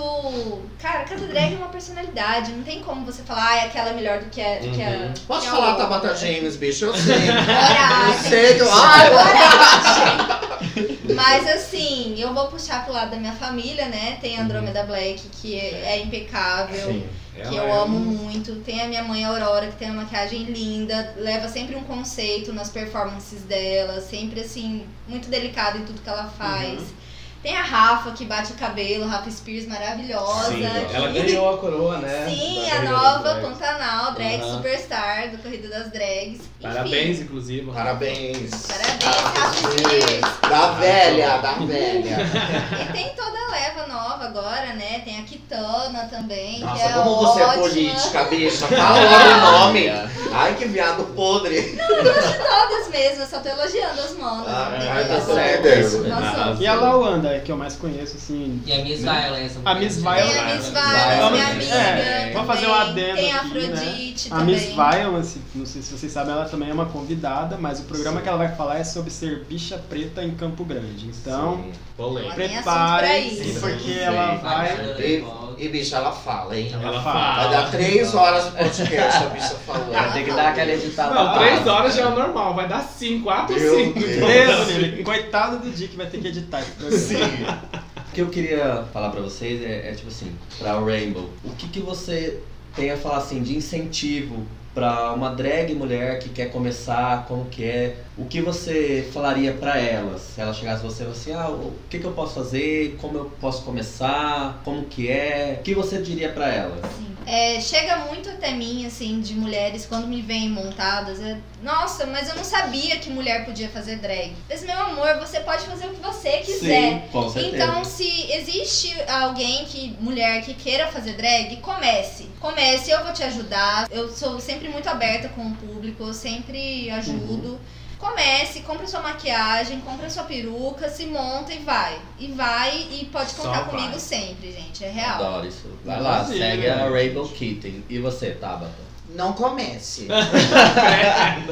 S6: Cara, cada drag é uma personalidade. Não tem como você falar, ah, aquela é melhor do que a. do que a-
S4: Uhum.
S5: Posso
S6: que a
S5: falar
S6: outra."
S5: Tabata James, bicho? Eu sei.
S6: Coragem.
S5: Eu sei que eu... Ai,
S6: Coragem. Mas assim, eu vou puxar pro lado da minha família, né? Tem a Andrômeda Black, que é, é impecável,
S5: Sim.
S4: É
S6: que eu amo muito. Tem a minha mãe Aurora, que tem uma maquiagem linda, leva sempre um conceito nas performances dela, sempre assim, muito delicada em tudo que ela faz. Tem a Rafa, que bate o cabelo, Rafa Spears maravilhosa.
S4: Sim,
S6: que-
S4: ela
S9: ganhou a coroa, né?
S6: Sim,
S9: Da
S6: a
S9: carreira
S6: nova
S9: das drags.
S6: Pantanal, drag
S9: Aham.
S6: superstar do Corrida das Drags. Enfim,
S4: Parabéns, inclusive.
S5: Parabéns. Ah,
S6: Parabéns, Rafa Spears.
S5: Da velha, da velha.
S6: E tem toda a leva nova agora, né? Tem a Kitana também, que
S5: Nossa,
S6: é
S5: como você é
S6: ótima.
S5: política, bicha. Fala logo o nome. Ai, que viado podre.
S6: Todas mesmo, eu só tô elogiando as monas.
S5: Ah,
S6: Tem
S5: tá
S6: todas.
S5: certo.
S6: Nossa,
S1: E a Lawanda, que eu mais conheço, assim.
S7: E a Miss
S1: né?
S7: Violence.
S1: A Miss
S6: Tem a
S1: Violence.
S6: Miss Violence, minha
S1: Vamos-
S6: amiga.
S1: é, vamos fazer um
S6: também.
S1: adendo
S6: Tem a
S1: aqui, né?
S6: Afrodite
S1: A
S6: também.
S1: Miss Violence, não sei se vocês sabem, ela também é uma convidada, mas o programa que ela vai falar é sobre ser bicha preta em Campo Grande. Então,
S6: Ela
S4: polêmica.
S6: tem é assunto pra
S1: prepare-se,
S6: isso.
S1: porque
S5: Sim.
S1: ela vai.
S5: E,
S7: Vai.
S5: e, bicha, ela fala, hein?
S1: Ela
S4: Ela
S1: fala.
S5: Vai dar três horas de podcast, a bicha
S9: Ela
S5: falando.
S9: tem que dar aquela editada.
S4: Não, três horas já é o normal, vai dar cinco, quatro,
S5: Meu
S4: cinco.
S5: Deus.
S1: Deus, filho, coitado do dia que vai ter que editar esse programa.
S3: O que eu queria falar pra vocês é, é, tipo assim, pra Rainbow, o que, que você tem a falar assim de incentivo pra uma drag mulher que quer começar, como que é, o que você falaria pra ela? Se ela chegasse você e falasse assim, ah, o que, que eu posso fazer, como eu posso começar, como que é, o que você diria pra ela?
S6: É, chega muito até mim, assim, de mulheres quando me vêm montadas. é, Nossa, mas eu não sabia que mulher podia fazer drag. Mas, meu amor, você pode fazer o que você
S3: Sim,
S6: quiser.
S3: com certeza.
S6: Então, se existe alguém que mulher que queira fazer drag, comece. Comece, eu vou te ajudar. Eu sou sempre muito aberta com o público, eu sempre ajudo.
S3: Uhum.
S6: Comece, compra sua maquiagem, compra sua peruca, se monta e vai. E vai e pode
S4: Só
S6: contar
S4: vai.
S6: comigo sempre, gente, é real.
S3: Adoro isso. Vai lá,
S1: Inclusive,
S3: segue
S1: né?
S3: a Rainbow Kitten. E você, Tabata?
S2: Não comece.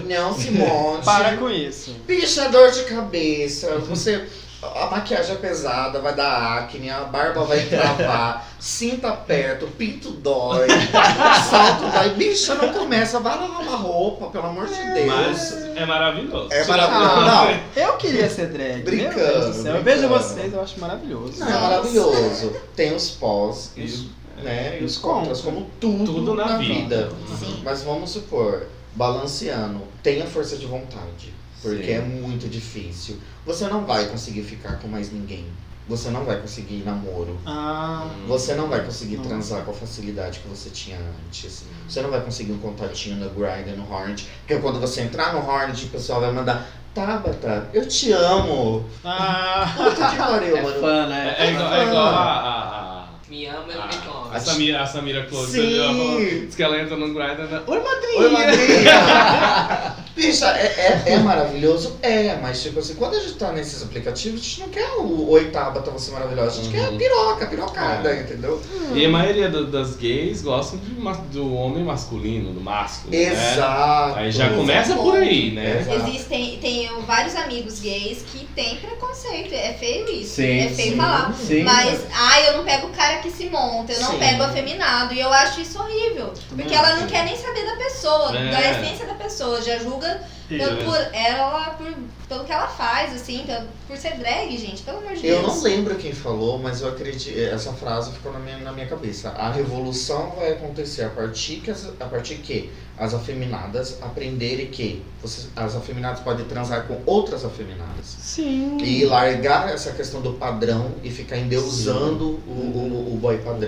S2: Não se monte.
S1: Para com isso.
S5: é
S2: Bicha, dor de cabeça. Você.
S5: A maquiagem é pesada, vai dar acne, a barba vai travar, cinta aperta, o pinto dói, o salto vai. Bicha, não começa, vai lavar uma roupa, pelo amor de Deus.
S4: Mas é maravilhoso.
S5: É maravilhoso. Não,
S1: Ah, Eu queria ser drag.
S5: Brincando,
S1: Meu Deus do céu. Eu vejo
S5: brincando.
S1: vocês, eu acho maravilhoso.
S5: não, é maravilhoso. Tem os pós, os, né, e os contras, como tudo,
S4: Tudo na vida.
S6: Sim.
S5: Mas vamos supor, balanceando, tenha força de vontade. Porque é muito difícil. Você não vai conseguir ficar com mais ninguém. Você não vai conseguir namoro.
S1: Ah,
S5: Você não vai conseguir
S1: Não.
S5: transar com a facilidade que você tinha antes. Você não vai conseguir um contatinho no Grindr, no Hornet. Porque quando você entrar no Hornet, o pessoal vai mandar Tabata, eu te amo.
S1: ah,
S5: Puta que pariu,
S3: É
S5: mano.
S3: fã, né?
S4: É, é igual, é igual a, a- a-
S7: Me ama e não me
S4: a, a
S7: come.
S4: Samira, a Samira Close,
S5: Sim.
S4: entendeu? Ela falou, diz que ela entra no grinder né? Oi, madrinha!
S5: Oi, madrinha. Bicha, é, é, é maravilhoso? É, mas tipo assim, quando a gente tá nesses aplicativos, a gente não quer o oitaba tá você maravilhosa, a gente quer a piroca, a pirocada,
S4: Uhum. É.
S5: entendeu?
S4: E a maioria do- das gays gostam de ma- do homem masculino, do
S5: É.
S4: másculo, né?
S5: Exato.
S4: Aí já começa por aí, né?
S5: Exato.
S6: Existem, tenho vários amigos gays que têm preconceito, é feio isso,
S3: Sim,
S6: é feio
S3: sim,
S6: falar.
S3: Sim.
S6: Mas, ai, eu não pego o cara que se monta, eu não
S5: Sim.
S6: pego afeminado. E eu acho isso horrível. Porque ela não quer nem saber da pessoa,
S4: É.
S6: da essência da pessoa. Já julga pelo- por, ela por, pelo que ela faz, assim, pelo- por ser drag, gente. Pelo amor de
S5: Eu
S6: Deus.
S5: não lembro quem falou, mas eu acredito. Essa frase ficou na minha, na minha cabeça. A revolução vai acontecer a partir que as, a partir que as afeminadas aprenderem que vocês- as afeminadas podem transar com outras afeminadas.
S1: sim.
S5: E largar essa questão do padrão e ficar endeusando o, o, o boy padrão.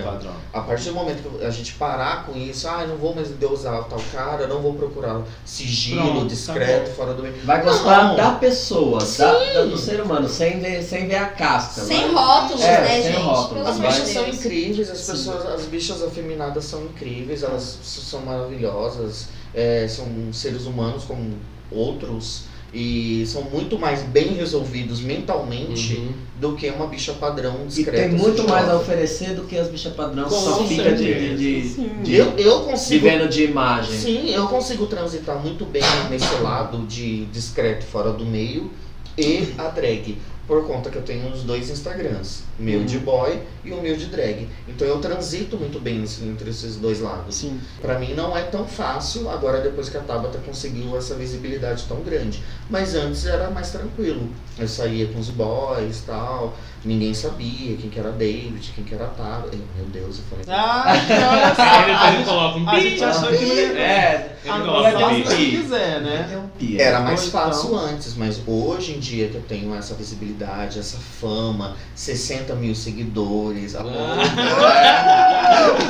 S5: A partir do momento que a gente parar com isso, ah, eu não vou mais endeusar tal cara, não vou procurar sigilo,
S1: Pronto, tá
S5: discreto,
S1: bom.
S5: fora do meio.
S3: Vai gostar
S5: Não.
S3: da pessoa, da, da- do ser humano, sem ver, sem ver a casca.
S6: Sem
S3: mas-
S6: rótulos,
S3: É,
S6: né,
S3: sem
S6: gente?
S3: rótulos,
S6: Pelo
S5: As
S6: amor de
S5: bichas
S3: Mas-
S5: são
S6: Deus.
S5: incríveis, as pessoas, as bichas afeminadas são incríveis, elas s- são maravilhosas, é, são seres humanos como outros e são muito mais bem resolvidos mentalmente
S4: Uhum.
S5: do que uma bicha padrão
S3: E
S5: discreta.
S3: tem muito mais a
S5: sutil.
S3: oferecer do que as bichas padrão que
S4: Com
S3: só fica de,
S4: certeza.
S3: de, de,
S1: Sim.
S3: de-
S5: Eu, eu
S3: de
S5: consigo
S3: vendo de imagem.
S5: Sim, eu consigo transitar muito bem nesse lado de discreto fora do meio e a drag. por conta que eu tenho os dois Instagrams, meu de boy e o meu de drag. Então eu transito muito bem assim, entre esses dois lados.
S1: Sim.
S5: Pra mim não é tão fácil agora depois que a Tabata conseguiu essa visibilidade tão grande. Mas antes era mais tranquilo. Eu saía com os boys tal, ninguém sabia quem que era David, quem que era Tabata. Ih, Meu Deus, eu falei.
S1: Ah, olha só.
S4: Aí depois ele coloca um
S1: A gente achou que não ia.
S9: É,
S4: ele
S1: Ah, não,
S4: coloca
S1: faz
S4: um
S1: o que
S4: pi.
S1: quiser, né?
S5: É um Era
S4: Então,
S5: mais
S1: Ou
S5: fácil antes, mas hoje em dia que eu tenho essa visibilidade, essa fama, 60 mil
S4: Ah.
S5: seguidores,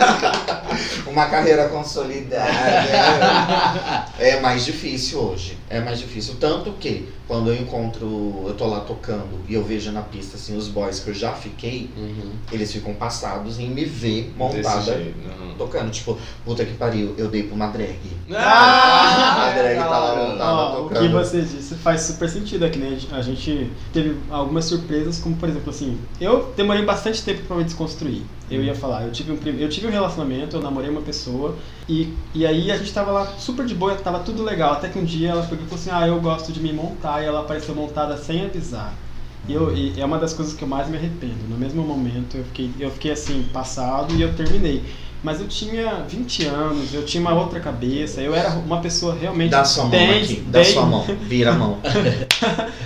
S5: uma carreira consolidada. É mais difícil hoje. É mais difícil. Tanto que quando eu encontro, eu tô lá tocando e eu vejo na pista assim os boys que eu já fiquei,
S4: Uhum.
S5: eles ficam passados em me ver
S4: Desse
S5: montada
S4: jeito. Uhum.
S5: tocando. Tipo, puta que pariu, eu dei pra uma drag.
S1: Ah!
S5: a drag tá lá montada
S1: Ó, o que
S5: tocando.
S1: você disse faz super sentido, é que nem a gente teve algumas surpresas, como por exemplo assim, eu demorei bastante tempo pra me desconstruir. Eu
S5: Hum.
S1: ia falar, eu tive um prim- eu tive um relacionamento, eu namorei uma pessoa e, e aí a gente tava lá super de boa, tava tudo legal, até que um dia ela pegou e falou assim: "Ah, eu gosto de me montar", e ela apareceu montada sem avisar. E, eu, e é uma das coisas que eu mais me arrependo. No mesmo momento, eu fiquei, eu fiquei assim, passado e eu terminei. Mas eu tinha 20 anos, eu tinha uma outra cabeça, eu era uma pessoa realmente
S5: Dá sua mão
S1: bem-
S5: aqui, dá
S1: bem-
S5: sua mão, vira a mão.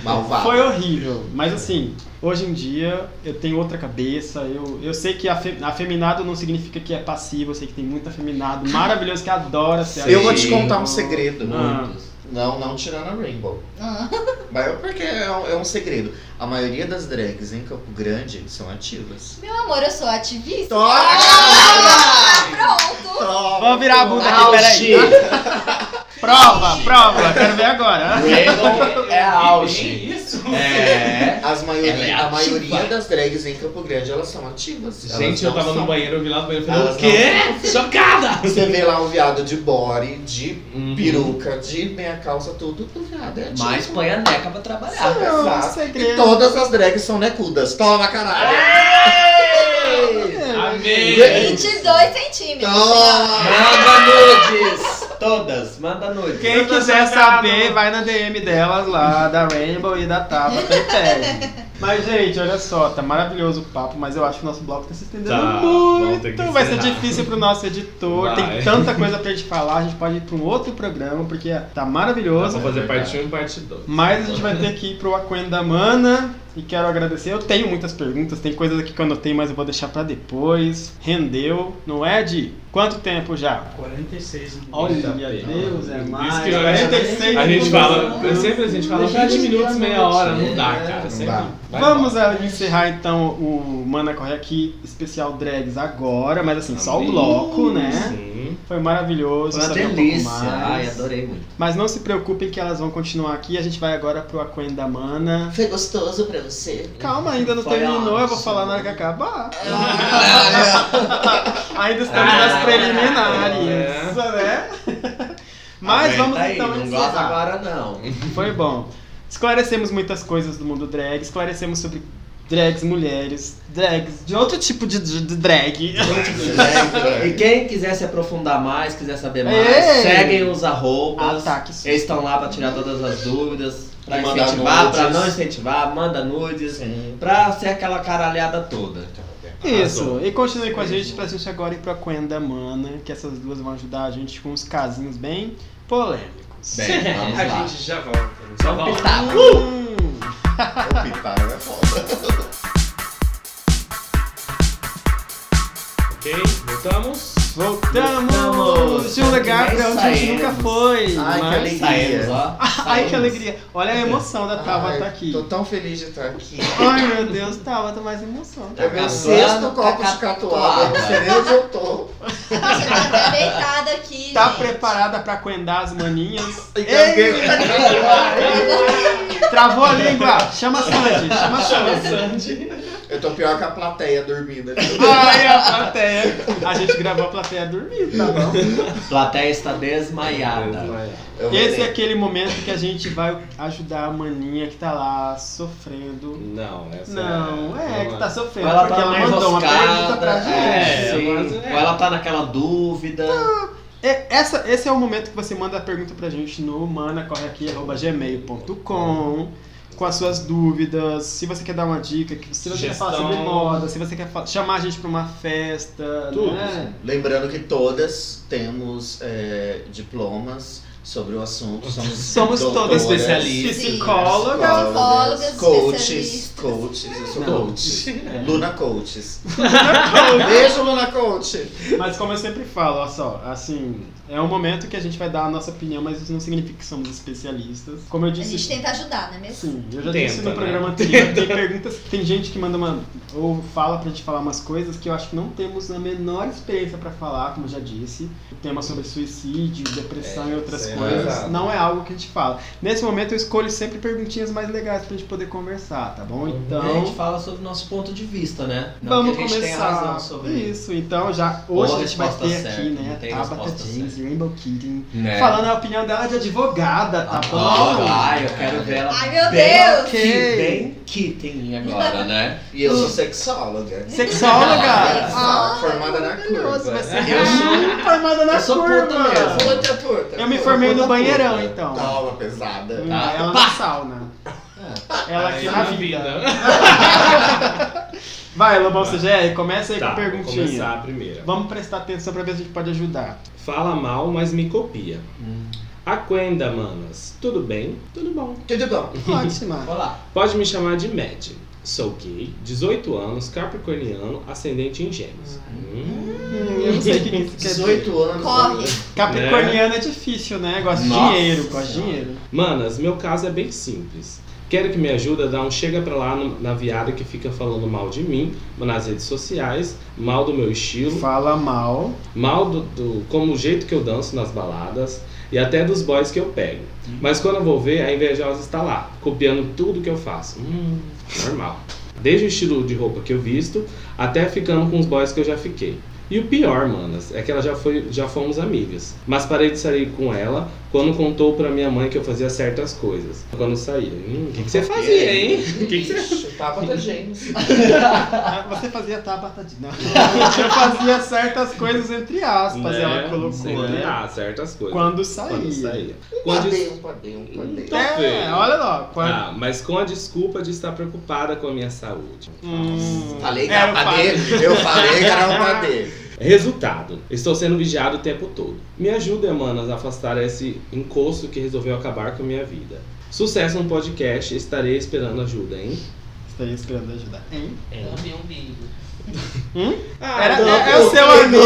S5: Malvado.
S1: Foi horrível, mas assim, hoje em dia eu tenho outra cabeça, eu, eu sei que afe- afeminado não significa que é passivo, eu sei que tem muito afeminado maravilhoso que adora ser
S5: Eu vou te
S1: afeminado.
S5: contar um segredo.
S1: Ah.
S5: Não, não tirando a Rainbow.
S6: Ah.
S5: Mas é porque é um, é um segredo. A maioria das drags em Campo Grande são ativas.
S6: Meu amor, eu sou ativista. Pronto.
S5: Toma!
S1: Vou virar a bunda aqui,
S9: Auge.
S1: peraí. Prova, prova, quero ver agora.
S9: Rainbow é auge.
S7: Nem isso.
S9: É.
S5: As maioria,
S9: Ela é
S5: a
S9: ativa.
S5: maioria das drags em Campo Grande, elas são ativas. Elas
S4: Gente, eu
S5: não
S4: tava
S5: são-
S4: no banheiro, eu vi lá no banheiro e falei,
S5: Elas
S4: o quê? Chocada!
S5: Você vê lá um viado de body, de
S4: Uhum.
S5: peruca, de meia calça, tudo. O viado é ativo.
S9: Mas põe a neca pra trabalhar.
S5: Sim,
S1: Não,
S5: exato.
S1: segredo.
S5: E todas as drags são necudas. Toma, caralho!
S4: Amei!
S6: 22
S1: Ah,
S6: centímetros.
S5: Toma!
S9: Manda nudes! Todas, manda nudes.
S1: Quem quiser saber, vai na DM delas lá, da Rainbow e da Tabata e pede. Mas, gente, olha só, tá maravilhoso o papo, mas eu acho que o nosso bloco tá se estendendo
S4: Tá, vamos ter que
S1: muito. Vai ser
S4: encerrar.
S1: difícil pro nosso editor,
S4: Vai.
S1: tem tanta coisa pra gente falar, a gente pode ir pra um outro programa, porque tá
S4: Dá
S1: maravilhoso.
S4: pra
S5: É
S4: fazer parte 1 e parte 2.
S1: Mas a gente vai ter que ir pro Aquenda Mana. E quero agradecer. Eu tenho muitas perguntas, tem coisas aqui que eu anotei, mas eu vou deixar pra depois. Rendeu, não é, Di? Quanto tempo já?
S8: 46 minutos.
S1: Olha,
S4: bem.
S1: Deus, é
S4: Isso
S1: mais.
S4: que eu-
S1: 46
S4: A gente
S1: minutos.
S4: fala, sempre a gente fala 20 minutos, meia hora, não dá, cara.
S5: Não
S4: sempre
S5: dá.
S4: vai
S1: Vamos
S4: embora.
S1: ah, encerrar então o Mana Corre Aqui especial drags agora, mas assim, só o
S4: Amei.
S1: bloco, né?
S4: Sim.
S1: Foi maravilhoso,
S9: Foi uma
S1: saber um
S9: delícia.
S1: pouco mais.
S9: Ai, adorei muito.
S1: Mas não se preocupem que elas vão continuar aqui, a gente vai agora pro Aquenda Mana.
S2: Foi gostoso pra você?
S1: Calma, ainda não
S9: Foi
S1: terminou, eu vou
S9: ótimo.
S1: falar na hora que acabar. ainda estamos nas
S9: Ah, é.
S1: preliminares, né? Mas
S9: Aguenta
S1: vamos
S9: aí,
S1: então
S9: Não
S1: encerrar.
S9: gosta agora, não.
S1: Foi bom. Esclarecemos muitas coisas do mundo drag, esclarecemos sobre drags mulheres, drags de outro tipo de, de- de drag.
S5: É,
S9: E quem quiser se aprofundar mais, quiser saber mais,
S1: Ei! Ah, tá.
S9: seguem os arrobas.
S1: Ataques.
S9: Eles estão lá pra tirar todas as dúvidas, pra
S5: E mandar
S9: incentivar, pra
S5: nudes.
S9: não incentivar, manda nudes, pra ser aquela caralhada toda.
S1: Isso. E continue com a gente pra gente agora ir pra Quenda Mana, que essas duas vão ajudar a gente com uns casinhos bem polêmicos.
S9: Bem, vamos
S8: A
S9: lá.
S8: gente já volta.
S4: né?
S9: Só um pitaco.
S1: Hum.
S5: O Pitaco é foda.
S4: Ok, voltamos.
S1: Voltamos de um lugar pra onde a gente nunca foi.
S5: É Ai, que
S1: mas-
S5: alegria.
S9: Saímos, ó.
S1: Ai, que
S9: Saímos.
S1: alegria. Olha a emoção da Tabata
S5: Ai,
S1: aqui.
S5: Tô tão feliz de estar aqui.
S1: Ai, meu Deus, Tabata, mais emoção.
S9: Tá
S5: é meu
S9: catuando,
S5: sexto
S9: tá
S5: copo de catuaba. Eu não sei nem onde eu tô.
S6: Nossa, eu tô tá até deitada aqui.
S1: Tá
S6: gente.
S1: preparada pra coendar as maninhas?
S5: Engasguei.
S1: Ei, Travou a língua! Chama a Sandy, chama a Sandy.
S5: Eu tô pior que a plateia dormindo.
S1: Ai, a plateia. A gente gravou a plateia dormindo, tá bom?
S9: Plateia está desmaiada.
S5: Eu
S1: Esse é
S5: voltei.
S1: aquele momento que a gente vai ajudar a maninha que tá lá sofrendo.
S4: Não, essa
S1: Não, é, que tá sofrendo.
S9: Ou ela
S1: porque
S9: tá
S1: ela
S9: numa
S1: mandou uma pergunta
S9: enroscada,
S1: pra gente.
S9: é,
S4: gente.
S9: sim.
S4: Mas é.
S9: ou ela tá naquela dúvida.
S1: É, essa, esse é o momento que você manda a pergunta pra gente no manacorreaqui.gmail.com com as suas dúvidas, se você quer dar uma dica, que- se você quer falar sobre
S4: Sugestão.
S1: moda, se você quer fa- chamar a gente pra uma festa,
S4: Tudo,
S1: né?
S5: Lembrando que todas temos é, diplomas sobre o assunto. Somos,
S1: Somos todas
S4: né?
S5: doutoras,
S4: especialistas.
S1: Psicólogas.
S6: Psicólogas,
S5: coaches,
S6: especialistas.
S5: coaches, eu sou
S1: Não.
S5: coach. Luna Coaches. Beijo, Luna Coach.
S1: Mas como eu sempre falo, olha só, assim, é um momento que a gente vai dar a nossa opinião, mas isso não significa que somos especialistas. Como eu
S6: A
S1: disse.
S6: gente tenta ajudar, não é mesmo?
S1: Sim, eu já
S4: Tenta,
S1: disse no
S4: né?
S1: programa anterior, tem perguntas, tem gente que manda uma, ou fala pra gente falar umas coisas que eu acho que não temos a menor experiência pra falar, como eu já disse. O tema sobre suicídio, depressão e outras
S3: isso é
S1: coisas
S3: pesado.
S1: não é algo que a gente fala. Nesse momento eu escolho sempre perguntinhas mais legais pra gente poder conversar, tá bom? Então,
S3: a gente fala sobre o nosso ponto de vista, né? Não
S1: vamos
S3: que a gente
S1: começar.
S3: tenha razão sobre
S1: Isso, então já hoje
S3: Ou a
S1: a gente vai
S3: resposta
S1: ter
S3: certa,
S1: aqui,
S3: não
S1: né,
S3: tem
S1: Tabata
S3: resposta
S1: Jeans,
S3: certa.
S1: Rainbow Kitten,
S3: Né?
S1: falando a opinião dela de advogada, tá bom?
S3: Ai, eu quero ver ela
S6: Ai, meu
S3: bem
S6: Deus!
S3: aqui,
S1: Ok.
S3: bem kitten agora, né?
S5: E eu sou sexóloga.
S6: é
S1: Sexóloga!
S5: Ah, formada na
S1: Maravilhoso, vai
S5: curva. É.
S1: ser eu sou é formada na
S3: Eu sou
S1: curva.
S3: puta mesmo.
S5: Puta, puta,
S1: Eu me
S5: puta,
S1: formei
S5: puta,
S1: no banheirão,
S5: puta.
S1: então.
S5: Toma, pesada.
S1: Hum,
S3: Tá.
S1: Ela na sauna. Ela aqui
S4: Aí, Tá,
S1: na vida. Vai, Lobão CGR, começa aí com
S4: Tá,
S1: a
S4: vou
S1: perguntinha.
S4: começar a primeira.
S1: Vamos prestar atenção pra ver se a gente pode ajudar.
S4: Fala mal, mas me copia.
S1: Hum.
S4: Aquenda, manas. Tudo bem? Tudo bom.
S5: Tudo bom.
S1: Ótima.
S3: Olá.
S4: Pode me chamar de Mad. Sou gay, 18 anos, capricorniano, ascendente em gêmeos. Hum.
S1: Hum, eu não sei o que isso quer dizer.
S5: 18 anos. né?
S6: Corre.
S1: Capricorniano é difícil, né? Gosta de
S3: Nossa
S1: dinheiro, gosta de
S3: Senhora.
S1: dinheiro.
S4: Manas, meu caso é bem simples. Quero que me ajuda a dar um chega pra lá no- na viada que fica falando mal de mim, nas redes sociais, mal do meu estilo,
S1: Fala mal.
S4: mal do, do- como o jeito que eu danço nas baladas e até dos boys que eu pego. Mas quando eu vou ver, a invejosa está lá, copiando tudo que eu faço. Hum, normal. Desde o estilo de roupa que eu visto, até ficando com os boys que eu já fiquei. E o pior, manas, é que ela já foi, já fomos amigas. Mas parei de sair com ela quando contou pra minha mãe que eu fazia certas coisas. Quando eu saía. Hum, o que, que você fazia, hein? O que, que você
S5: Chutava da gente.
S1: Ah, Você fazia Tabata de... Não. Eu fazia certas coisas entre aspas,
S4: Né?
S1: ela colocou,
S4: Sempre
S1: né?
S4: há certas coisas.
S1: Quando saía.
S4: Quando saía.
S5: Um
S4: Quando isso-
S5: Padeu, padeu, padeu.
S4: Tá
S1: É,
S4: feio.
S1: olha lá. Quando...
S4: Ah, mas com a desculpa de estar preocupada com a minha saúde.
S1: Hum,
S5: Falei que
S1: era
S5: era
S1: o
S5: um
S1: padre.
S5: padê. Eu falei que era um padê.
S4: É Resultado: estou sendo vigiado o tempo todo. Me ajuda, manas, a afastar esse encosto que resolveu acabar com a minha vida. Sucesso no podcast, estarei esperando ajuda, hein?
S1: Estaria esperando ajudar. Hein?
S7: Ame um bico.
S4: Ah,
S1: Era,
S5: não,
S1: é, é o
S5: eu
S1: seu
S5: fui
S1: amigo?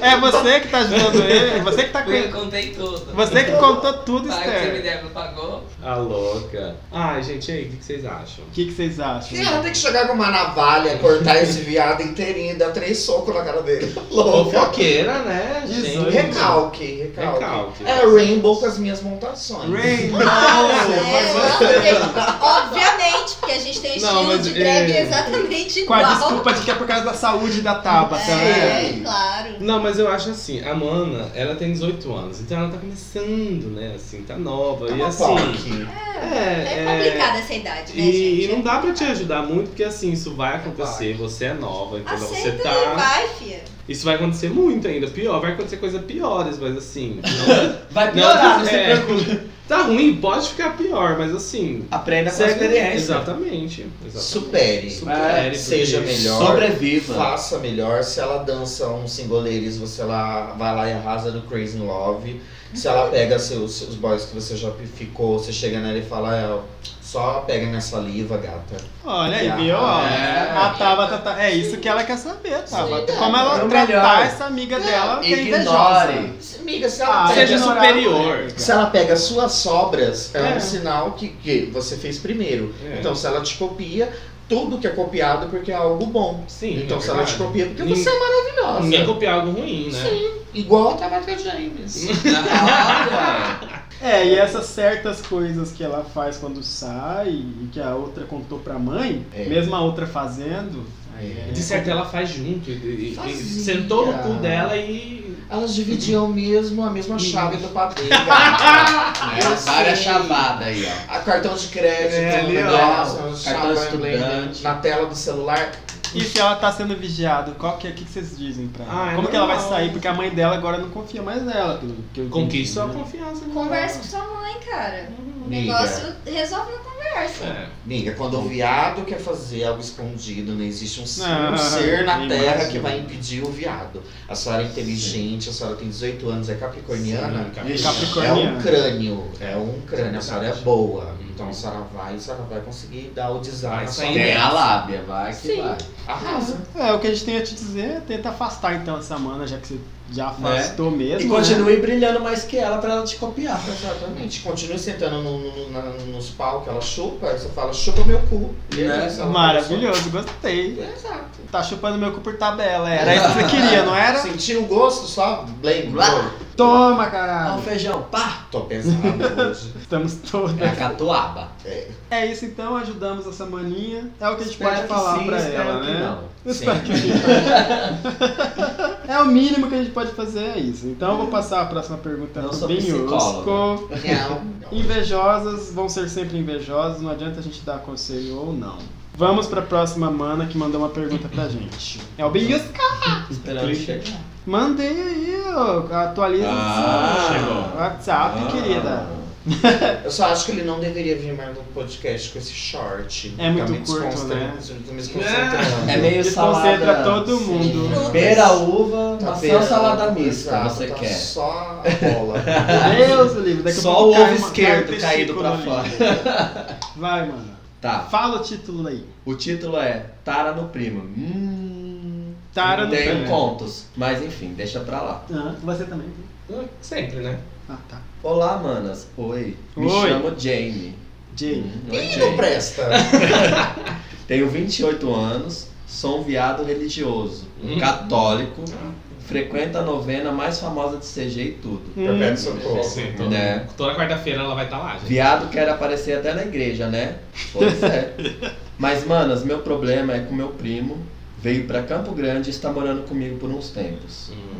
S1: É você que tá ajudando ele? Você que tá com
S7: Eu contei tudo.
S1: Você é que contou tudo,
S7: Vai que você me
S1: Esther.
S7: deve, não pagou.
S4: a louca. Ai, gente, e aí, o que que vocês acham?
S1: O que, que vocês acham?
S5: E ela tem que chegar com uma navalha, cortar esse viado inteirinho e dar três socos na cara dele. Louca.
S4: Fofoqueira, né?
S1: Isso,
S4: gente?
S5: Recalque, recalque.
S4: Recalque.
S5: É Rainbow com as minhas montações.
S1: Rainbow!
S6: É, obviamente- obviamente, porque a gente tem estilo
S4: Não, mas,
S6: de drag
S4: é,
S6: exatamente
S1: Com
S6: igual.
S1: a desculpa de que é por causa da saúde da Tabata, né?
S4: tá?
S6: É, claro.
S4: Não, mas eu acho assim, a Mana, ela tem 18 anos, então ela tá começando, né? Assim, tá nova.
S5: Tá
S4: e
S5: uma
S4: assim.
S5: POC.
S6: É
S4: É, é,
S6: complicada essa idade, né,
S4: E, e
S6: gente?
S4: não dá pra te ajudar muito, porque assim, isso vai acontecer, você é nova, entendeu? Você
S6: Aceita e
S4: tá.
S6: vai, fia.
S4: Isso vai acontecer muito ainda, pior, vai acontecer coisas piores, mas assim.
S9: Vai
S4: Não,
S9: piorar, não se
S3: né?
S4: é.
S9: preocupe.
S4: Tá ruim, pode ficar pior, mas assim.
S9: Aprenda com a
S4: segue-
S9: experiência.
S4: Exatamente. exatamente.
S5: Supere.
S4: Supere,
S5: É, Seja
S4: porque-
S5: melhor.
S9: Sobreviva.
S5: Faça melhor. Se ela dança um singoleiros, você lá, vai lá e arrasa no Crazy in Love. Se ela
S4: Uhum.
S5: pega seus, seus boys que você já ficou, você chega nela e fala, "É, só pega minha saliva, gata.
S1: Olha aí, viu? ó?
S3: É.
S1: A Tabata tá... É isso que ela quer saber, Tabata. Como ela
S9: É o
S1: tratar
S9: melhor.
S1: essa amiga dela que é invejosa.
S9: Ignore.
S5: Amiga, se
S1: Ah,
S5: ela pega.
S4: Seja
S1: ignorar,
S4: superior.
S5: Se ela pega suas sobras, é,
S1: É.
S5: um sinal que, que você fez primeiro.
S4: É.
S5: Então, se ela te copia, tudo que é copiado porque é algo bom.
S4: Sim.
S5: então,
S4: é
S5: se ela te
S4: verdade.
S5: copia, porque
S4: Nin-
S5: você é maravilhosa.
S4: Ninguém copia algo ruim, né?
S5: Sim. Igual a Tabata James.
S1: É, e essas certas coisas que ela faz quando sai e que a outra contou pra mãe,
S5: É.
S1: mesmo a outra fazendo, aí é-
S4: De certo, ela faz junto. e- e- e
S5: Fazia.
S4: sentou no cu dela e.
S5: Elas dividiam mesmo a mesma chave do papel.
S3: Né? Várias chavadas aí, ó.
S5: a cartão de crédito,
S1: É, ali,
S5: o negócio,
S9: ó.
S5: a
S9: Cartão
S5: chave
S9: estudante.
S5: na tela do celular.
S1: E se ela tá sendo vigiada, qual que é? O que, que vocês dizem pra ela?
S8: Ah, é
S1: Como que ela vai
S8: normal.
S1: sair? Porque a mãe dela agora não confia mais nela. Pelo, que eu entendi,
S4: Conquista a
S5: Uhum.
S1: né?
S4: confiança. cara.
S6: Conversa com sua mãe, cara. O
S5: Amiga.
S6: negócio resolve na conversa.
S4: É.
S5: Amiga, quando o viado quer fazer algo escondido, não existe um, ser-
S1: Não,
S5: um ser na
S1: imagina.
S5: terra que vai impedir o viado. A senhora é inteligente, a senhora tem 18 anos, é capricorniana.
S1: Sim,
S5: É um
S1: capricorniana.
S5: crânio, é um crânio, a senhora é boa. Então a senhora vai, a senhora vai conseguir dar o design.
S4: Vai
S5: na sua
S4: sair
S3: Tem
S5: mão.
S3: a lábia, vai que vai.
S5: Arrasa.
S1: É, o que a gente tem a te dizer é tenta afastar então essa mana, já que você já afastou
S9: E
S1: mesmo. né?
S9: continue brilhando mais que ela pra ela te copiar.
S5: Exatamente. Continue sentando no- no- na- nos pau que ela chupa, aí você fala, chupa meu cu. E aí assim,
S9: Né?
S5: ela fala,
S1: Maravilhoso, gostei.
S5: Exato.
S1: Tá chupando meu cu por tabela, era isso que você queria, não era?
S5: Sentiu o gosto só? Blame.
S9: Blá.
S5: blame.
S1: Toma,
S9: Ah, um
S1: caralho!
S9: feijão, pá!
S5: Tô pesado hoje.
S1: Estamos todos.
S3: É a catuaba.
S1: É isso então, ajudamos essa maninha. É o que a gente
S9: Espero
S1: pode
S9: que
S1: falar
S9: sim,
S1: pra
S9: espero
S1: ela,
S9: que
S1: né?
S3: Não.
S1: Eu espero que sim. É o mínimo que a gente pode fazer, é isso. Então eu vou passar a próxima pergunta
S3: Eu
S1: pro
S3: sou
S1: Binhusco.
S3: psicólogo.
S1: Invejosas vão ser sempre invejosas, não adianta a gente dar conselho ou não. Vamos pra próxima mana que mandou uma pergunta pra gente. É o Binhusco.
S9: Esperando chegar.
S1: Mandei aí, ó, atualiza
S3: Ah,
S1: o
S3: chegou.
S1: WhatsApp,
S9: Ah.
S1: querida.
S5: Eu só acho que ele não deveria vir mais no podcast com esse short.
S1: É muito
S5: Tá me
S1: curto,
S5: desconcentra-
S1: né?
S5: Tô me desconcentrando.
S3: É meio
S1: Desconcentra
S3: salada.
S1: todo
S5: sim.
S1: mundo.
S9: Pera, uva,
S5: Tá
S9: maçã ou
S5: beirando,
S9: salada mista?
S5: exato,
S3: você
S5: tá
S3: quer.
S5: Só a bola.
S1: Deus, do livro. Daqui a
S9: Só
S1: pouco
S9: o
S1: cai
S9: ovo
S1: uma- cai
S9: esquerdo
S1: um
S9: caído
S1: testículo
S9: pra
S1: ali.
S9: fora.
S1: Vai, mano.
S3: Tá,
S1: Fala o título aí.
S3: o título é Tara no Primo. Hum,
S1: Tara no
S3: Tem
S1: Primo.
S3: contos, mas enfim, deixa pra lá.
S1: Ah, você também.
S4: Sempre, né?
S1: Ah, tá.
S3: Olá, manas. Oi. Me
S1: Oi.
S3: chamo Jamie.
S1: Jay.
S3: Hum, não é
S5: Não
S3: Jamie.
S5: presta.
S3: Tenho 28 anos, sou um viado religioso,
S1: Hum.
S3: um católico, frequento a novena mais famosa de CG e tudo.
S1: Hum.
S5: Perpétuo
S4: É
S5: socorro.
S4: sempre. Toda,
S3: Né?
S4: toda quarta-feira ela vai estar lá, gente.
S3: Viado quer aparecer até na igreja, né? Pois é. Mas, manas, meu problema é com meu primo. Veio pra Campo Grande e está morando comigo por uns tempos.
S4: Hum.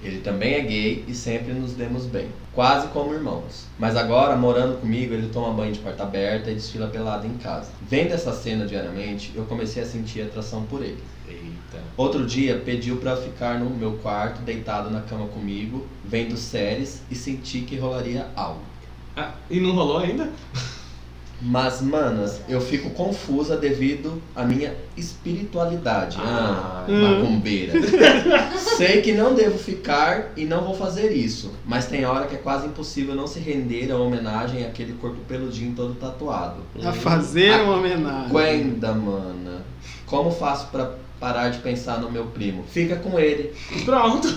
S3: Ele também é gay e sempre nos demos bem, quase como irmãos. Mas agora, morando comigo, ele toma banho de porta aberta e desfila pelado em casa. Vendo essa cena diariamente, eu comecei a sentir atração por ele.
S4: Eita.
S3: Outro dia, pediu pra ficar no meu quarto, deitado na cama comigo, vendo séries e senti que rolaria algo.
S4: Ah, e não rolou ainda?
S3: Mas, manas, eu fico confusa devido à minha espiritualidade.
S4: Ah.
S3: Ah, macumbeira.
S7: Uhum.
S3: Sei que não devo ficar e não vou fazer isso. Mas tem hora que é quase impossível não se render à homenagem àquele corpo peludinho todo tatuado.
S1: A fazer uma homenagem.
S3: Gwenda, mana. Como faço pra parar de pensar no meu primo? Fica com ele.
S4: Pronto.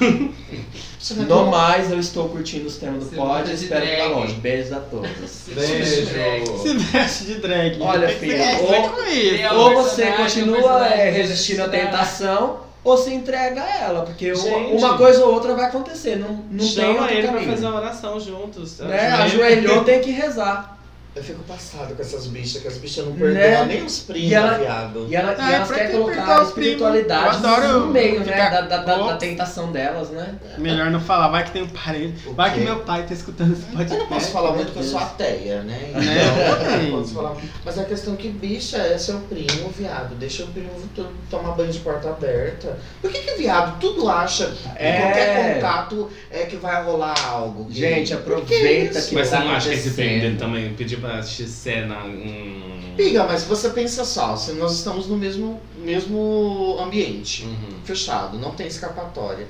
S3: No mais, eu estou curtindo os temas do
S7: Você
S3: pod
S7: manda
S3: e
S7: de
S3: espero que vá
S7: drag.
S3: longe. Beijos a todas.
S1: Se veste de drag.
S3: Olha,
S1: Tem que
S3: filha,
S1: ser
S3: ou-
S1: com isso.
S7: É o
S3: ou você
S7: personagem, o
S3: continua
S7: personagem
S3: é,
S7: dele
S3: resistindo à
S7: se dá.
S3: tentação, ou se entrega a ela, porque uma,
S4: Gente.
S3: uma coisa ou outra vai acontecer, não, não tem
S4: Chama
S3: outro
S4: ele pra
S3: caminho.
S4: fazer uma oração juntos.
S3: Né? Ajoelhou, tem que rezar.
S5: Eu fico passado com essas bichas, que as bichas não perdoam
S3: Né?
S5: nem os primos,
S3: E ela-
S5: viado.
S3: E, ela,
S1: Ah,
S3: e elas
S1: pra
S3: querem
S1: que apertar
S3: colocar a
S1: os
S3: espiritualidade
S1: primos? Eu adoro
S3: no meio né,
S1: ficar
S3: da, da- da-
S1: com-
S3: da tentação delas, né?
S1: Melhor não falar, vai que tem um parente.
S5: O
S1: Vai
S5: quê?
S1: que meu pai tá escutando esse podcast.
S5: Eu não posso falar muito que eu sou ateia,
S4: É,
S5: né? Então,
S1: Né?
S5: eu não posso falar. Mas a questão é que, bicha, é seu primo, viado. Deixa o primo to- tomar banho de porta aberta. Por que, que viado tudo acha que
S3: É.
S5: qualquer contato é que vai rolar algo? gay?
S3: Gente,
S5: Por
S3: aproveita
S5: isso?
S3: que
S4: Mas você
S3: tá
S4: não acha que esse primo dele
S3: acontecendo.
S4: também pediu pra assistir cena. Hum...
S5: Piga, mas você pensa só, se nós estamos no mesmo, mesmo ambiente,
S4: Uhum.
S5: fechado, não tem escapatória.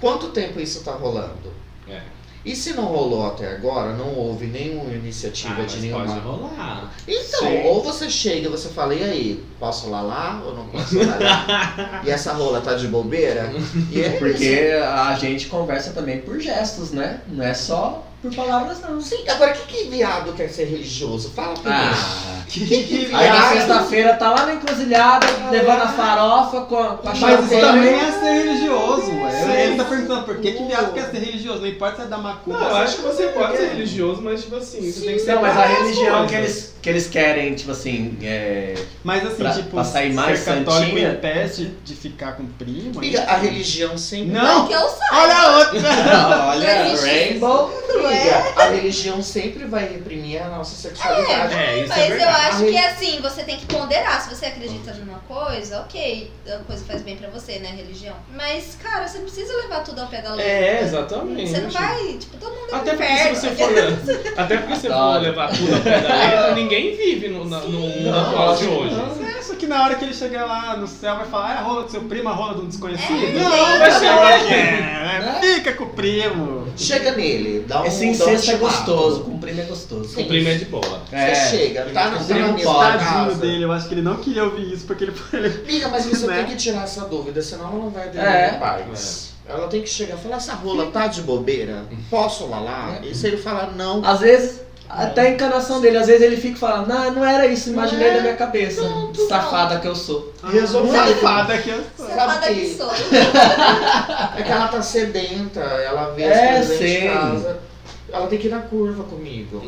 S5: Quanto tempo isso tá rolando?
S4: É.
S5: E se não rolou até agora, não houve nenhuma iniciativa
S4: Ah, mas
S5: de
S4: pode
S5: nenhuma
S4: rolar.
S5: Então,
S3: Sim.
S5: ou você chega e você fala, e aí, posso lá lá ou não posso lá lá? e essa rola tá de bobeira? E é isso.
S3: Porque a gente conversa também por gestos, né? Não é só por palavras, não.
S5: Sim, agora o que, que viado quer ser religioso? Fala pra mim.
S3: Ah.
S5: Que que
S3: Aí na
S5: viado-
S1: é?
S3: sexta-feira tá lá na encruzilhada, levando a farofa com a, com a
S1: Mas isso
S3: champanhe.
S1: também é ser religioso, ué. Ele tá perguntando por que que viado
S5: Sim.
S1: quer ser religioso. Não importa se é da macumba.
S4: Não, eu
S1: se é
S4: acho que você pode ser religioso, mas tipo assim, você tem que ser.
S3: Não, mas a
S4: várias
S3: religião é
S4: coisas.
S3: que eles, que eles querem, tipo assim, é...
S1: Mas assim,
S3: Pra-
S1: tipo,
S3: pra sair mais
S1: ser católico
S3: santinha?
S1: impede de ficar com primo?
S5: Amiga,
S1: é
S5: a
S1: isso?
S5: religião sempre.
S1: Não!
S6: que eu saiba.
S1: Olha a outra!
S3: Olha,
S6: existe
S3: Rainbow,
S6: Não é?
S5: Amiga, a religião sempre vai reprimir a nossa sexualidade.
S4: É, isso é
S6: Mas eu
S4: verdade.
S6: acho que assim, você tem que ponderar. Se você acredita numa coisa, ok, a coisa faz bem pra você, né? Religião. Mas, cara, você não precisa levar tudo ao pé da letra.
S4: É, exatamente.
S6: Você não vai, tipo, todo mundo é
S4: Até
S6: Até
S4: porque se
S6: inferno.
S4: você for, até porque se você for
S3: Adoro.
S4: levar tudo a pé da letra, ninguém vive no, na- no mundo atual de hoje.
S1: É, só que na hora que ele chegar lá no céu, vai falar, é a rola do seu primo, a rola de um desconhecido?
S6: É,
S1: não,
S6: gente.
S1: vai chegar aqui. É, né? Fica com o primo.
S5: Chega nele, dá um
S3: Esse
S5: dá um
S3: incesto é
S5: ultimato.
S3: gostoso, com primo é gostoso.
S5: Sim.
S4: O primo é de boa.
S5: Você
S3: É.
S5: chega, tá no
S3: Você
S5: tá na
S3: não
S5: mesa
S3: pode.
S5: da
S1: Tadinho
S5: casa.
S1: um dele, eu acho que ele não queria ouvir isso, porque ele... ele-
S5: Amiga, mas você
S1: Né?
S5: tem que tirar essa dúvida, senão ela não vai ter
S3: É.
S5: paz. Ela tem que chegar e falar, essa rola tá de bobeira? Posso lá lá? E se ele falar não,
S9: Às vezes, até a encarnação dele, às vezes ele fica falando, não, não era isso, imaginei na minha cabeça. Safada que eu sou.
S5: resolveu.
S1: Safada que eu sou.
S6: Safada
S5: Sabe
S6: que
S5: que-
S6: sou.
S5: É que ela tá sedenta, ela vê
S9: É,
S5: as coisas dentro
S9: sim.
S5: de casa. Ela tem que ir na curva comigo.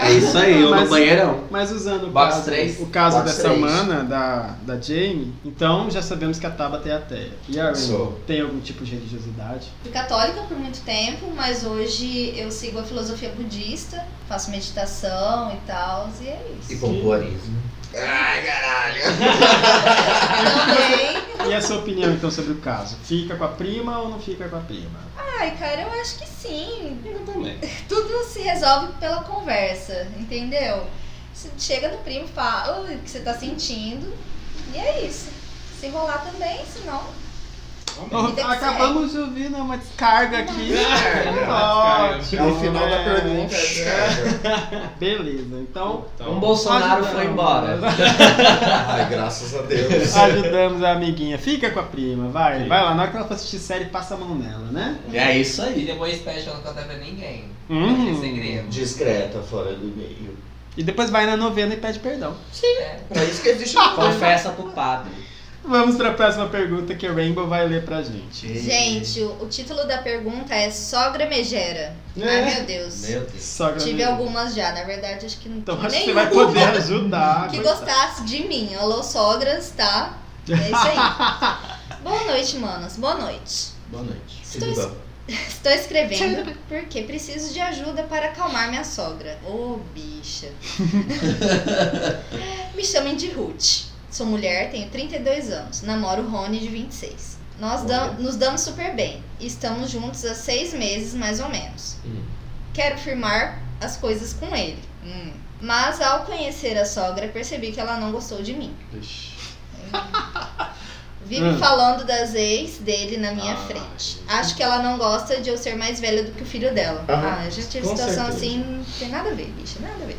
S3: É isso aí, eu no
S1: Mas-
S3: banheirão.
S1: Mas usando o
S3: Box
S1: caso,
S3: três.
S1: o caso
S5: Box
S1: dessa
S5: três.
S1: mana, da, da Jamie, então já sabemos que a Tabata é ateia. E a Rainbow
S5: Sou.
S1: tem algum tipo de religiosidade?
S6: Fui católica por muito tempo, mas hoje eu sigo a filosofia budista, faço meditação e tal, e é
S5: E
S6: isso.
S5: pompoarismo. Ai, caralho.
S6: Também.
S1: E a sua opinião, então, sobre o caso? Fica com a prima ou não fica com a prima?
S6: Ai, cara, eu acho que sim.
S4: Eu também.
S6: tudo se resolve pela conversa, entendeu? Você chega no primo, fala o que você tá sentindo, e é isso. Se enrolar também, senão. Vida que
S1: acabamos de ouvir né, uma descarga aqui.
S4: Descarga.
S5: É o final da pergunta. cara.
S1: Beleza, então
S4: Então,
S9: Um Bolsonaro foi
S1: ajudamos.
S9: embora.
S5: Ai, graças a Deus.
S1: Ajudamos a amiguinha. Fica com a prima, vai.
S4: Sim.
S1: Vai lá, na hora que ela for assistir série, passa a mão nela, né?
S3: É isso
S7: E
S3: aí.
S7: depois special não conta pra ninguém.
S1: Hum.
S7: Aquele segredo.
S5: Discreta, fora do meio.
S1: E depois vai na novena e pede perdão.
S7: É.
S5: Pra isso que existe o
S4: né?
S9: Confessa pro padre.
S1: Vamos para a próxima pergunta que o Rainbow vai ler pra gente.
S6: Gente, o, o título da pergunta é Sogra Megera.
S1: É.
S6: Ai, meu Deus.
S3: Meu Deus.
S1: Sogra
S6: Tive
S1: mesmo.
S6: algumas já, na verdade, acho que não
S1: Então
S6: tive
S1: acho que você
S6: nenhuma
S1: vai poder ajudar.
S6: que
S1: coitada.
S6: gostasse de mim. Alô, sogras, tá? É isso aí. Boa noite, manas. Boa noite.
S3: Boa noite.
S6: Estou, es- estou escrevendo porque preciso de ajuda para acalmar minha sogra. Ô, bicha. Me chamem de Ruth. Sou mulher, tenho 32 anos. Namoro Rony de 26. Nós da-
S3: Olha.
S6: nos damos super bem. e Estamos juntos há seis meses, mais ou menos.
S4: Hum.
S6: Quero firmar as coisas com ele. Hum. Mas ao conhecer a sogra, percebi que ela não gostou de mim. Vive
S1: Hum.
S6: falando das ex dele na minha
S3: Ah,
S6: frente. Acho que ela não gosta de eu ser mais velha do que o filho dela.
S5: Ah,
S6: Ah, eu já tive
S4: com
S6: situação
S4: certeza.
S6: assim, não tem nada a ver, bicho, nada a ver.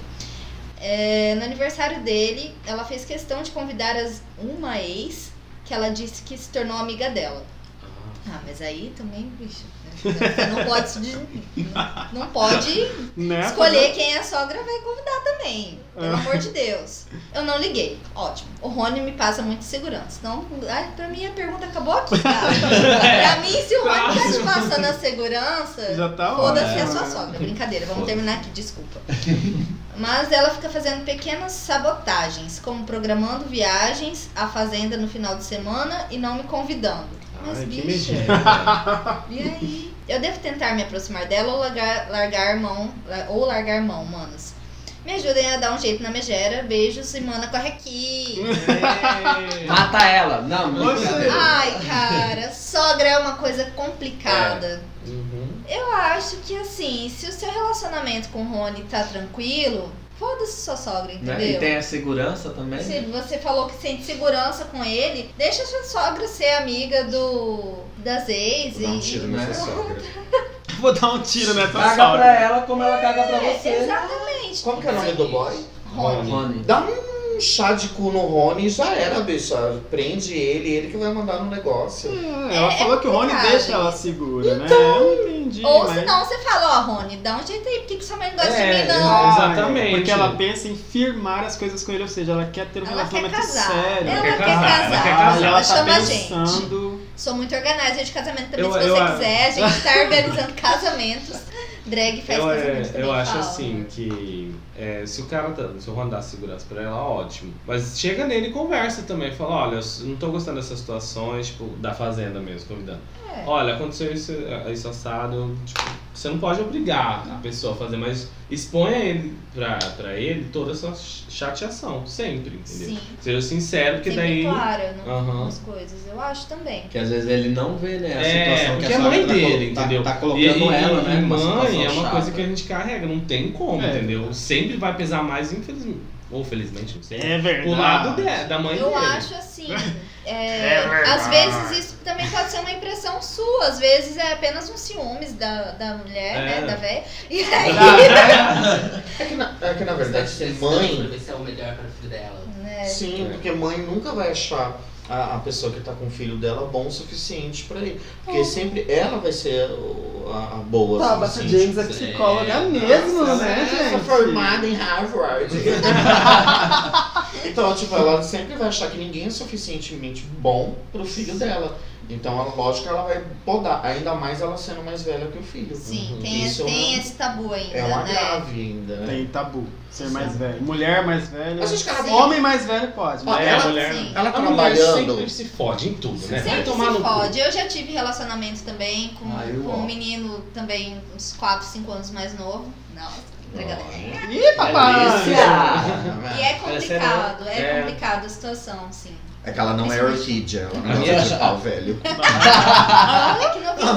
S6: É, no aniversário dele, ela fez questão de convidar as, uma ex que ela disse que se tornou amiga dela. Ah, mas aí também, bicho, né? você não pode, se de- não- não pode
S1: Né?
S6: Escolher quem a sogra vai convidar também.
S1: É.
S6: Pelo amor de Deus. Eu não liguei. Ótimo. O Rony me passa muita segurança. Então, ai, pra mim a pergunta acabou aqui, cara. pra mim, se o Rony tá te passando a segurança,
S1: Já tá
S6: Foda-se
S1: ótimo.
S6: a sua sogra, brincadeira, vamos
S3: Foda-se.
S6: terminar aqui, desculpa. Mas ela fica fazendo pequenas sabotagens, como programando viagens à fazenda no final de semana e não me convidando. Mas
S4: Ai, que
S6: bicha,
S4: megera.
S6: e aí? Eu devo tentar me aproximar dela ou largar, largar mão, la- ou largar mão, manos. Me ajudem a dar um jeito na megera. Beijos e mana corre aqui.
S4: É.
S9: Mata ela. Não, não.
S1: Você-
S6: Ai, cara, sogra é uma coisa complicada.
S5: É.
S4: Uhum.
S6: Eu acho que assim, se o seu relacionamento com o Rony tá tranquilo, foda-se sua sogra,
S9: Né? E
S6: entendeu?
S9: tem a segurança
S5: né?
S9: também.
S6: Se você falou que sente segurança com ele, deixa sua sogra ser amiga do das ex
S5: Dá um
S6: e-
S5: tiro
S6: e-
S5: nessa sogra.
S1: Vou dar um tiro nessa
S9: Caga pra
S1: sogra.
S9: ela como ela caga pra
S6: É,
S9: você.
S6: Exatamente.
S5: Como que é o nome do boy?
S6: Rony.
S9: Rony.
S5: Dá um chá de cu no Rony e já era, bicha. Prende ele, ele que vai mandar no negócio.
S1: É, ela
S6: É, é
S1: falou que o Rony
S6: complicado. Então,
S1: deixa ela segura, né? Eu entendi,
S6: Ou
S1: mas...
S6: senão você fala, ó, Rony, dá um jeito aí, por que que sua mãe não gosta de
S4: É,
S6: mim, não?
S1: Ah,
S4: Exatamente.
S1: Porque ela pensa em firmar as coisas com ele, ou seja, ela quer ter um
S6: Ela quer
S1: relacionamento
S6: casar.
S1: sério.
S6: Ela
S4: quer
S6: quer
S4: casar,
S6: casar.
S4: ela quer casar.
S1: E
S6: Ela
S1: ela tá
S6: chama a gente.
S1: pensando.
S6: Sou muito organizada de casamento também,
S4: Eu-
S6: se você
S4: eu a-
S6: quiser. A gente tá organizando casamentos. Drag faz
S4: Eu,
S6: casamento
S4: é,
S6: também,
S4: eu acho
S6: fala.
S4: assim que é, se o cara tá, se o Ron dá segurança pra ela, ótimo. Mas chega nele e conversa também. Fala, olha, eu não tô gostando dessas situações, tipo, da fazenda mesmo, convidando.
S6: É.
S4: Olha, aconteceu isso, isso assado, eu, tipo, Você não pode obrigar a pessoa a fazer, mas exponha ele pra, pra ele toda essa ch- chateação, sempre, entendeu?
S6: Sim.
S4: Seja sincero, porque daí.
S6: Sempre clara no-
S4: Aham.
S6: nas coisas, eu acho também.
S3: Que às vezes ele não vê, né? A
S4: É,
S3: situação que
S4: porque
S3: a
S4: é
S3: senhora
S4: mãe
S3: tá
S4: dele,
S3: colo- tá,
S4: entendeu?
S3: Tá colocando
S4: e,
S3: ela, né?
S4: e
S3: numa
S4: mãe
S3: situação
S4: é uma
S3: chata.
S4: coisa que a gente carrega, não tem como,
S1: É.
S4: entendeu? Sempre vai pesar mais, infelizmente. Ou felizmente, não sei.
S1: É verdade.
S4: o lado de- da mãe
S6: Eu
S4: dele.
S6: acho assim. é,
S1: É verdade.
S6: às vezes isso também pode ser uma impressão sua, às vezes é apenas um ciúmes da, da mulher,
S4: É.
S6: né? Da véia. E aí.
S5: É que, na, é que na verdade,
S7: Essa
S5: mãe.
S7: Pra ver se é o melhor para o filho dela.
S1: É.
S6: né,
S5: Sim, porque mãe nunca vai achar a, a pessoa que tá com o filho dela bom o suficiente pra ele. Porque sempre ela vai ser o- a, a boa.
S1: Ah. Tá, Bata
S5: assim, assim,
S1: James é
S5: tipo,
S1: psicóloga
S5: é,
S1: mesmo,
S5: nossa,
S1: né,
S5: essa
S1: gente?
S5: formada em Harvard. então, tipo, ela sempre vai achar que ninguém é suficientemente bom pro filho dela. Então, ela, lógico que ela vai podar, ainda mais ela sendo mais velha que o filho.
S6: Sim,
S5: Uhum.
S6: tem,
S5: Isso é
S6: tem
S5: uma-
S6: esse tabu ainda,
S5: é uma
S6: né?
S5: grave ainda, né?
S1: Tem tabu. Ser mais velho. Mulher mais velha.
S5: Mas acho que ela
S1: Homem mais velho pode. né?
S5: Ó,
S1: mas-
S4: É,
S5: ela-
S4: a mulher,
S6: sim.
S5: Ela
S4: a mulher sempre
S5: trabalhando.
S4: se fode em tudo,
S9: É.
S4: né?
S6: assim.
S4: vai
S6: Sempre
S4: tomar
S6: se
S4: no cu.
S6: fode. Eu já tive relacionamento também com,
S3: Ah, eu
S6: com
S3: ó.
S6: um menino também uns 4, 5 anos mais novo. Nossa, brincadeira.
S1: Ih, papai!
S5: Ah.
S6: E é complicado, é,
S4: É.
S6: complicado a situação, sim.
S5: É que ela não é orquídea, ela não
S3: A
S5: gosta
S3: minha
S5: de
S3: já-
S5: pau velho.
S6: É que novinho tem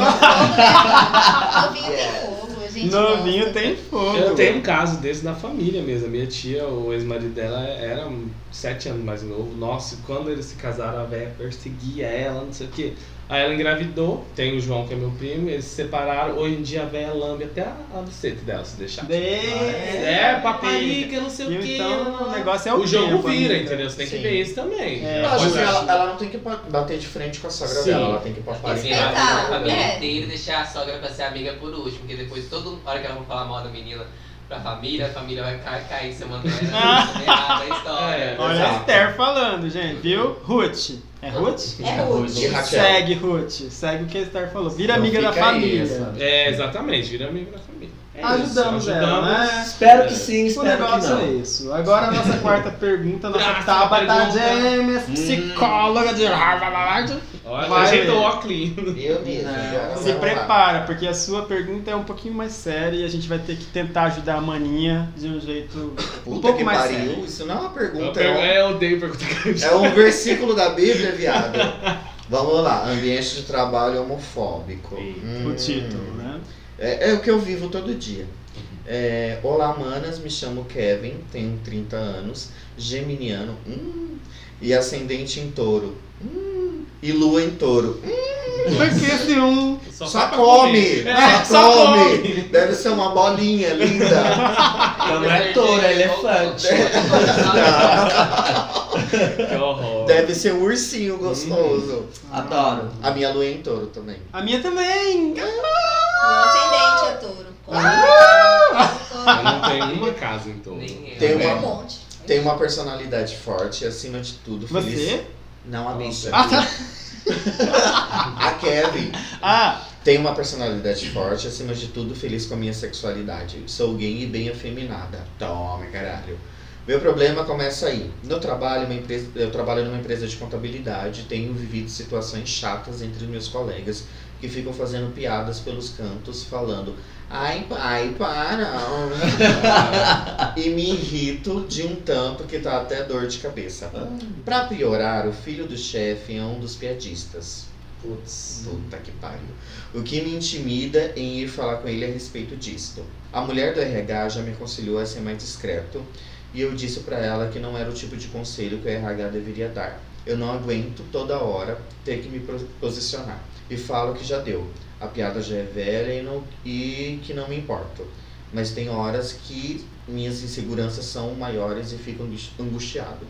S6: fogo, né? Novinho tem fogo, a gente.
S1: Novinho
S6: gosta.
S1: tem fogo.
S4: Eu tenho um caso desse da família mesmo. A minha tia, o ex-marido dela, era um sete anos mais novo. Nossa, e quando eles se casaram, a velha perseguia ela, não sei o quê. Aí ela engravidou, tem o João, que é meu primo, eles se separaram. Hoje em dia a velha lambe até a a buceta dela, se deixar.
S1: De-
S4: É, paparica, não sei o quê.
S1: Então, o negócio é o
S4: O jogo
S1: tempo,
S4: vira,
S1: amiga.
S4: entendeu? Você tem que
S5: Sim.
S4: ver isso também.
S1: É.
S5: Eu acho
S4: Pois
S5: que
S4: é.
S5: ela, ela não tem que pa- bater de frente com a sogra
S4: Sim.
S5: dela, ela tem que
S7: Respeitar
S5: paparicar.
S6: Respeitar,
S7: a família
S6: é.
S7: inteira e deixar a sogra pra ser amiga por último, porque depois toda hora que ela for falar mal da menina pra família, a família vai ca- cair em cima dela, errada a
S4: É.
S7: história.
S1: Olha a
S5: Exato.
S1: Esther falando, gente, viu? Ruth. É Ruth?
S6: É
S5: E
S6: rude.
S5: Raquel,
S1: Segue, Ruth. Segue o que a Esther falou. Vira
S5: Então
S1: amiga da
S5: fica aí
S1: família.
S5: essa.
S4: É, exatamente, vira amigo da família. É isso,
S1: Ajudamos ela, né?
S9: Espero que sim,
S1: O
S4: um
S9: espero que
S1: negócio
S9: não.
S1: é isso. Agora a nossa quarta pergunta, nossa
S4: Próxima
S1: Tabata
S4: pergunta.
S1: James,
S5: Hum.
S1: psicóloga de Harvard.
S4: Olha,
S1: Vai.
S4: ajeitou o óculos.
S5: Eu mesmo. já-
S1: Se
S5: já-
S1: prepara, porque a sua pergunta é um pouquinho mais séria e a gente vai ter que tentar ajudar a maninha de um jeito
S5: Puta
S1: um pouco
S5: que
S1: mais
S5: pariu,
S1: sério.
S5: isso não é uma
S4: Eu
S5: pergunta,
S4: pergu-
S5: é
S4: é, eu odeio perguntar
S5: um, é um versículo da Bíblia, viado. Vamos lá, ambiente de trabalho homofóbico.
S1: O
S5: Hum.
S1: título, né?
S5: É, é o que eu vivo todo dia. É, Olá, manas, me chamo Kevin, tenho 30 anos, geminiano, hum, e ascendente em touro, hum, e lua em touro. Hum,
S1: Porque esse um.
S5: só,
S4: faz pra
S5: come!
S4: comer. É,
S5: só come! Deve ser uma bolinha linda!
S9: Então não é touro, é elefante.
S4: Que horror.
S5: Deve ser um ursinho gostoso.
S9: Adoro.
S5: A minha lua é em touro também.
S1: A minha também!
S6: Meu ascendente é touro. Com
S4: Eu não tenho uma casa então. em todo.
S7: Nem eu.
S5: Tem
S6: um
S5: uma-
S6: monte.
S5: Tem uma personalidade forte, acima de tudo, feliz.
S1: Você?
S5: Não a bicha.
S1: Ah, tá.
S5: A Kevin.
S1: Ah,
S5: Tenho uma personalidade forte, acima de tudo feliz com a minha sexualidade. Sou gay e bem afeminada. Toma, caralho. Meu problema começa aí. No trabalho, uma empresa- eu trabalho numa empresa de contabilidade, tenho vivido situações chatas entre meus colegas que ficam fazendo piadas pelos cantos, falando ai, ai, para. e me irrito de um tanto que tá até dor de cabeça. Pra piorar, o filho do chefe é um dos piadistas. Putz. Puta que pariu. O que me intimida em ir falar com ele é a respeito disto. A mulher do RH já me aconselhou a ser mais discreto e eu disse pra ela que não era o tipo de conselho que o RH deveria dar. Eu não aguento toda hora ter que me pro- posicionar e falo que já deu. A piada já é velha e, não, e que não me importo. Mas tem horas que minhas inseguranças são maiores e fico angus- angustiado.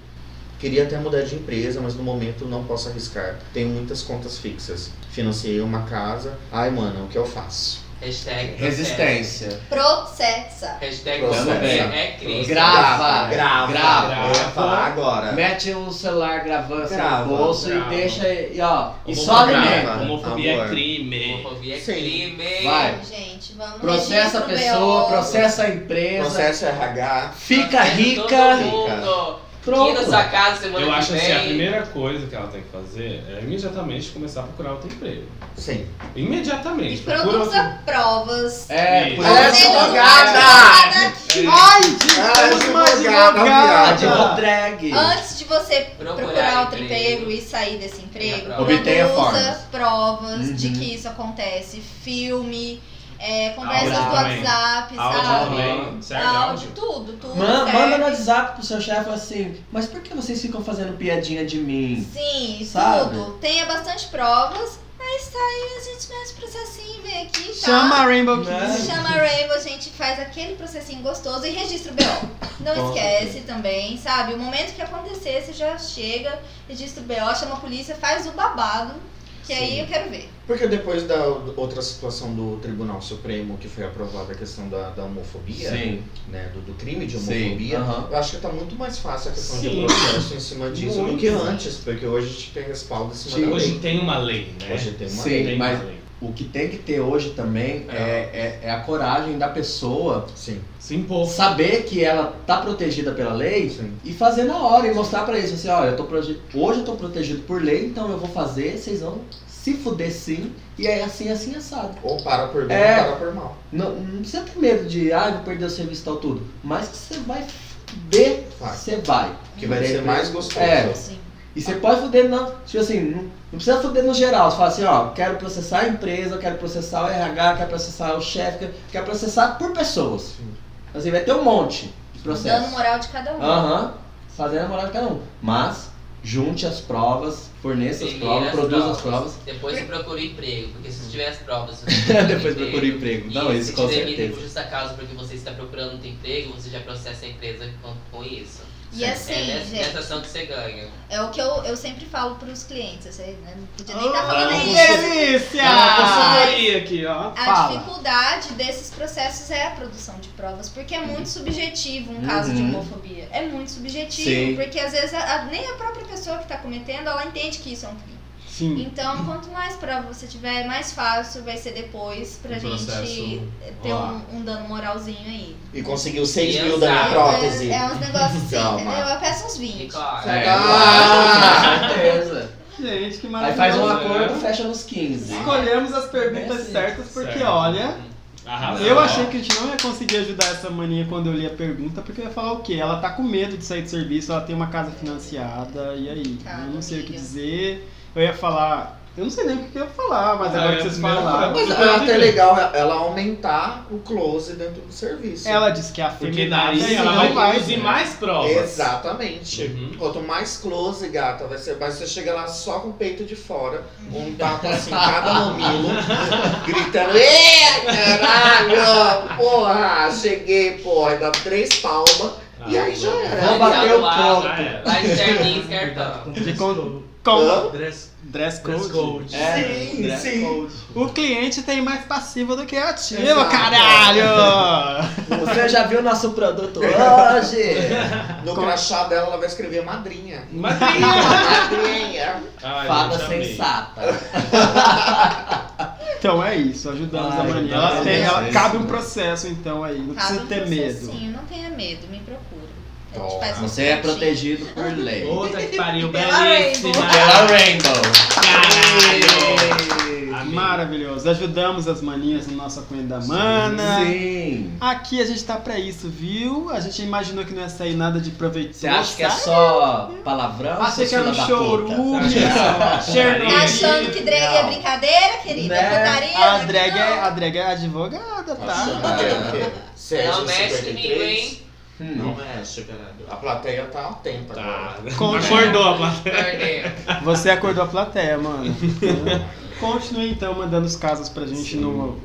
S5: Queria até mudar de empresa, mas no momento não posso arriscar. Tenho muitas contas fixas. Financiei uma casa. Ai, mano, o que eu faço?
S7: Hashtag processo.
S3: Resistência.
S6: Processa.
S7: Hashtag
S5: Processo.
S7: processo. é Cristo.
S9: Grava.
S5: grava.
S9: Grava.
S5: Eu ia falar agora.
S9: Mete o celular gravando assim
S5: Grava,
S9: no bolso
S4: grava.
S9: e deixa. E ó, um e
S4: Homofobia-
S9: só alimenta.
S3: Ah,
S5: grava.
S4: Homofobia é
S5: Amor.
S4: crime.
S7: Homofobia é
S5: Sim.
S7: crime.
S9: Vai.
S6: Gente, vamos
S9: Processa a
S6: registra o
S9: pessoa,
S6: BO.
S9: processa a empresa.
S5: Processo RH.
S9: Fica
S7: Processo
S9: rica.
S7: Tá Todo mundo. Aqui na
S9: Pronto.
S7: sua casa semana
S4: Eu
S7: que
S4: acho
S7: vem.
S4: assim, a primeira coisa que ela tem que fazer é imediatamente começar a procurar outro emprego.
S5: Sim.
S6: E
S4: Imediatamente. Procura
S6: produza
S9: um
S4: outro...
S6: provas.
S9: É, por
S4: Ela é
S6: Conselho
S9: isso.
S7: Ah!
S5: advogada!
S4: É.
S1: Ai, gente, temos uma
S5: advogada,
S1: advogada.
S5: viado.
S9: Drag.
S6: Antes de você
S7: Procurar
S6: procurar outro
S7: emprego.
S6: emprego e sair desse emprego,
S7: Tenha
S6: produza
S7: provas.
S9: Obtenha formas.
S6: provas de
S9: Uhum.
S6: que isso acontece, filme, é, conversas
S4: Áudio
S6: do
S4: também.
S6: WhatsApp,
S4: Áudio
S6: sabe?
S4: também. Serve
S6: Áudio,
S4: áudio?
S6: tudo, tudo.
S9: Man-
S6: serve.
S9: manda no WhatsApp pro seu chefe assim, mas por que vocês ficam fazendo piadinha de mim?
S6: Sim,
S9: Sabe?
S6: tudo. Tenha bastante provas. tá Aí sai, a gente faz o processinho, vem aqui, tá?
S1: Chama a Rainbow
S9: Né?
S1: Kids.
S6: Chama a Rainbow, a gente faz aquele processinho gostoso e registra o BO. Não
S9: Nossa,
S6: esquece também, sabe? O momento que acontecer, você já chega, registra o BO, chama a polícia, faz o babado, que aí eu quero ver.
S5: Porque depois da outra situação do Tribunal Supremo, que foi aprovada a questão da, da homofobia,
S3: Sim.
S5: né, do, do crime de
S3: Sim,
S5: homofobia,
S3: aham.
S5: eu acho que tá muito mais fácil a questão
S4: Sim.
S5: de processo em cima disso do
S4: Muito.
S5: que antes, porque hoje a gente tem respaldo em cima
S3: Sim.
S5: da lei.
S4: Hoje tem uma lei, né?
S5: Hoje tem uma
S3: Sim.
S5: lei.
S4: tem
S3: mas-
S4: uma lei.
S3: O que tem que ter hoje também é, é, é a coragem da pessoa
S5: Sim,
S4: Se impor.
S3: Ah! saber que ela tá protegida pela lei
S5: sim.
S9: E fazer na hora e mostrar pra eles, assim, olha, eu tô prote- hoje eu tô protegido por lei, então eu vou fazer, vocês vão se fuder sim, e é assim, assim, assado.
S5: Ou para por bem
S9: É.
S5: ou para por mal.
S9: Não, não precisa ter medo de, ah, eu vou perder o serviço e tal, tudo. Mas que você vai fuder,
S5: Vai.
S9: você vai.
S5: Que vai ser mais gostoso.
S9: É.
S6: Sim.
S9: E você pode fuder, não, tipo assim, não, não precisa fuder no geral. Você fala assim, ó, quero processar a empresa, quero processar o RH, quero processar o chefe, quero- quero processar por pessoas.
S5: Sim.
S9: Assim, vai ter um monte de
S6: Dando
S9: processo. Ah.
S6: moral de cada um.
S9: Aham, fazendo a moral de cada um. Mas, junte as provas, forneça as
S7: Primeiro
S9: provas, produza as provas.
S7: Depois você procura emprego, porque se tiver as provas, você
S9: Depois procura emprego. Não,
S7: e
S9: isso
S7: se
S9: com
S7: te demitem
S9: certeza.
S7: por justa causa porque você está procurando um emprego, você já processa a empresa com, com isso.
S6: E assim,
S7: é nessa
S6: gente,
S7: sensação que você ganha.
S6: é o que eu, eu sempre falo pros clientes, você né, não podia
S9: Ah,
S1: Oh,
S6: nem estar falando
S1: que
S6: isso.
S1: delícia!
S4: Ah, consultoria aqui, ó.
S6: A
S1: Fala.
S6: dificuldade desses processos é a produção de provas, porque é muito subjetivo um caso de
S9: Uhum.
S6: homofobia. É muito subjetivo,
S9: Sim.
S6: porque às vezes a- a- nem a própria pessoa que está cometendo, ela entende que isso é um crime.
S1: Sim.
S6: Então, quanto mais prova você tiver, mais fácil vai ser depois pra
S4: Um
S6: gente
S4: processo
S6: ter
S4: rolar.
S6: um, um dano moralzinho aí.
S5: E conseguiu 6
S7: E
S5: mil da minha
S7: exato.
S5: prótese.
S6: É, é uns negócios assim,
S5: Calma.
S6: entendeu? Eu peço uns 20.
S7: Ricardo,
S9: É,
S5: Ah!
S9: com certeza.
S1: Gente, que
S9: Aí
S1: maravilha.
S9: faz um
S4: uma-
S9: acordo, fecha nos 15.
S1: Escolhemos as perguntas
S9: É assim.
S1: certas porque,
S4: Certo.
S1: olha,
S4: Arrasou.
S1: eu achei que a gente não ia conseguir ajudar essa maninha quando eu li a pergunta, porque eu ia falar o quê? Ela tá com medo de sair do serviço, ela tem uma casa financiada, e aí?
S6: Cara,
S1: eu não sei o que
S6: amiga.
S1: dizer. Eu ia falar. Eu não sei nem o que eu ia falar, mas
S4: Ah,
S1: agora
S4: é
S1: que vocês
S4: a primeira
S1: falaram.
S4: coisa.
S5: Mas é até legal ela aumentar o close dentro do serviço.
S1: Ela disse que é
S4: Porque
S1: afeminada
S4: daí
S1: e
S4: ela
S1: não
S4: vai
S1: vai.
S4: produzir mais provas.
S5: Exatamente.
S4: Uhum.
S5: Quanto mais close, gata, vai ser, vai- você chega lá só com o peito de fora,
S9: Uhum.
S5: um tapa assim, cada mamilo, gritando, Ê, caralho, porra, cheguei, porra, e dá três palmas, e aí já
S9: Vamos
S5: era.
S9: bater o
S7: Vai,
S9: ponto.
S4: Ah, Já era.
S7: vai Charmin, cartão.
S1: De con-
S5: Hã?
S1: com
S8: Dress, dress
S1: dress code.
S8: code.
S9: É, né?
S5: Sim, sim.
S1: O cliente tem mais passivo do que ativo,
S5: Exato.
S1: caralho!
S9: Você já viu nosso produto hoje?
S5: No crachá dela, ela vai escrever madrinha.
S4: Mas é?
S5: Madrinha.
S4: Ai,
S9: Fada
S4: gente, amei.
S9: sensata.
S1: Então é isso, ajudamos
S9: Ai,
S1: a mania.
S9: ajudamos
S1: Ela tem-
S9: a
S1: ela-
S9: mania.
S1: cabe um processo então aí, não
S6: Cabe
S1: precisa
S6: um
S1: ter medo.
S6: processinho, não tenha medo, me procura. A gente
S5: Ó,
S6: faz um
S9: Você é
S6: contatinho.
S9: protegido por lei.
S4: Puta que pariu,
S6: Pela
S4: belíssima.
S9: Pela Rainbow.
S4: Caralho. Amei.
S1: Maravilhoso, ajudamos as manias no nosso Cunha da Mana.
S9: Sim.
S1: Aqui a gente tá pra isso, viu? A gente imaginou que não ia sair nada de proveitoso.
S9: Você acha que é só palavrão?
S1: Achei
S9: seus
S1: que era um
S9: filha da puta?
S1: chorume,
S6: Tá achando que drag é
S9: Não.
S6: brincadeira, querida?
S9: Né?
S6: Putaria?
S1: A
S6: né?
S1: drag, é,
S6: Não.
S1: a drag é advogada, tá?
S5: Sérgio
S7: Não mexe
S5: 53.
S7: comigo, hein?
S9: Hum.
S5: Não mexe, caralho. A plateia tá atenta
S4: Tá.
S5: agora.
S4: Concordou a plateia.
S7: Perdeu.
S1: Você acordou a plateia, mano. Continue então mandando os casos pra gente
S4: Sim.
S1: no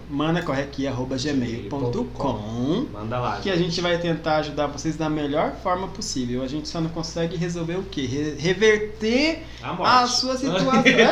S1: manacorrequi.gmail.com
S4: Manda lá.
S1: que a gente vai tentar ajudar vocês da melhor forma possível. A gente só não consegue resolver o quê? Re- reverter
S4: A
S1: a
S4: morte.
S1: sua situação. É, é,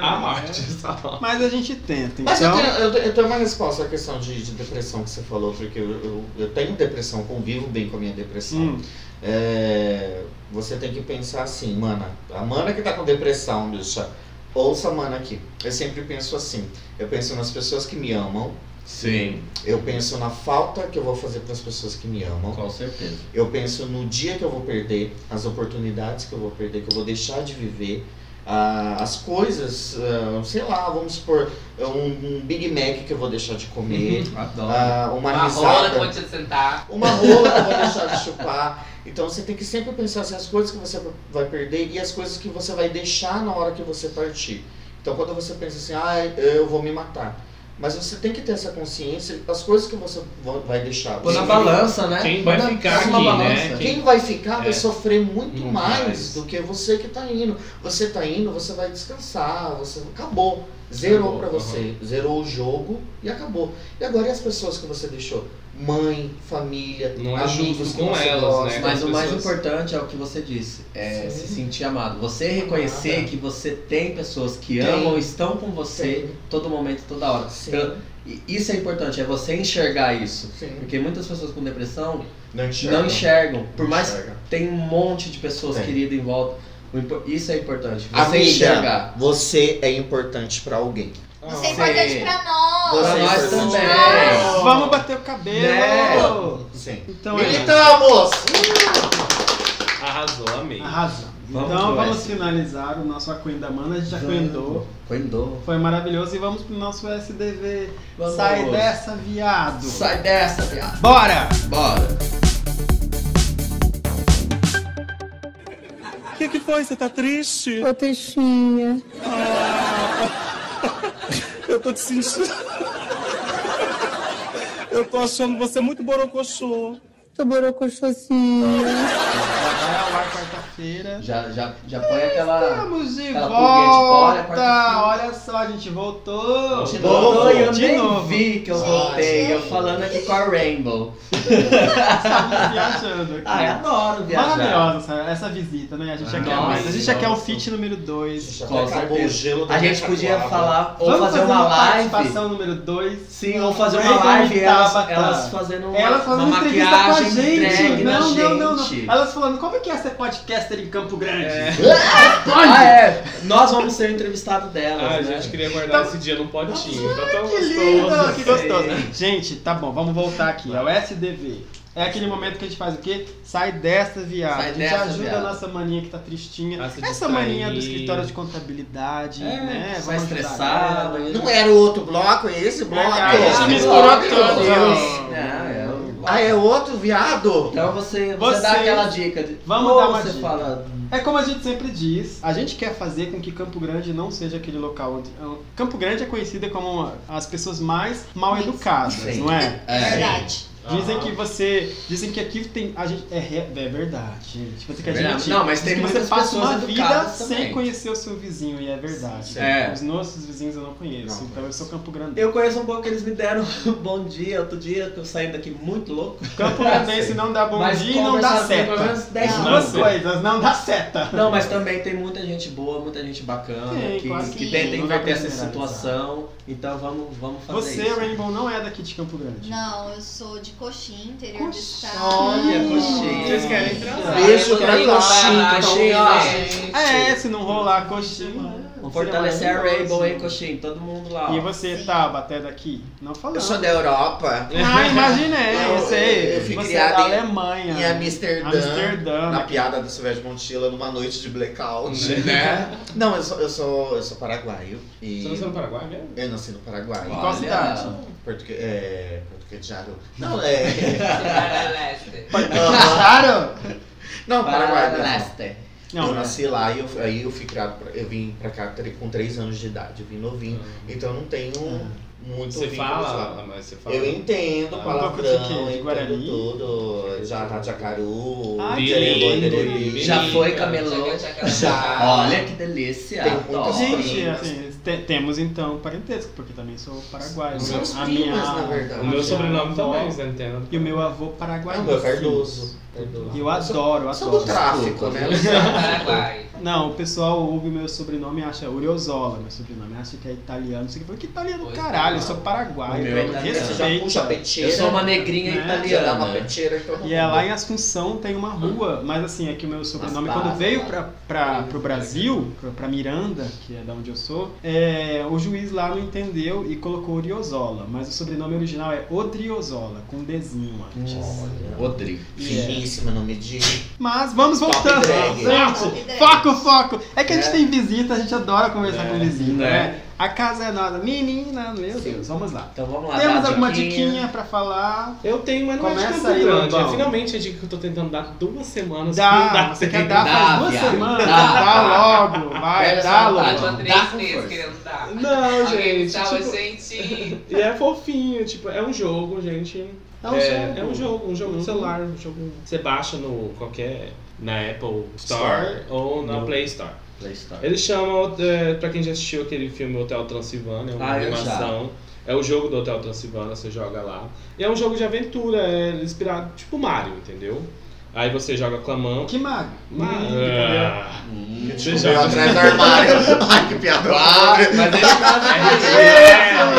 S1: a
S4: A
S1: morte,
S4: morte. só.
S1: né? Mas a gente tenta,
S5: Mas eu,
S1: então.
S5: tenho, eu, tenho- eu tenho uma resposta à questão de, de depressão que você falou, porque eu, eu, eu tenho depressão, convivo bem com a minha depressão.
S1: Hum,
S5: É, você tem que pensar assim, mana, a mana que tá com depressão, bicha, ouça a mana aqui. Eu sempre penso assim, eu penso nas pessoas que me amam,
S4: Sim.
S5: Eu penso na falta que eu vou fazer para as pessoas que me amam.
S10: Com certeza.
S5: Eu penso no dia que eu vou perder, as oportunidades que eu vou perder, que eu vou deixar de viver, ah, as coisas, ah, sei lá, vamos supor, um, um Big Mac que eu vou deixar de comer,
S10: Adoro.
S5: ah, uma
S7: Uma rola que
S5: risada,
S7: eu vou te sentar.
S5: uma rola que eu vou deixar de chupar. Então você tem que sempre pensar assim, as coisas que você vai perder e as coisas que você vai deixar na hora que você partir. Então quando você pensa assim, ah, eu vou me matar. Mas você tem que ter essa consciência, as coisas que você vo- vai deixar.
S3: Pôr
S5: Você
S3: Ah, na
S5: tem que-
S3: balança, né?
S4: Quem vai
S3: Põe na-
S4: ficar
S3: põe na
S4: aqui,
S3: balança.
S4: né?
S5: quem vai ficar
S4: É.
S5: vai sofrer muito
S4: Muito
S5: mais,
S4: mais.
S5: do que você que tá indo. Você tá indo, você vai descansar, você acabou. Zerou
S4: Acabou,
S5: pra você, zerou o jogo e acabou. E agora e as pessoas que você deixou? Mãe, família,
S4: Não é
S5: amigos
S4: justo
S5: que
S4: com
S5: você
S4: elas,
S5: gosta.
S4: né?
S3: Mas
S4: com
S3: o
S4: as
S3: mais
S4: pessoas.
S3: importante é o que você disse, é
S5: Sim.
S3: se sentir amado. Você reconhecer
S5: Amada.
S3: que você tem pessoas que
S5: Tem.
S3: amam, estão com você
S5: Sim.
S3: todo momento, toda hora. Pela-
S5: Sim,
S3: e Isso é importante, é você enxergar isso.
S5: sim.
S3: Porque muitas pessoas com depressão
S5: Não
S3: não enxergam. Por mais que
S5: enxerga.
S3: tenha um monte de pessoas
S5: Tem.
S3: queridas em volta. o impo- Isso é importante. Você
S5: Amiga,
S3: enxergar.
S5: você é importante pra alguém.
S6: Você é
S3: Sim.
S6: importante pra nós.
S5: Você
S3: Pra
S5: é
S3: nós
S5: importante.
S3: também.
S1: Vamos bater o cabelo!
S3: Né?
S5: Sim.
S1: Então é isso.
S5: Militamos!
S4: Arrasou, amei.
S1: Arrasa.
S3: Vamos
S1: então
S3: pro
S1: vamos
S3: S.
S1: finalizar o nosso Aquendamana, a gente aquendou,
S3: Coendou.
S1: foi maravilhoso e vamos pro nosso SDV. Sai dessa, viado!
S3: Sai dessa, viado.
S1: Bora!
S3: Bora.
S11: O que, que foi? Você tá triste?
S12: Ô, Teixinha.
S11: Eu tô te sentindo. Eu tô achando você muito borocochô.
S12: Tô borocochosinha.
S1: Vai ao ar quarta-feira.
S3: Já, já, já põe aquela.
S1: Estamos de
S3: Aquela pulguinha de fora,
S1: volta!
S3: quarta-feira.
S1: Olha só, a gente voltou!
S5: De
S3: Voltou e eu
S1: de
S3: nem
S1: novo.
S3: vi que eu
S5: Gente.
S3: voltei. Eu falando aqui com a Rainbow.
S1: Estamos viajando aqui.
S3: Ah, eu adoro viajar.
S1: Maravilhosa essa, essa visita, né? A gente já quer
S3: Nossa,
S1: mais. A gente já quer o
S3: nossa.
S1: fit número 2.
S5: Já
S3: Com
S5: acabou
S3: certeza.
S5: o gelo da
S3: A gente
S5: minha
S3: podia
S5: tatuagem.
S3: falar ou fazer, uma
S1: uma
S3: live.
S1: participação número 2.
S3: Sim, ou fazer uma
S1: Rainbow
S3: live
S1: e
S3: elas,
S1: Tabata.
S3: elas fazendo uma,
S1: Elas fazendo
S3: uma
S1: entrevista com a
S3: maquiagem
S1: gente.
S3: drag na
S1: Não, não, não, não.
S3: gente.
S1: Elas falando como é que é ser podcaster em Campo Grande.
S4: É.
S3: Ah, é. Nós vamos ser o entrevistado delas,
S4: Ah,
S3: né?
S4: a gente queria guardar esse dia no potinho. Tá tão
S1: Que
S4: gostoso.
S1: lindo, que gostoso. Gente, tá bom, vamos voltar aqui. É o SDV. É aquele momento que a gente faz o quê? Sai dessa viagem.
S3: Sai
S1: a gente
S3: dessa,
S1: ajuda
S3: viado.
S1: a nossa maninha que tá tristinha.
S4: Ah, se
S1: Essa
S4: distrair.
S1: maninha do escritório de contabilidade, né?
S3: É, só
S1: Vamos ajudar
S3: estressado. né?
S1: ela. é
S5: Não era o outro bloco, é esse bloco?
S1: Ah, isso
S3: misturou
S1: tudo.
S5: Deus.
S3: Não, é o-
S5: Ah, é outro viado?
S3: Então você, você,
S1: Vocês-
S3: dá aquela dica. De,
S1: Vamos
S3: ou
S1: dar uma
S3: você
S1: dica.
S3: fala.
S1: É como a gente sempre diz, a gente quer fazer com que Campo Grande não seja aquele local onde. Campo Grande é conhecida como as pessoas mais mal educadas,
S5: Sim.
S1: não é?
S6: Verdade.
S1: Dizem que você. Dizem que aqui tem. A gente, é, re- é verdade, gente. Você quer
S3: É Verdade.
S1: admitir.
S3: Não, mas
S1: Dizem
S3: tem
S1: que você
S3: muitas
S1: passa
S3: pessoas
S1: uma vida
S3: educadas
S1: sem
S3: também.
S1: conhecer o seu vizinho, e é verdade.
S5: Sim.
S3: É.
S1: Os nossos vizinhos eu não conheço,
S5: Não,
S1: então eu sou Campo Grande.
S3: Eu conheço um pouco que eles me deram um bom dia outro dia, tô saindo daqui muito louco.
S1: Campo Grandense
S3: Sim.
S1: não dá bom
S3: mas
S1: dia e não dá
S3: conversaram comigo pelo
S1: seta.
S3: menos 10
S1: As
S3: minutos.
S1: duas coisas, não dá seta.
S3: Não, mas também tem muita gente boa, muita gente bacana
S1: Tem,
S3: que,
S1: claro que
S3: que
S6: sim.
S3: tenta
S1: Não dá pra
S3: inverter essa
S1: generalizar.
S3: situação. Então vamos, vamos fazer
S1: Você,
S3: isso.
S1: Rainbow, não é daqui de Campo Grande.
S6: Não, eu sou de coxinha, interior do
S1: Coxinha.
S6: estado. Hum.
S3: Olha, coxinha.
S4: Vocês querem transar?
S5: Beijo
S7: Eu
S5: pra
S7: também
S5: coxinha,
S7: gosto de
S5: então,
S7: coxinha,
S5: gente.
S1: É, se não rolar a coxinha.
S3: Vamos fortalecer
S1: seria
S3: a Rainbow, hein,
S1: é maravilhoso.
S3: coxinha? Todo mundo lá. ó.
S1: E você,
S6: Sim.
S1: Taba, até daqui? Não falando.
S5: Eu sou da Europa,
S1: Ah, imaginei, eu
S5: Eu-
S1: sei.
S5: eu fui
S1: você é
S5: criado
S1: da
S5: em-
S1: Alemanha.
S5: em Amsterdã,
S1: Amsterdã.
S5: na piada do Silvestre Montilla, numa noite de blackout.
S4: Né?
S5: Não, eu sou, eu sou, eu sou paraguaio. E
S4: Você nasceu no Paraguai mesmo?
S5: eu nasci no Paraguai.
S1: Em qual
S3: Olha.
S1: cidade?
S5: Portugue... É... Portuguesado. Não, é...
S7: Leste.
S1: Claro!
S5: Não, Paraguai.
S3: Para
S5: mesmo.
S3: Leste.
S5: eu
S1: Não, né?
S5: nasci lá e eu, aí eu fui criado, pra, eu vim pra cá tre- com 3 anos de idade, eu vim novinho. Então eu não tenho
S1: É.
S5: muito
S4: Você
S5: vínculos
S4: fala,
S5: lá.
S4: mas você fala.
S5: Eu
S4: Ah,
S5: entendo
S1: um pouco de quê?
S5: palavrão,
S1: De
S5: entendo
S1: Guarani?
S5: tudo, já tá jacaru,
S1: Ah,
S5: tererê,
S4: Bilingue,
S5: tererê.
S3: Já
S4: Sim,
S3: foi
S4: cara.
S3: camelô.
S5: Já.
S3: Olha que delícia.
S5: Tem muita
S3: Adoro.
S1: Gente,
S5: primas.
S1: assim, te- temos então parentesco, porque também sou paraguaio.
S5: Somos
S1: A
S5: primas,
S1: minha-
S5: na verdade.
S4: O meu sobrenome tá
S1: avó
S4: também, né? você entende?
S1: E o meu avô
S5: Ah,
S1: paraguaio.
S5: meu, Cardoso. Cardoso.
S1: Eu adoro,
S5: Sou do
S1: adoro.
S5: tráfico, né?
S7: Paraguai.
S1: Não, o pessoal ouve meu sobrenome e acha Uriozola, meu sobrenome, acha que é italiano. Não sei o que. Eu falei, que italiano,
S7: Pois
S1: caralho,
S7: não.
S1: eu sou
S3: O
S1: paraguaio.
S3: meu é
S1: então,
S3: italiano.
S5: já puxa a
S1: respeita.
S5: peteira.
S3: Eu sou uma negrinha
S1: Né?
S5: Já dá uma
S3: italiana.
S5: peteira em todo
S1: E é
S5: mundo.
S1: lá em Assunção tem uma rua, mas assim, é que o meu sobrenome,
S3: Mas
S1: quando
S3: passa,
S1: veio
S3: né?
S1: pra, pra, pro Brasil, pra, pra Miranda, que é da onde eu sou, é, o juiz lá não entendeu e colocou Oriozola, mas o sobrenome original é Odriozola, com um Dzinho antes.
S13: Rodrigo.
S5: é. Finíssima, não me diga.
S1: Mas vamos voltando. Foco,
S5: drag.
S6: Top drag.
S1: foco, foco. É que a gente
S5: É.
S1: tem visita, a gente adora conversar
S3: É,
S1: com vizinho,
S3: né?
S1: né? A casa é nada. Menina, meu Deus, vamos lá.
S3: Então vamos lá.
S1: Temos
S3: dar a
S1: alguma diquinha pra falar?
S4: Eu tenho, mas não é de
S1: Começa
S4: campo
S1: aí,
S4: grande.
S1: Lambão.
S4: É finalmente a dica que eu tô tentando dar duas semanas. não
S1: Dá, você quer
S4: tempo.
S1: dar faz
S3: Dá,
S1: duas
S3: viado.
S1: semanas,
S3: Dá.
S1: dá logo, vai,
S5: Pega
S1: dá
S5: essa
S7: Eu
S1: logo.
S5: vontade.
S7: tô há
S5: Dá
S7: três
S5: com
S7: meses
S5: força.
S7: querendo dar.
S4: Não,
S7: Alguém
S4: gente.
S7: me salva,
S3: assim.
S4: tipo,
S7: gente.
S4: E é fofinho, tipo, é um jogo, gente.
S1: É um jogo. Uhum.
S4: É um jogo, um jogo no celular, um jogo. Você baixa no qualquer. na Apple Store, ou na
S13: No-
S4: Play Store.
S13: Play Store.
S4: Eles chamam, é, pra quem já assistiu aquele filme Hotel Transilvânia, é uma
S3: Ah, eu
S4: animação. É o jogo do Hotel Transilvânia, você joga lá. E é um jogo de aventura, é inspirado, tipo Mario, entendeu? Aí você joga com a mão.
S1: Que mago.
S4: Ah, você
S5: Veio
S4: joga.
S5: Hum, atrás do armário. Ah, Ai, que piada.
S4: Mas ele quase foi. É, ele É,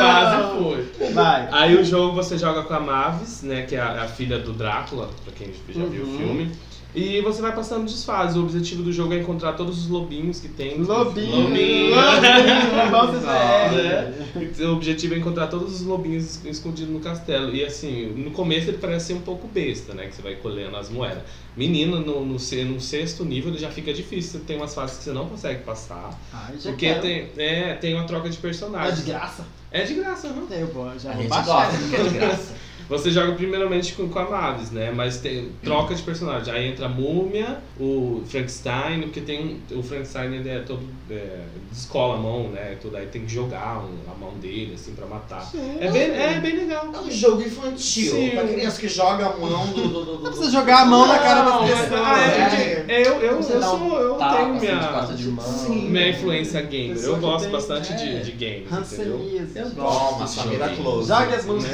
S4: quase foi.
S1: Vai.
S4: Aí o jogo você joga com a Mavis, né? Que é a, a filha do Drácula, pra quem já viu
S1: Uhum.
S4: o filme. E você vai passando desfases. O objetivo do jogo é encontrar todos os lobinhos que tem.
S1: Lobinho.
S4: Lobinho.
S1: Lobinho. bom você
S4: É.
S1: saber.
S5: né?
S4: O objetivo é encontrar todos os lobinhos es- escondidos no castelo. E assim, no começo ele parece ser um pouco besta, né? Que você vai colhendo as moedas. Menino, no, no, se- no sexto nível ele já fica difícil. Tem umas fases que você não consegue passar.
S1: Ai, já
S4: Porque
S1: quero.
S4: tem, é, tem uma troca de
S1: É de
S4: personagens.
S1: graça.
S4: É de graça, não.
S1: Eu vou, já
S13: A
S1: vou
S13: gente
S1: baixar.
S13: gosta, porque é de graça.
S4: Você joga primeiramente com, com a Mavis, né? Mas tem troca de personagem. Aí entra a Múmia, o Frankenstein, porque tem um, o Frankenstein ele é todo é, descola a mão, né? Tudo aí tem que jogar um- a mão dele assim pra matar. É bem, é bem legal.
S5: É um jogo infantil.
S4: Sim.
S5: Pra criança que joga a mão do. do, do, do-
S1: Não precisa jogar a mão na cara das
S4: Não, mas-
S1: pessoas.
S4: ah,
S1: né?
S4: é, gente, eu, eu, eu,
S3: Você dá um
S4: sou, eu
S3: Tapa,
S4: tenho
S3: assim, de pasta
S4: minha,
S3: de mão.
S4: minha influência gamer.
S1: Pessoa
S4: Eu
S1: que
S4: gosto
S1: tem,
S4: bastante
S1: é,
S4: de, de games, entendeu?
S1: Hanseníase.
S5: Toma,
S4: desse
S5: Samira
S4: joguinho.
S5: Close.
S1: Jogue as mãos.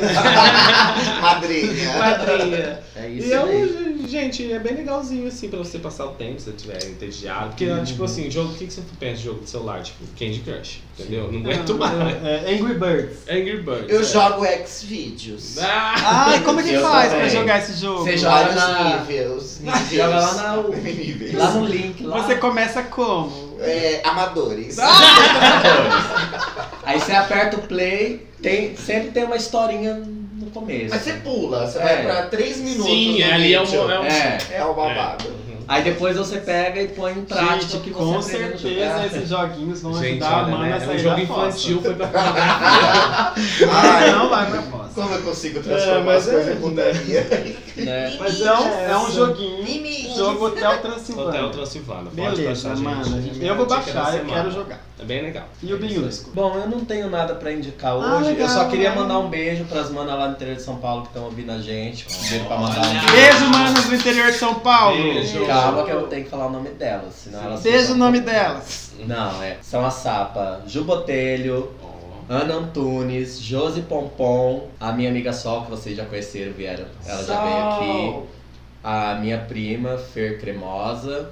S5: Madrinha.
S4: Padrinha.
S5: É
S4: E
S5: isso
S4: é
S5: aí.
S4: um, gente, é bem legalzinho, assim, pra você passar o tempo, se você estiver entediado. Porque, tipo assim, jogo, o que, que você pensa de jogo de celular? Tipo, Candy Crush, entendeu? Não aguento mais.
S1: É, é, Angry Birds.
S4: Angry Birds.
S5: Eu
S4: é.
S5: jogo X-Videos.
S4: Ah,
S1: Ah, como é que
S13: Eu
S1: faz
S13: também.
S1: pra jogar esse jogo?
S3: Você joga
S5: Vários
S3: na-
S5: níveis. níveis.
S3: Joga lá na U.
S5: Níveis.
S3: Lá no link, lá.
S1: Você começa como?
S5: É, amadores.
S1: Ah!
S3: Aí você aperta o play, tem, sempre tem uma historinha no começo.
S5: Mas você pula, você
S3: É.
S5: vai pra 3 minutos.
S4: sim,
S5: no
S4: ali é um.
S5: vídeo.
S4: É um
S3: É.
S5: É o babado.
S3: Aí depois você pega e põe em prática o que
S1: Gente,
S3: você É.
S1: com
S3: aprendeu no jogo. Ah,
S1: certeza esses joguinhos vão
S4: Gente,
S1: ajudar a
S4: olha,
S1: mana
S4: né?
S1: a
S4: É um
S1: sair
S4: jogo
S1: da fossa.
S4: infantil, foi pra falar.
S1: Ah, não vai pra fossa.
S5: Como eu consigo transformar
S4: É, mas
S5: as coisas
S4: é,
S5: em putaria?
S3: Né?
S1: Mas é um, é um joguinho,
S6: Limites.
S1: jogo Hotel
S4: Hotel
S1: Transilvânia.
S4: Transilvana. é Pode
S1: Beleza,
S4: baixar,
S1: mano.
S4: gente.
S1: Eu vou
S4: Minha dica
S1: baixar,
S4: da
S1: eu
S4: semana.
S1: quero jogar.
S4: É bem legal.
S1: E o Binhusco?
S3: Bom, eu não tenho nada pra indicar hoje.
S1: Ah, legal,
S3: eu só queria
S1: né?
S3: mandar um beijo pras manas lá no interior de São Paulo que estão ouvindo a gente. Pediram pra mandar um
S1: Beijo, manos do interior de São Paulo.
S4: Beijo.
S3: beijo. Calma que eu tenho que falar o nome delas, senão elas
S1: Beijo
S4: tá
S3: ficam-
S1: o nome delas.
S3: Não, é. São a Sapa, Ju Botelho, Ana Antunes, Josi Pompom, a minha amiga Sol, que vocês já conheceram, vieram. Ela já veio aqui. A minha prima, Fer Cremosa,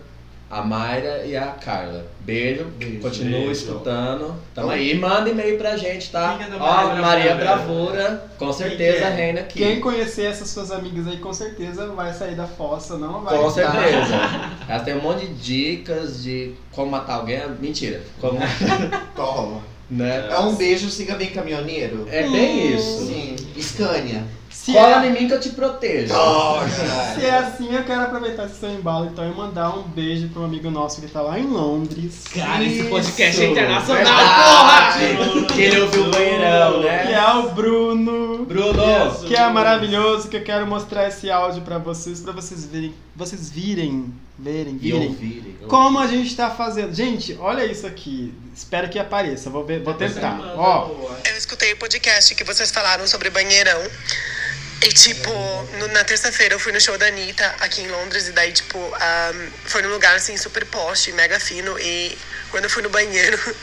S3: a Mayra e a Carla. Beijo,
S5: Beijo.
S3: continua
S4: Beijo.
S3: escutando.
S1: Então,
S3: Tamo aí, manda e-mail pra gente, tá?
S1: Fica é da
S3: Ó,
S1: Maria
S3: Maria
S4: Bravura.
S3: Bravura, com certeza
S1: é?
S3: reina aqui.
S1: Quem conhecer essas suas amigas aí, com certeza vai sair da fossa, não vai
S3: Com
S1: gostar.
S3: certeza. Elas têm um monte de dicas de como matar alguém. Mentira. Como,
S1: É.
S5: Toma.
S3: né?
S5: É um beijo, siga bem caminhoneiro.
S3: É bem isso.
S5: Sim. Scania.
S1: Se é,
S3: Cola em mim que eu te protejo.
S1: se é assim, eu quero aproveitar esse seu embalo então e mandar um beijo para um amigo nosso que tá lá em Londres.
S4: Cara, esse podcast é
S3: Verdade. Que ele ouviu o banheirão,
S1: Que
S3: né?
S1: é o Bruno.
S3: Bruno!
S1: Que é maravilhoso, que eu quero mostrar esse áudio para vocês, para vocês verem, vocês virem, verem,
S3: E
S1: virem.
S3: ouvirem.
S1: Como a gente tá fazendo. Gente, olha isso aqui. Espero que apareça. Vou ver, vou tentar. Ó,
S14: Eu escutei o podcast que vocês falaram sobre banheirão. E, tipo, no- na terça-feira eu fui no show da Anitta aqui em Londres. E daí, tipo, ahm, foi num lugar, assim, super poste, mega fino. E quando eu fui no banheiro,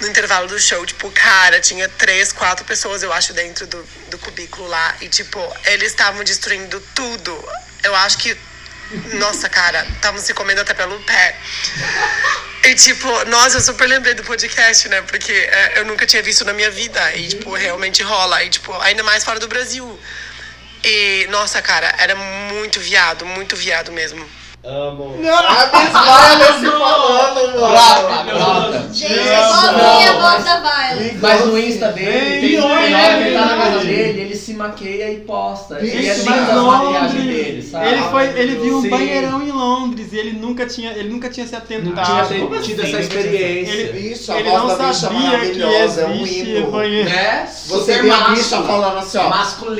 S14: no intervalo do show, tipo, cara, tinha três, quatro pessoas, eu acho, dentro do, do cubículo lá. E, tipo, eles estavam destruindo tudo. Eu acho que Nossa, cara, estavam se comendo até pelo pé. E tipo, nossa, eu super lembrei do podcast, né? Porque é, eu nunca tinha visto na minha vida. E, tipo, realmente rola. E, tipo, ainda mais fora do Brasil. E, nossa, cara, era muito viado, muito viado mesmo.
S2: Amo. Não, a se falando,
S3: Brota, brota.
S6: Gente, igualzinha a voz da Violet.
S3: Mas no Insta dele, tem
S1: Pior,
S3: um
S1: né?
S3: ele tá na casa dele, ele se maqueia e posta.
S1: Gente,
S3: e é linda
S1: mas
S3: as maquiagens
S1: Londres.
S3: dele, sabe?
S1: Ele, foi, ele viu um
S3: Sim.
S1: banheirão em Londres e ele nunca tinha, ele nunca tinha se
S3: Não né?
S1: atentado.
S3: tinha
S1: Como
S3: tido-
S1: assim?
S3: tido essa experiência.
S1: Ele-
S2: Bicho, a
S1: Ele
S2: voz
S1: não
S2: da bicha é
S1: sabia que
S2: maravilhosa, é um
S1: existe
S2: hino.
S1: banheiro.
S3: Né?
S2: Você
S3: Super
S2: vê a
S3: macho.
S2: bicha falando assim, ó.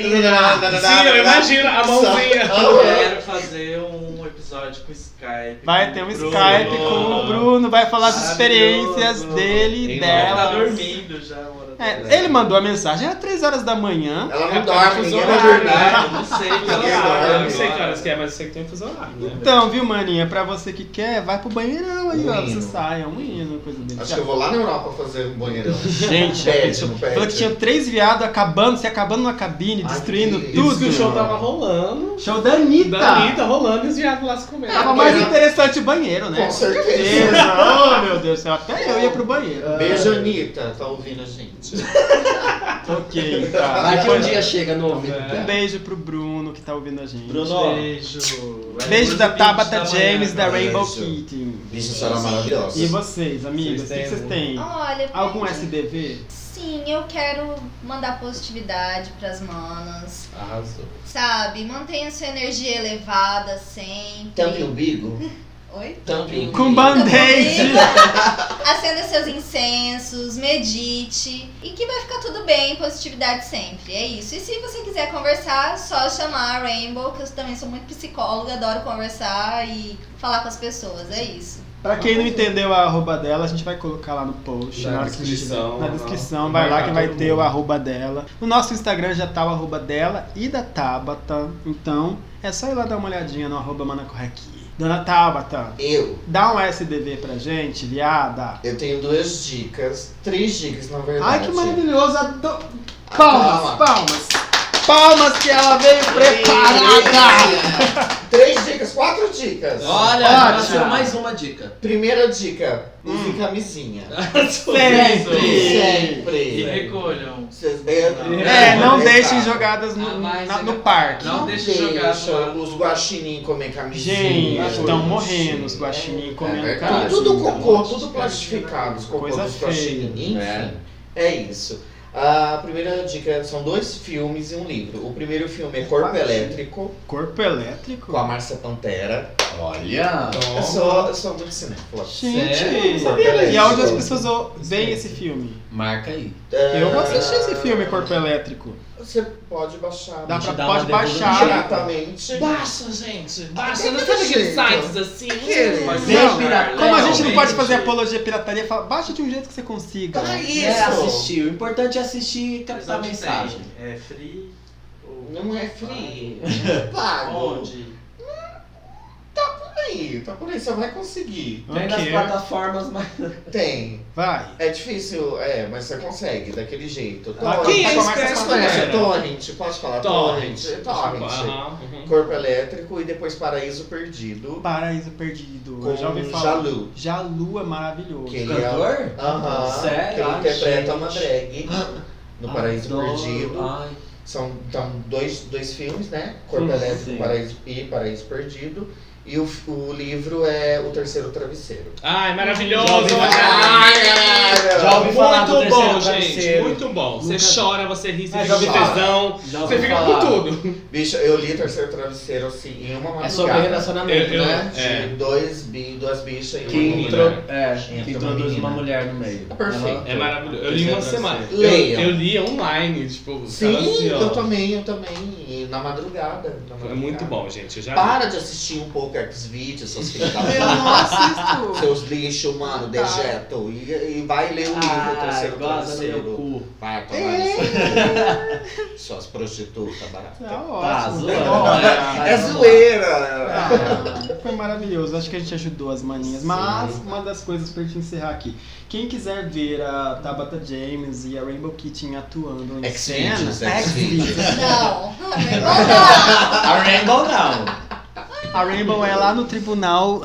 S3: Masculina.
S2: Sim, eu imagino,
S15: a
S2: mãozinha.
S15: Eu quero fazer um episódio com Skype.
S1: Vai
S15: com
S1: ter um
S15: o Bruno.
S1: Skype com o Bruno, vai falar das
S15: Maravilhoso.
S1: experiências dele e
S15: Ele Tá
S1: dela.
S15: dormindo já. a hora
S1: É,
S15: dela.
S1: ele mandou a mensagem, era 3 horas da manhã.
S2: Ela não dorme,
S1: fuso
S2: ninguém vai
S1: horário.
S15: Eu
S2: dormir.
S15: não sei, que
S2: Ninguém
S15: ela
S2: dorme
S15: eu não sei que
S2: agora.
S15: horas que é, mas eu sei que tem um fuso horário, né?
S1: Então, viu, maninha, pra você que quer, vai pro banheirão aí,
S5: Um
S1: ó. Você
S5: hino.
S1: sai, é um hino, coisa dele.
S5: Acho que eu vou lá na Europa fazer um banheirão.
S1: Gente, é tipo,
S5: Pede, não
S1: Falou que tinha
S5: pede.
S1: três viados acabando, se acabando na cabine,
S5: Ai,
S1: destruindo
S5: que delícia.
S1: tudo.
S15: Isso que o show tava rolando.
S1: Show da Anitta.
S3: Tá.
S15: Da Anitta rolando e os viados lá se comendo.
S1: Tava
S5: É,
S1: mais
S5: porque-
S1: interessante o banheiro, né?
S5: Com certeza.
S1: oh, meu Deus do céu, até eu ia pro banheiro.
S5: Beijo, Anitta. Tá ouvindo a gente.
S1: Ok, tá.
S3: Vai que um dia chega no ouvido
S1: Um
S15: É.
S3: dela.
S1: beijo pro Bruno que tá ouvindo a gente.
S3: Bruno.
S15: Beijo.
S1: Beijo da Tabata James, da
S5: Beijo.
S1: Rainbow Kitty.
S5: Bicha, a senhora é maravilhosa.
S1: E vocês, amigos, o que
S15: Vocês
S1: vocês
S15: têm
S1: têm?
S6: Olha,
S1: Algum
S6: peraí.
S1: SDV?
S6: Sim, eu quero mandar positividade pras manas.
S3: Arrasou.
S6: Sabe? Mantenha sua energia elevada sempre.
S5: Tampe o bigo.
S6: Oi?
S5: Tampe o
S1: Com
S5: bigo.
S1: band-aid!
S6: Acenda seus incensos, medite e que vai ficar tudo bem, positividade sempre. É isso. E se você quiser conversar, só chamar a Rainbow, que eu também sou muito psicóloga, adoro conversar e falar com as pessoas. É isso.
S1: Pra quem não entendeu a arroba dela, a gente vai colocar lá no post,
S15: Na
S1: na, hora que
S15: descrição.
S1: tiver- na descrição,
S15: Não.
S1: vai lá
S15: Marcar
S1: que vai
S15: todo
S1: ter o
S15: mundo.
S1: arroba dela. No nosso Instagram já tá o arroba dela e da Tabata, então é só ir lá dar uma olhadinha no arroba manacorrequi. Dona Tabata,
S5: Eu.
S1: dá um SDV pra gente, viada.
S5: Eu tenho duas dicas. Três dicas, na verdade.
S1: Ai, que maravilhoso. ado-
S5: Ah,
S1: Palmas,
S5: calma.
S1: palmas. Palmas que ela veio preparada.
S5: Três dicas, quatro dicas.
S3: Olha,
S1: Ótimo.
S3: nasceu mais uma dica.
S5: Primeira dica, use camisinha.
S1: Sempre.
S15: E
S5: Sempre.
S15: recolham.
S5: Vocês
S1: É, não
S5: Exato.
S1: deixem jogadas no, na- no parque.
S15: Não
S5: Não
S15: deixa
S5: deixa
S15: jogar no-
S5: os guaxinim comer camisinha.
S1: Gente,
S5: Gente,
S1: estão morrendo os guaxinim comendo
S5: é
S1: camisinha.
S5: Tudo cocô, tudo plastificado, os cocô
S1: Coisa
S5: dos
S1: feia.
S5: guaxinim. Enfim,
S3: É.
S5: é. isso. A primeira dica são dois filmes e um livro. O primeiro filme é
S1: Um
S5: Corpo Elétrico,
S1: Corpo elétrico?
S5: com a Márcia Pantera.
S3: Olha.
S5: Eu sou, eu sou muito cinéfila.
S1: Gente!
S5: Corpo Elétrico.
S1: E aonde as pessoas o- veem esse filme?
S3: Marca aí.
S5: É.
S1: Eu vou assistir esse filme, Corpo Elétrico.
S5: Você pode baixar.
S1: Dá
S3: Te
S1: pra,
S3: dá
S1: pode
S3: uma devolutiva.
S1: baixar.
S5: Diretamente.
S15: Baixa, gente. Baixa.
S5: Tem
S15: Não
S5: muito
S15: sabe aqueles
S5: jeito.
S15: sites assim?
S5: Que
S15: Não,
S1: isso?
S15: não,
S3: Pirata-
S1: Como a gente não
S15: realmente.
S1: pode fazer apologia à pirataria, fala, baixa de um jeito que você consiga.
S5: Ah, isso!
S3: É assistir. O importante é assistir e captar a
S15: Episódio
S3: mensagem.
S15: tem. É free ou
S5: Não é free. É pago.
S15: Onde?
S5: Por aí, tá por aí, você vai conseguir.
S3: Tem nas
S1: Ok,
S3: plataformas, mas.
S5: Tem.
S1: vai.
S5: É difícil, é, mas você consegue, daquele jeito.
S1: Ah,
S5: Torrent,
S1: quem é
S5: você
S1: esperto,
S5: conhece- conhece
S1: galera?
S5: Torrent, pode
S3: Tá
S5: falar Torrent. Torrent.
S15: Aham, uhum.
S5: Corpo Elétrico e depois Paraíso Perdido.
S1: Paraíso Perdido.
S5: Com
S1: eu já ouvi falar.
S5: Jalu.
S1: Jalu é maravilhoso.
S5: Que- Ele é-
S3: Cantor?
S5: Aham.
S3: Sério?
S5: Que ele
S3: Ai,
S5: interpreta
S3: gente. Ah,
S5: uma drag no Paraíso
S3: Adoro. Ah.
S5: Perdido.
S3: Ai,
S5: São então, dois, dois filmes, né? Corpo
S3: Sim,
S5: Elétrico
S3: sim.
S5: Paraíso, e Paraíso Perdido. E o, f- o livro é O Terceiro Travesseiro.
S15: Ai, maravilhoso.
S3: Já ouvi falar.
S5: Ai,
S3: Já ouvi falar do
S15: Muito bom,
S3: terceiro
S15: gente.
S3: travesseiro.
S15: Muito bom. Você
S3: Nunca-
S15: chora, você ri, você
S3: Mas
S15: fica
S3: já
S15: de
S5: ouvi falar.
S15: tesão.
S3: já ouvi
S15: Você fica
S3: falar.
S15: com tudo.
S5: Bicho, eu li Terceiro Travesseiro assim em uma madrugada.
S3: É sobre relacionamento,
S15: Eu- eu-
S3: né?
S5: De
S15: É.
S5: dois bi, duas bichas um e uma
S3: Que,
S5: menina.
S3: intro... é, que
S5: Entra uma
S3: introduz
S5: menina.
S3: uma mulher no meio.
S5: É perfeito.
S15: É maravilhoso. Eu li uma
S3: Terceiro
S15: semana. Eu,
S5: Leia.
S15: eu li online, tipo,
S5: Sim,
S15: tava assim, ó.
S5: eu
S3: então
S5: também, eu também. E na madrugada. na
S15: É
S5: madrugada.
S15: muito bom, gente. Eu já li.
S5: Para de assistir um pouco X-Videos, seus filhos da
S1: Eu não assisto.
S5: Seus lixos, mano,
S1: Tá.
S5: dejeto. E, e vai ler o livro
S3: Ah,
S5: Terceiro
S3: goza no meu
S5: Travesseiro.
S3: cu.
S5: Vai tomar
S1: É.
S5: no seu- Suas prostitutas baratas.
S1: Tá
S3: Tá,
S1: ótimo.
S3: zoando.
S1: Olha.
S5: É zoeira!
S1: Ah, foi maravilhoso. Acho que a gente ajudou as maninhas. Mas uma das coisas pra gente encerrar aqui. Quem quiser ver a Tabata James e a Rainbow Kitchen atuando em
S5: X-Videos,
S1: cena,
S5: X-Videos.
S1: X-Videos.
S6: Não, não, não.
S3: A Rainbow não.
S1: A Rainbow é lá no tribunal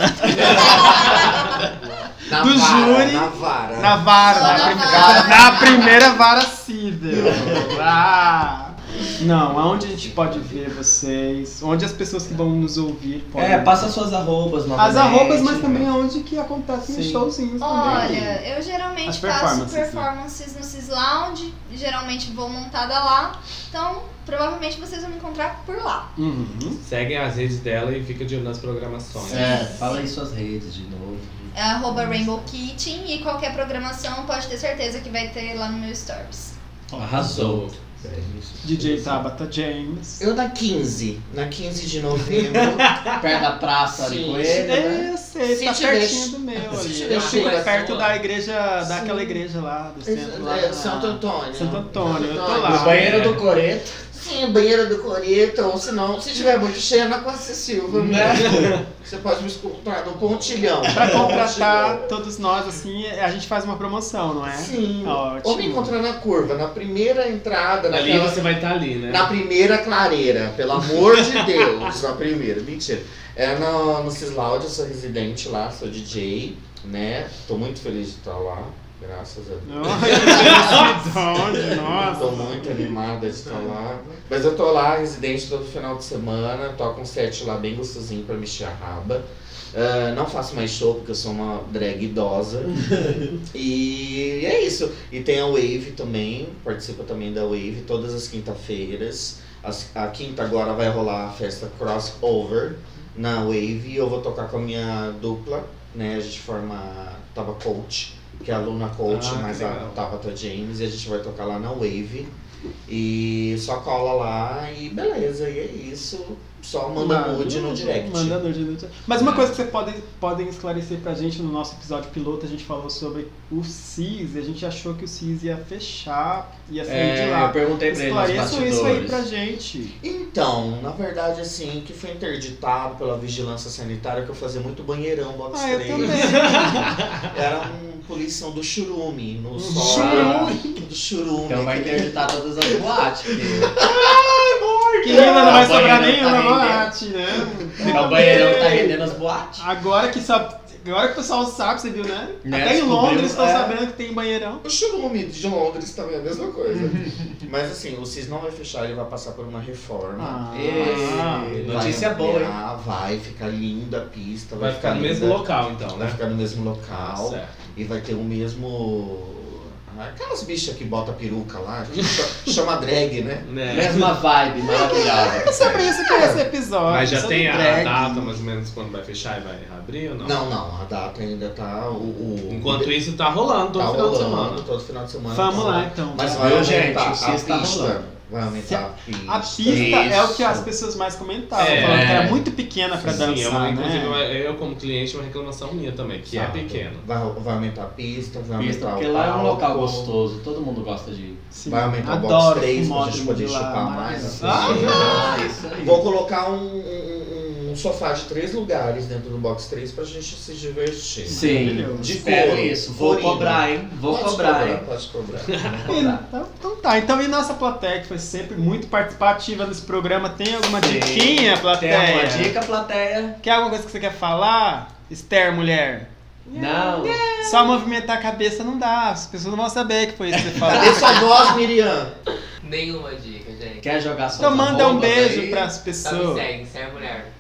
S5: Na
S1: do
S5: vara,
S1: júri.
S5: na vara.
S1: Na vara.
S5: Só
S1: Na,
S5: na
S1: primeira-
S5: vara.
S1: na primeira vara civil. Ah. Não, aonde a gente pode ver vocês? Onde as pessoas que vão nos ouvir podem.
S9: É, passa suas arrobas
S1: As
S9: novamente.
S1: arrobas, mas também é onde que acontecem
S9: Sim.
S1: showzinhos também.
S6: Olha, eu geralmente
S1: As
S6: faço
S1: performances, né?
S6: performances no Cis Lounge, geralmente vou montada lá, então provavelmente vocês vão me encontrar por lá.
S1: Uhum.
S4: Seguem as redes dela e fica de olho nas programações.
S9: É, fala aí suas redes de novo.
S6: É arroba Rainbow Kitchen e qualquer programação pode ter certeza que vai ter lá no meu Stories.
S9: Arrasou. É
S1: DJ Tabata James.
S5: Eu na 15. Na 15 de novembro.
S9: Perto da praça ali
S5: Sim.
S9: com
S1: É,
S9: ele. né?
S5: né?
S1: eu sei,
S5: Se
S1: tá
S5: tiver-
S1: pertinho do meu
S5: se
S1: ali.
S5: tiver
S1: Eu fico
S5: chuva,
S1: perto
S5: sua.
S1: da igreja,
S5: Sim.
S1: daquela igreja lá do centro. Lá,
S5: assim, É, Santo Antônio.
S1: Santo Antônio, eu tô
S5: Antônio.
S1: lá.
S5: No banheiro
S1: É.
S9: do Coreto.
S5: Sim, banheira do Coreto, ou se não, se tiver muito cheia, na Costa Silva mesmo. Você pode me escutar no pontilhão.
S1: Pra contratar todos nós, assim, a gente faz uma promoção, não é?
S5: Sim.
S1: Ótimo.
S5: Ou me encontrar na curva, na primeira entrada,
S4: Ali
S5: naquela-
S4: você vai estar ali, né?
S5: na primeira clareira, pelo amor de Deus, na primeira, mentira. É no, no Cislaud, eu sou residente lá, sou DJ, né? Tô muito feliz de estar lá, graças a Deus.
S1: um Nossa, nossa.
S5: Tô muito animada de estar lá. Mas eu tô lá, residente, todo final de semana. Toco um set lá bem gostosinho pra mexer a raba. Ah, não faço mais show porque eu sou uma drag idosa. e é isso. E tem a Wave também, participa também da Wave todas as quinta-feiras. As- A quinta agora vai rolar a festa crossover na Wave e eu vou tocar com a minha dupla, né? A gente forma a Tava Coach, que é a Luna Coach,
S1: Ah, que
S5: mais a
S1: legal.
S5: Tabata James, e a gente vai tocar lá na Wave. E só cola lá e beleza, e é isso. Só manda nude no direct.
S1: Manda nude no direct. Mas uma coisa que vocês podem, podem esclarecer pra gente no nosso episódio piloto, a gente falou sobre o CIS, e a gente achou que o CIS ia fechar, ia sair de
S9: É,
S1: lá.
S9: eu perguntei pra ele nos
S1: Esclareçam isso aí
S9: bastidores.
S1: pra gente.
S5: Então, na verdade, assim, que foi interditado pela vigilância sanitária que eu fazia muito banheirão box
S1: Ah, eu
S5: 3.
S1: também.
S5: Era um policial do churume, no sol.
S9: Uhum. Churume?
S5: Do churume.
S9: Então vai
S5: aquele-
S9: interditar todas as boates. porque
S1: Querida, não vai
S9: O banheirão
S1: sobrar
S9: tá
S1: nenhuma
S9: rendendo.
S1: boate, né?
S9: É o banheirão que tá rendendo as boates.
S1: Agora que sabe. Agora que o pessoal sabe, você viu, né?
S9: Né,
S1: Até em
S9: descobriu,
S1: Londres estão
S9: é.
S1: sabendo que tem banheirão.
S5: O churume de Londres também é a mesma coisa.
S9: Uhum.
S5: Mas assim, o CIS não vai fechar, ele vai passar por uma reforma.
S1: Ah,
S9: Ei,
S5: Ele
S9: notícia
S5: vai
S9: boa, hein?
S5: ampliar, Vai ficar linda a pista. Vai,
S4: Vai ficar no
S5: linda-
S4: mesmo local, então,
S5: Vai
S4: né?
S5: ficar no mesmo local.
S4: Certo.
S5: E vai ter o mesmo. ah, Aquelas bichas que bota peruca lá, que ch- chama drag, né?
S4: Né?
S9: Mesma vibe
S1: É
S9: maravilhosa.
S1: sobre isso que é esse episódio.
S4: Mas já
S1: sobre
S4: tem a
S1: drag.
S4: data mais ou menos quando vai fechar e vai abrir ou não?
S5: Não, não, a data ainda tá. O, o-
S4: Enquanto isso, tá rolando todo
S5: tá
S4: final de
S5: rolando,
S4: semana.
S5: Todo final de semana.
S1: Vamos
S5: tá
S1: lá
S5: rolando.
S1: então.
S5: Mas
S1: Vai.
S5: vai
S9: Viu,
S5: aumentar
S9: gente?
S5: a
S9: O Cis tá
S5: pista.
S9: rolando.
S5: Vai
S1: Se-
S5: aumentar a pista.
S1: A pista é o que
S9: Isso.
S1: as pessoas mais comentavam,
S4: É.
S1: falando que era muito pequena pra dançar,
S4: Sim, é uma, inclusive,
S1: né?
S4: eu- eu como cliente, uma reclamação minha também, que
S5: Sabe?
S4: é pequena.
S5: Vai, vai aumentar a pista, vai
S9: Pista,
S5: aumentar
S9: porque
S5: o
S9: lá é um
S5: palco,
S9: local gostoso, todo mundo gosta de.
S1: Sim.
S5: Vai aumentar o box
S1: Adoro
S5: 3
S1: o
S5: pra gente
S1: módulo
S5: poder
S1: de Ah! lá,
S5: chupar mais.
S1: mas-
S5: assim.
S9: isso aí.
S5: Vou colocar um, um- um- um sofá de três lugares dentro do box 3 pra gente se divertir.
S9: Sim,
S1: Maravilhoso.
S9: de
S5: Espero
S9: couro. Isso, vou
S5: Coringa.
S9: cobrar, hein? Vou
S5: Pode
S9: cobrar, hein?
S5: Pode cobrar.
S9: Vou cobrar.
S1: Então, então tá, então e nossa plateia que foi sempre muito participativa nesse programa, tem alguma
S9: Sim.
S1: diquinha,
S9: Tem
S1: plateia?
S9: alguma dica, plateia?
S1: Quer alguma coisa que você quer falar? Esther, mulher?
S9: Não.
S1: Só movimentar a cabeça não dá, as pessoas não vão saber que foi isso que você falou. Então,
S5: Cadê sua voz, Miriam?
S7: Nenhuma dica, gente.
S9: Quer jogar suas
S1: Então manda um
S9: arrobas
S1: beijo
S9: aí?
S1: pras
S7: Só me
S1: pessoas.
S7: segue, Esther Mulher.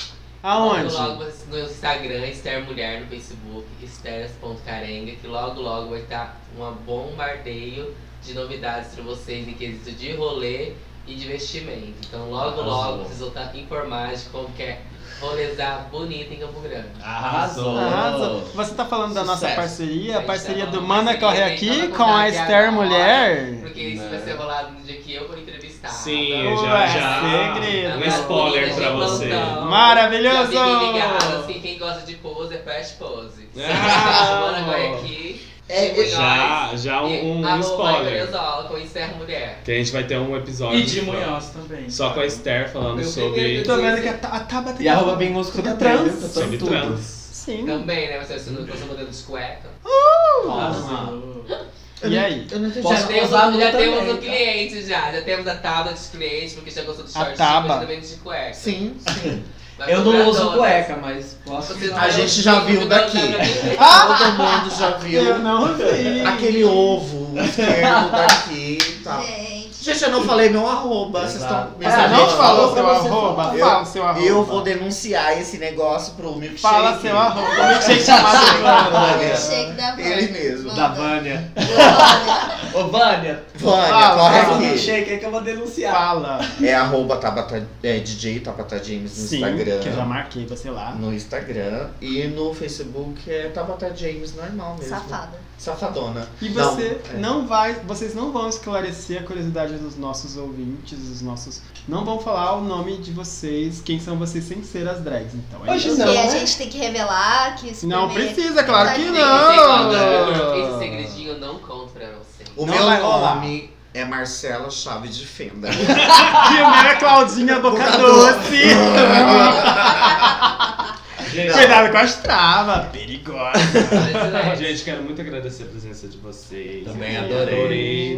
S1: Aonde?
S7: Logo vocês no Instagram, Esther Mulher, no Facebook, esteras.carenga, que logo logo vai estar um bombardeio de novidades pra vocês em quesito de rolê e de vestimento. Então logo logo
S9: Arrasou.
S7: vocês vão estar informados de como que é rolezar bonito em Campo Grande.
S9: Arrasou.
S1: Arrasa. Você tá falando da nossa
S9: Sucesso.
S1: parceria, a
S7: gente
S1: parceria
S7: tá
S1: do
S7: falando
S1: Mana
S7: parceria,
S1: Corre
S7: a gente
S1: Aqui
S7: tá
S1: com a
S7: falando
S1: Esther
S7: agora, é
S1: Mulher?
S7: Porque isso vai
S9: Né.
S7: ser rolado no dia que eu for entrevistada.
S4: Sim,
S1: Ué,
S4: já, já.
S1: segredo.
S4: Um spoiler
S7: Meninas
S4: pra
S7: de
S4: você.
S7: plantão. Já
S1: Maravilhoso!
S7: fiquem ligados, assim, quem gosta de pose é fast pose.
S4: Ah!
S7: Semana agora aqui.
S5: É,
S7: Sim,
S4: Já, já
S7: um E
S4: um, um
S7: arroba
S4: spoiler.
S7: Ivorezola com Esther Mulher.
S4: Que a gente vai ter um episódio
S15: E de Munhoz também.
S4: só com a Esther falando
S7: Meu
S4: sobre,
S7: primeiro-
S1: Tô vendo que a, Ta- a Tabata
S9: E arroba bem músico
S1: Sobre
S9: da trans.
S1: trans.
S4: sobre trans.
S1: Sim.
S7: Também, né? Você não tá modelo de cueca.
S3: Ah.
S15: Nossa.
S1: E aí?
S5: Eu não entendi.
S9: Posso
S7: já temos,
S9: usar a minha
S7: já temos
S9: também,
S7: o
S9: tá?
S7: cliente já. Já temos a tábua dos clientes, porque já gostou tipo, do
S1: A
S7: shortinho,
S1: tábua.
S7: mas também de cueca.
S5: Sim, sim.
S9: Eu não uso
S7: né?
S9: cueca, mas posso.
S5: Você-
S7: tá é
S9: usar.
S5: A gente
S7: um
S5: já viu daqui. Todo mundo já viu.
S1: Eu não vi.
S5: Aquele ovo esquerdo daqui e tal.
S6: Gente.
S5: Gente, eu não falei meu arroba. Vocês
S9: Exato.
S5: estão.
S1: É, a gente falou seu arroba, fala
S5: Eu,
S1: seu arroba.
S5: eu vou denunciar esse negócio pro milkshake.
S1: Fala assim, seu arroba. é O milkshake chamado Vânia.
S6: Milkshake da Vânia.
S5: Ele mesmo.
S9: Da
S6: Manda.
S9: Vânia.
S6: Olha,
S9: Ô, Vânia,
S5: Vânia,
S1: Fala,
S5: corre
S1: fala.
S5: aqui.
S9: shake aí que eu vou denunciar.
S1: Fala.
S5: É arroba Tabata, é, DJ Tabata James no
S1: Sim,
S5: Instagram.
S1: que eu já marquei você lá.
S5: No Instagram. E no Facebook é Tabata James normal mesmo.
S6: Safada.
S5: Safadona.
S1: E
S5: Não,
S1: você
S5: é.
S1: não, vai, vocês não vão esclarecer a curiosidade dos nossos ouvintes, dos nossos, não vão falar o nome de vocês, quem são vocês sem ser as drags. Então é
S9: Oxe,
S1: isso.
S9: Não,
S6: e a
S9: né?
S6: gente tem que revelar que esse
S1: Não
S6: primeiro-
S1: precisa, claro que
S6: Tem que
S7: Esse
S1: não.
S7: segredinho eu não conto pra vocês.
S5: O
S1: Não
S5: meu
S1: vai rolar.
S5: nome é Marcela Chave de Fenda.
S1: Primeira Claudinha Boca
S5: Boca
S1: Doce.
S4: Gente,
S1: Cuidado com as travas, perigosa.
S7: é.
S4: gente, quero muito agradecer a presença de vocês.
S9: Também
S1: adorei.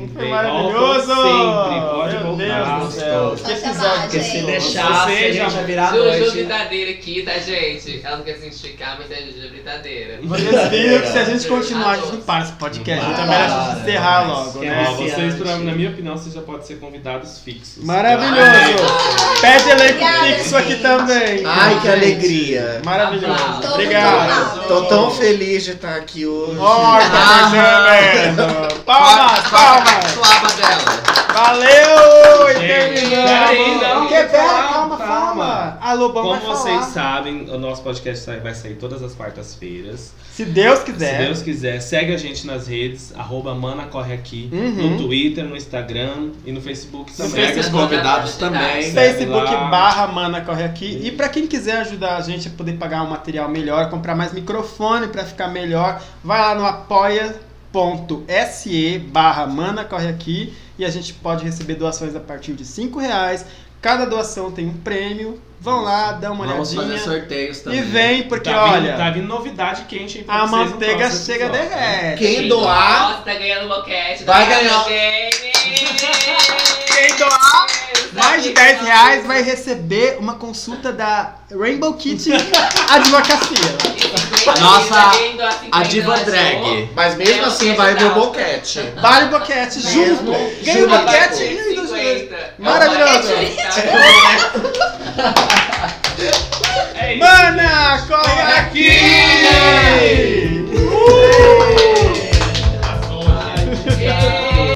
S4: Adorei.
S1: Foi
S4: Voltam
S1: maravilhoso.
S4: Sempre, pode
S1: Meu
S4: voltar.
S1: Deus do
S9: gostoso.
S1: céu. Que episódio
S9: Porque
S1: que
S9: se
S6: Gente.
S9: deixasse, a gente
S4: Seja-
S9: ia
S3: tá
S9: virar a
S7: Juju
S9: noite.
S7: Britadeira aqui, tá, gente? Ela não quer se identificar, mas é Juju Britadeira.
S1: Vocês viram que se a gente continuar, a gente não para esse podcast.
S9: Não
S1: Então é melhor a
S9: para,
S1: gente encerrar
S9: né?
S1: logo,
S9: Que
S1: né?
S4: Ó, vocês, pra-
S9: Viciante.
S4: na minha opinião, vocês já podem ser convidados fixos. Tá?
S1: Maravilhoso. Pede elenco
S6: Obrigada,
S1: fixo aqui
S6: gente.
S1: também.
S5: Ai, que
S1: Gente,
S5: alegria.
S1: Maravilhoso.
S7: Aplausos.
S1: Obrigado.
S6: Aplausos.
S5: Tô tão feliz de estar aqui hoje.
S1: Morta, Fernando. tá Palmas, palmas.
S7: Suava dela.
S1: Valeu. E
S4: Gente,
S1: terminamos.
S4: peraí, não.
S1: Que pera, calma,
S4: Calma.
S1: calma. Alô,
S4: Como
S1: vamos
S4: vocês
S1: falar.
S4: sabem, o nosso podcast sai- vai sair todas as quartas-feiras.
S1: Se Deus
S4: Se
S1: quiser.
S4: Deus quiser, segue a gente nas redes, arroba Mana Corre Aqui,
S1: Uhum.
S4: no Twitter, no Instagram e no Facebook
S9: Também,
S4: também. Tá
S9: os convidados também.
S7: Segue
S1: Facebook
S4: lá.
S1: barra Mana Corre Aqui. E pra quem quiser ajudar a gente a poder pagar um material melhor, comprar mais microfone pra ficar melhor, vai lá no apoia.se barra Mana Corre Aqui e a gente pode receber doações a partir de 5 reais. Cada doação tem um prêmio. Vão lá, dá uma
S9: Vamos fazer
S1: olhadinha.
S9: sorteios também.
S1: E vem, porque
S4: tá
S1: olha,
S4: Vindo, tá vindo novidade quente aí pra
S1: a
S4: vocês no
S1: manteiga
S4: próximo
S1: chega
S4: episódio.
S1: derrete.
S5: Quem doar,
S7: Nossa, tá ganhando boquete.
S5: Vai
S7: tá
S5: ganhar.
S7: ganhando
S1: Quem doar
S7: boquete.
S1: mais de 10 reais vai receber uma consulta da Rainbow Kitty Advocacia.
S7: tá
S9: Nossa, A diva drag.
S5: mas mesmo
S7: Eu
S5: assim
S7: sei
S5: vai ver o
S7: ajudar.
S5: boquete.
S1: Vale boquete junto.
S5: Mesmo?
S1: Ganha o
S5: Junto.
S1: boquete e ainda os dois. Maravilhoso.
S7: Tá
S4: É isso.
S1: Mana, corre aqui!
S7: É.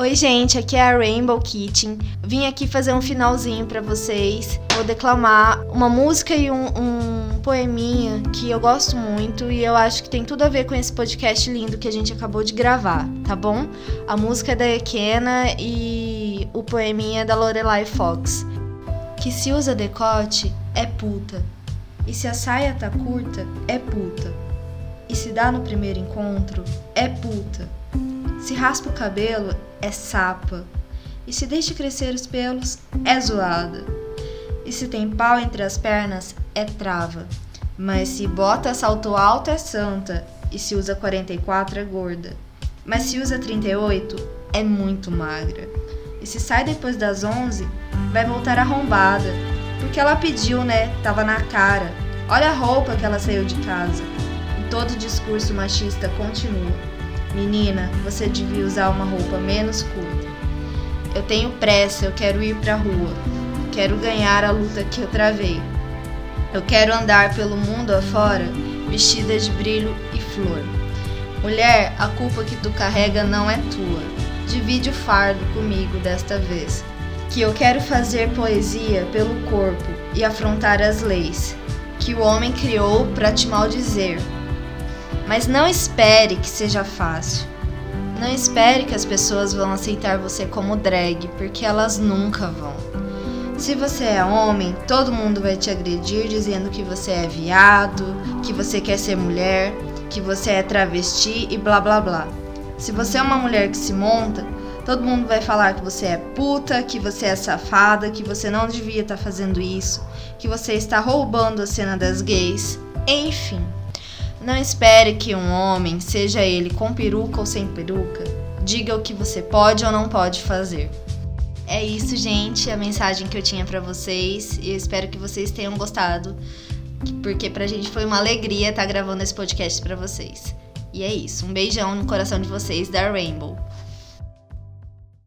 S6: Oi, gente, aqui é a Rainbow Kitchen. Vim aqui fazer um finalzinho pra vocês. Vou declamar uma música e um, um poeminha que eu gosto muito e eu acho que tem tudo a ver com esse podcast lindo que a gente acabou de gravar, tá bom? A música é da Ekena e o poeminha é da Lorelai Fox. Que se usa decote é puta. E se a saia tá curta, é puta. E se dá no primeiro encontro, é puta. Se raspa o cabelo, é sapa. E se deixa crescer os pelos, é zoada. E se tem pau entre as pernas, é trava. Mas se bota salto alto, é santa. E se usa 44, é gorda. Mas se usa 38, é muito magra. E se sai depois das 11, vai voltar arrombada. Porque ela pediu, né? Tava na cara. Olha a roupa que ela saiu de casa. E todo o discurso machista continua. Menina, você devia usar uma roupa menos curta. Eu tenho pressa, eu quero ir pra rua. Quero ganhar a luta que eu travei. Eu quero andar pelo mundo afora vestida de brilho e flor. Mulher, a culpa que tu carrega não é tua. Divide o fardo comigo desta vez. Que eu quero fazer poesia pelo corpo e afrontar as leis que o homem criou pra te maldizer. Mas não espere que seja fácil. Não espere que as pessoas vão aceitar você como drag, porque elas nunca vão. Se você é homem, todo mundo vai te agredir dizendo que você é viado, que você quer ser mulher, que você é travesti e blá blá blá. Se você é uma mulher que se monta, todo mundo vai falar que você é puta, que você é safada, que você não devia estar fazendo isso, que você está roubando a cena das gays. Enfim. Não espere que um homem, seja ele com peruca ou sem peruca, diga o que você pode ou não pode fazer. É isso, gente, a mensagem que eu tinha pra vocês. Eu espero que vocês tenham gostado, porque pra gente foi uma alegria estar gravando esse podcast pra vocês. E é isso. Um beijão no coração de vocês da Rainbow.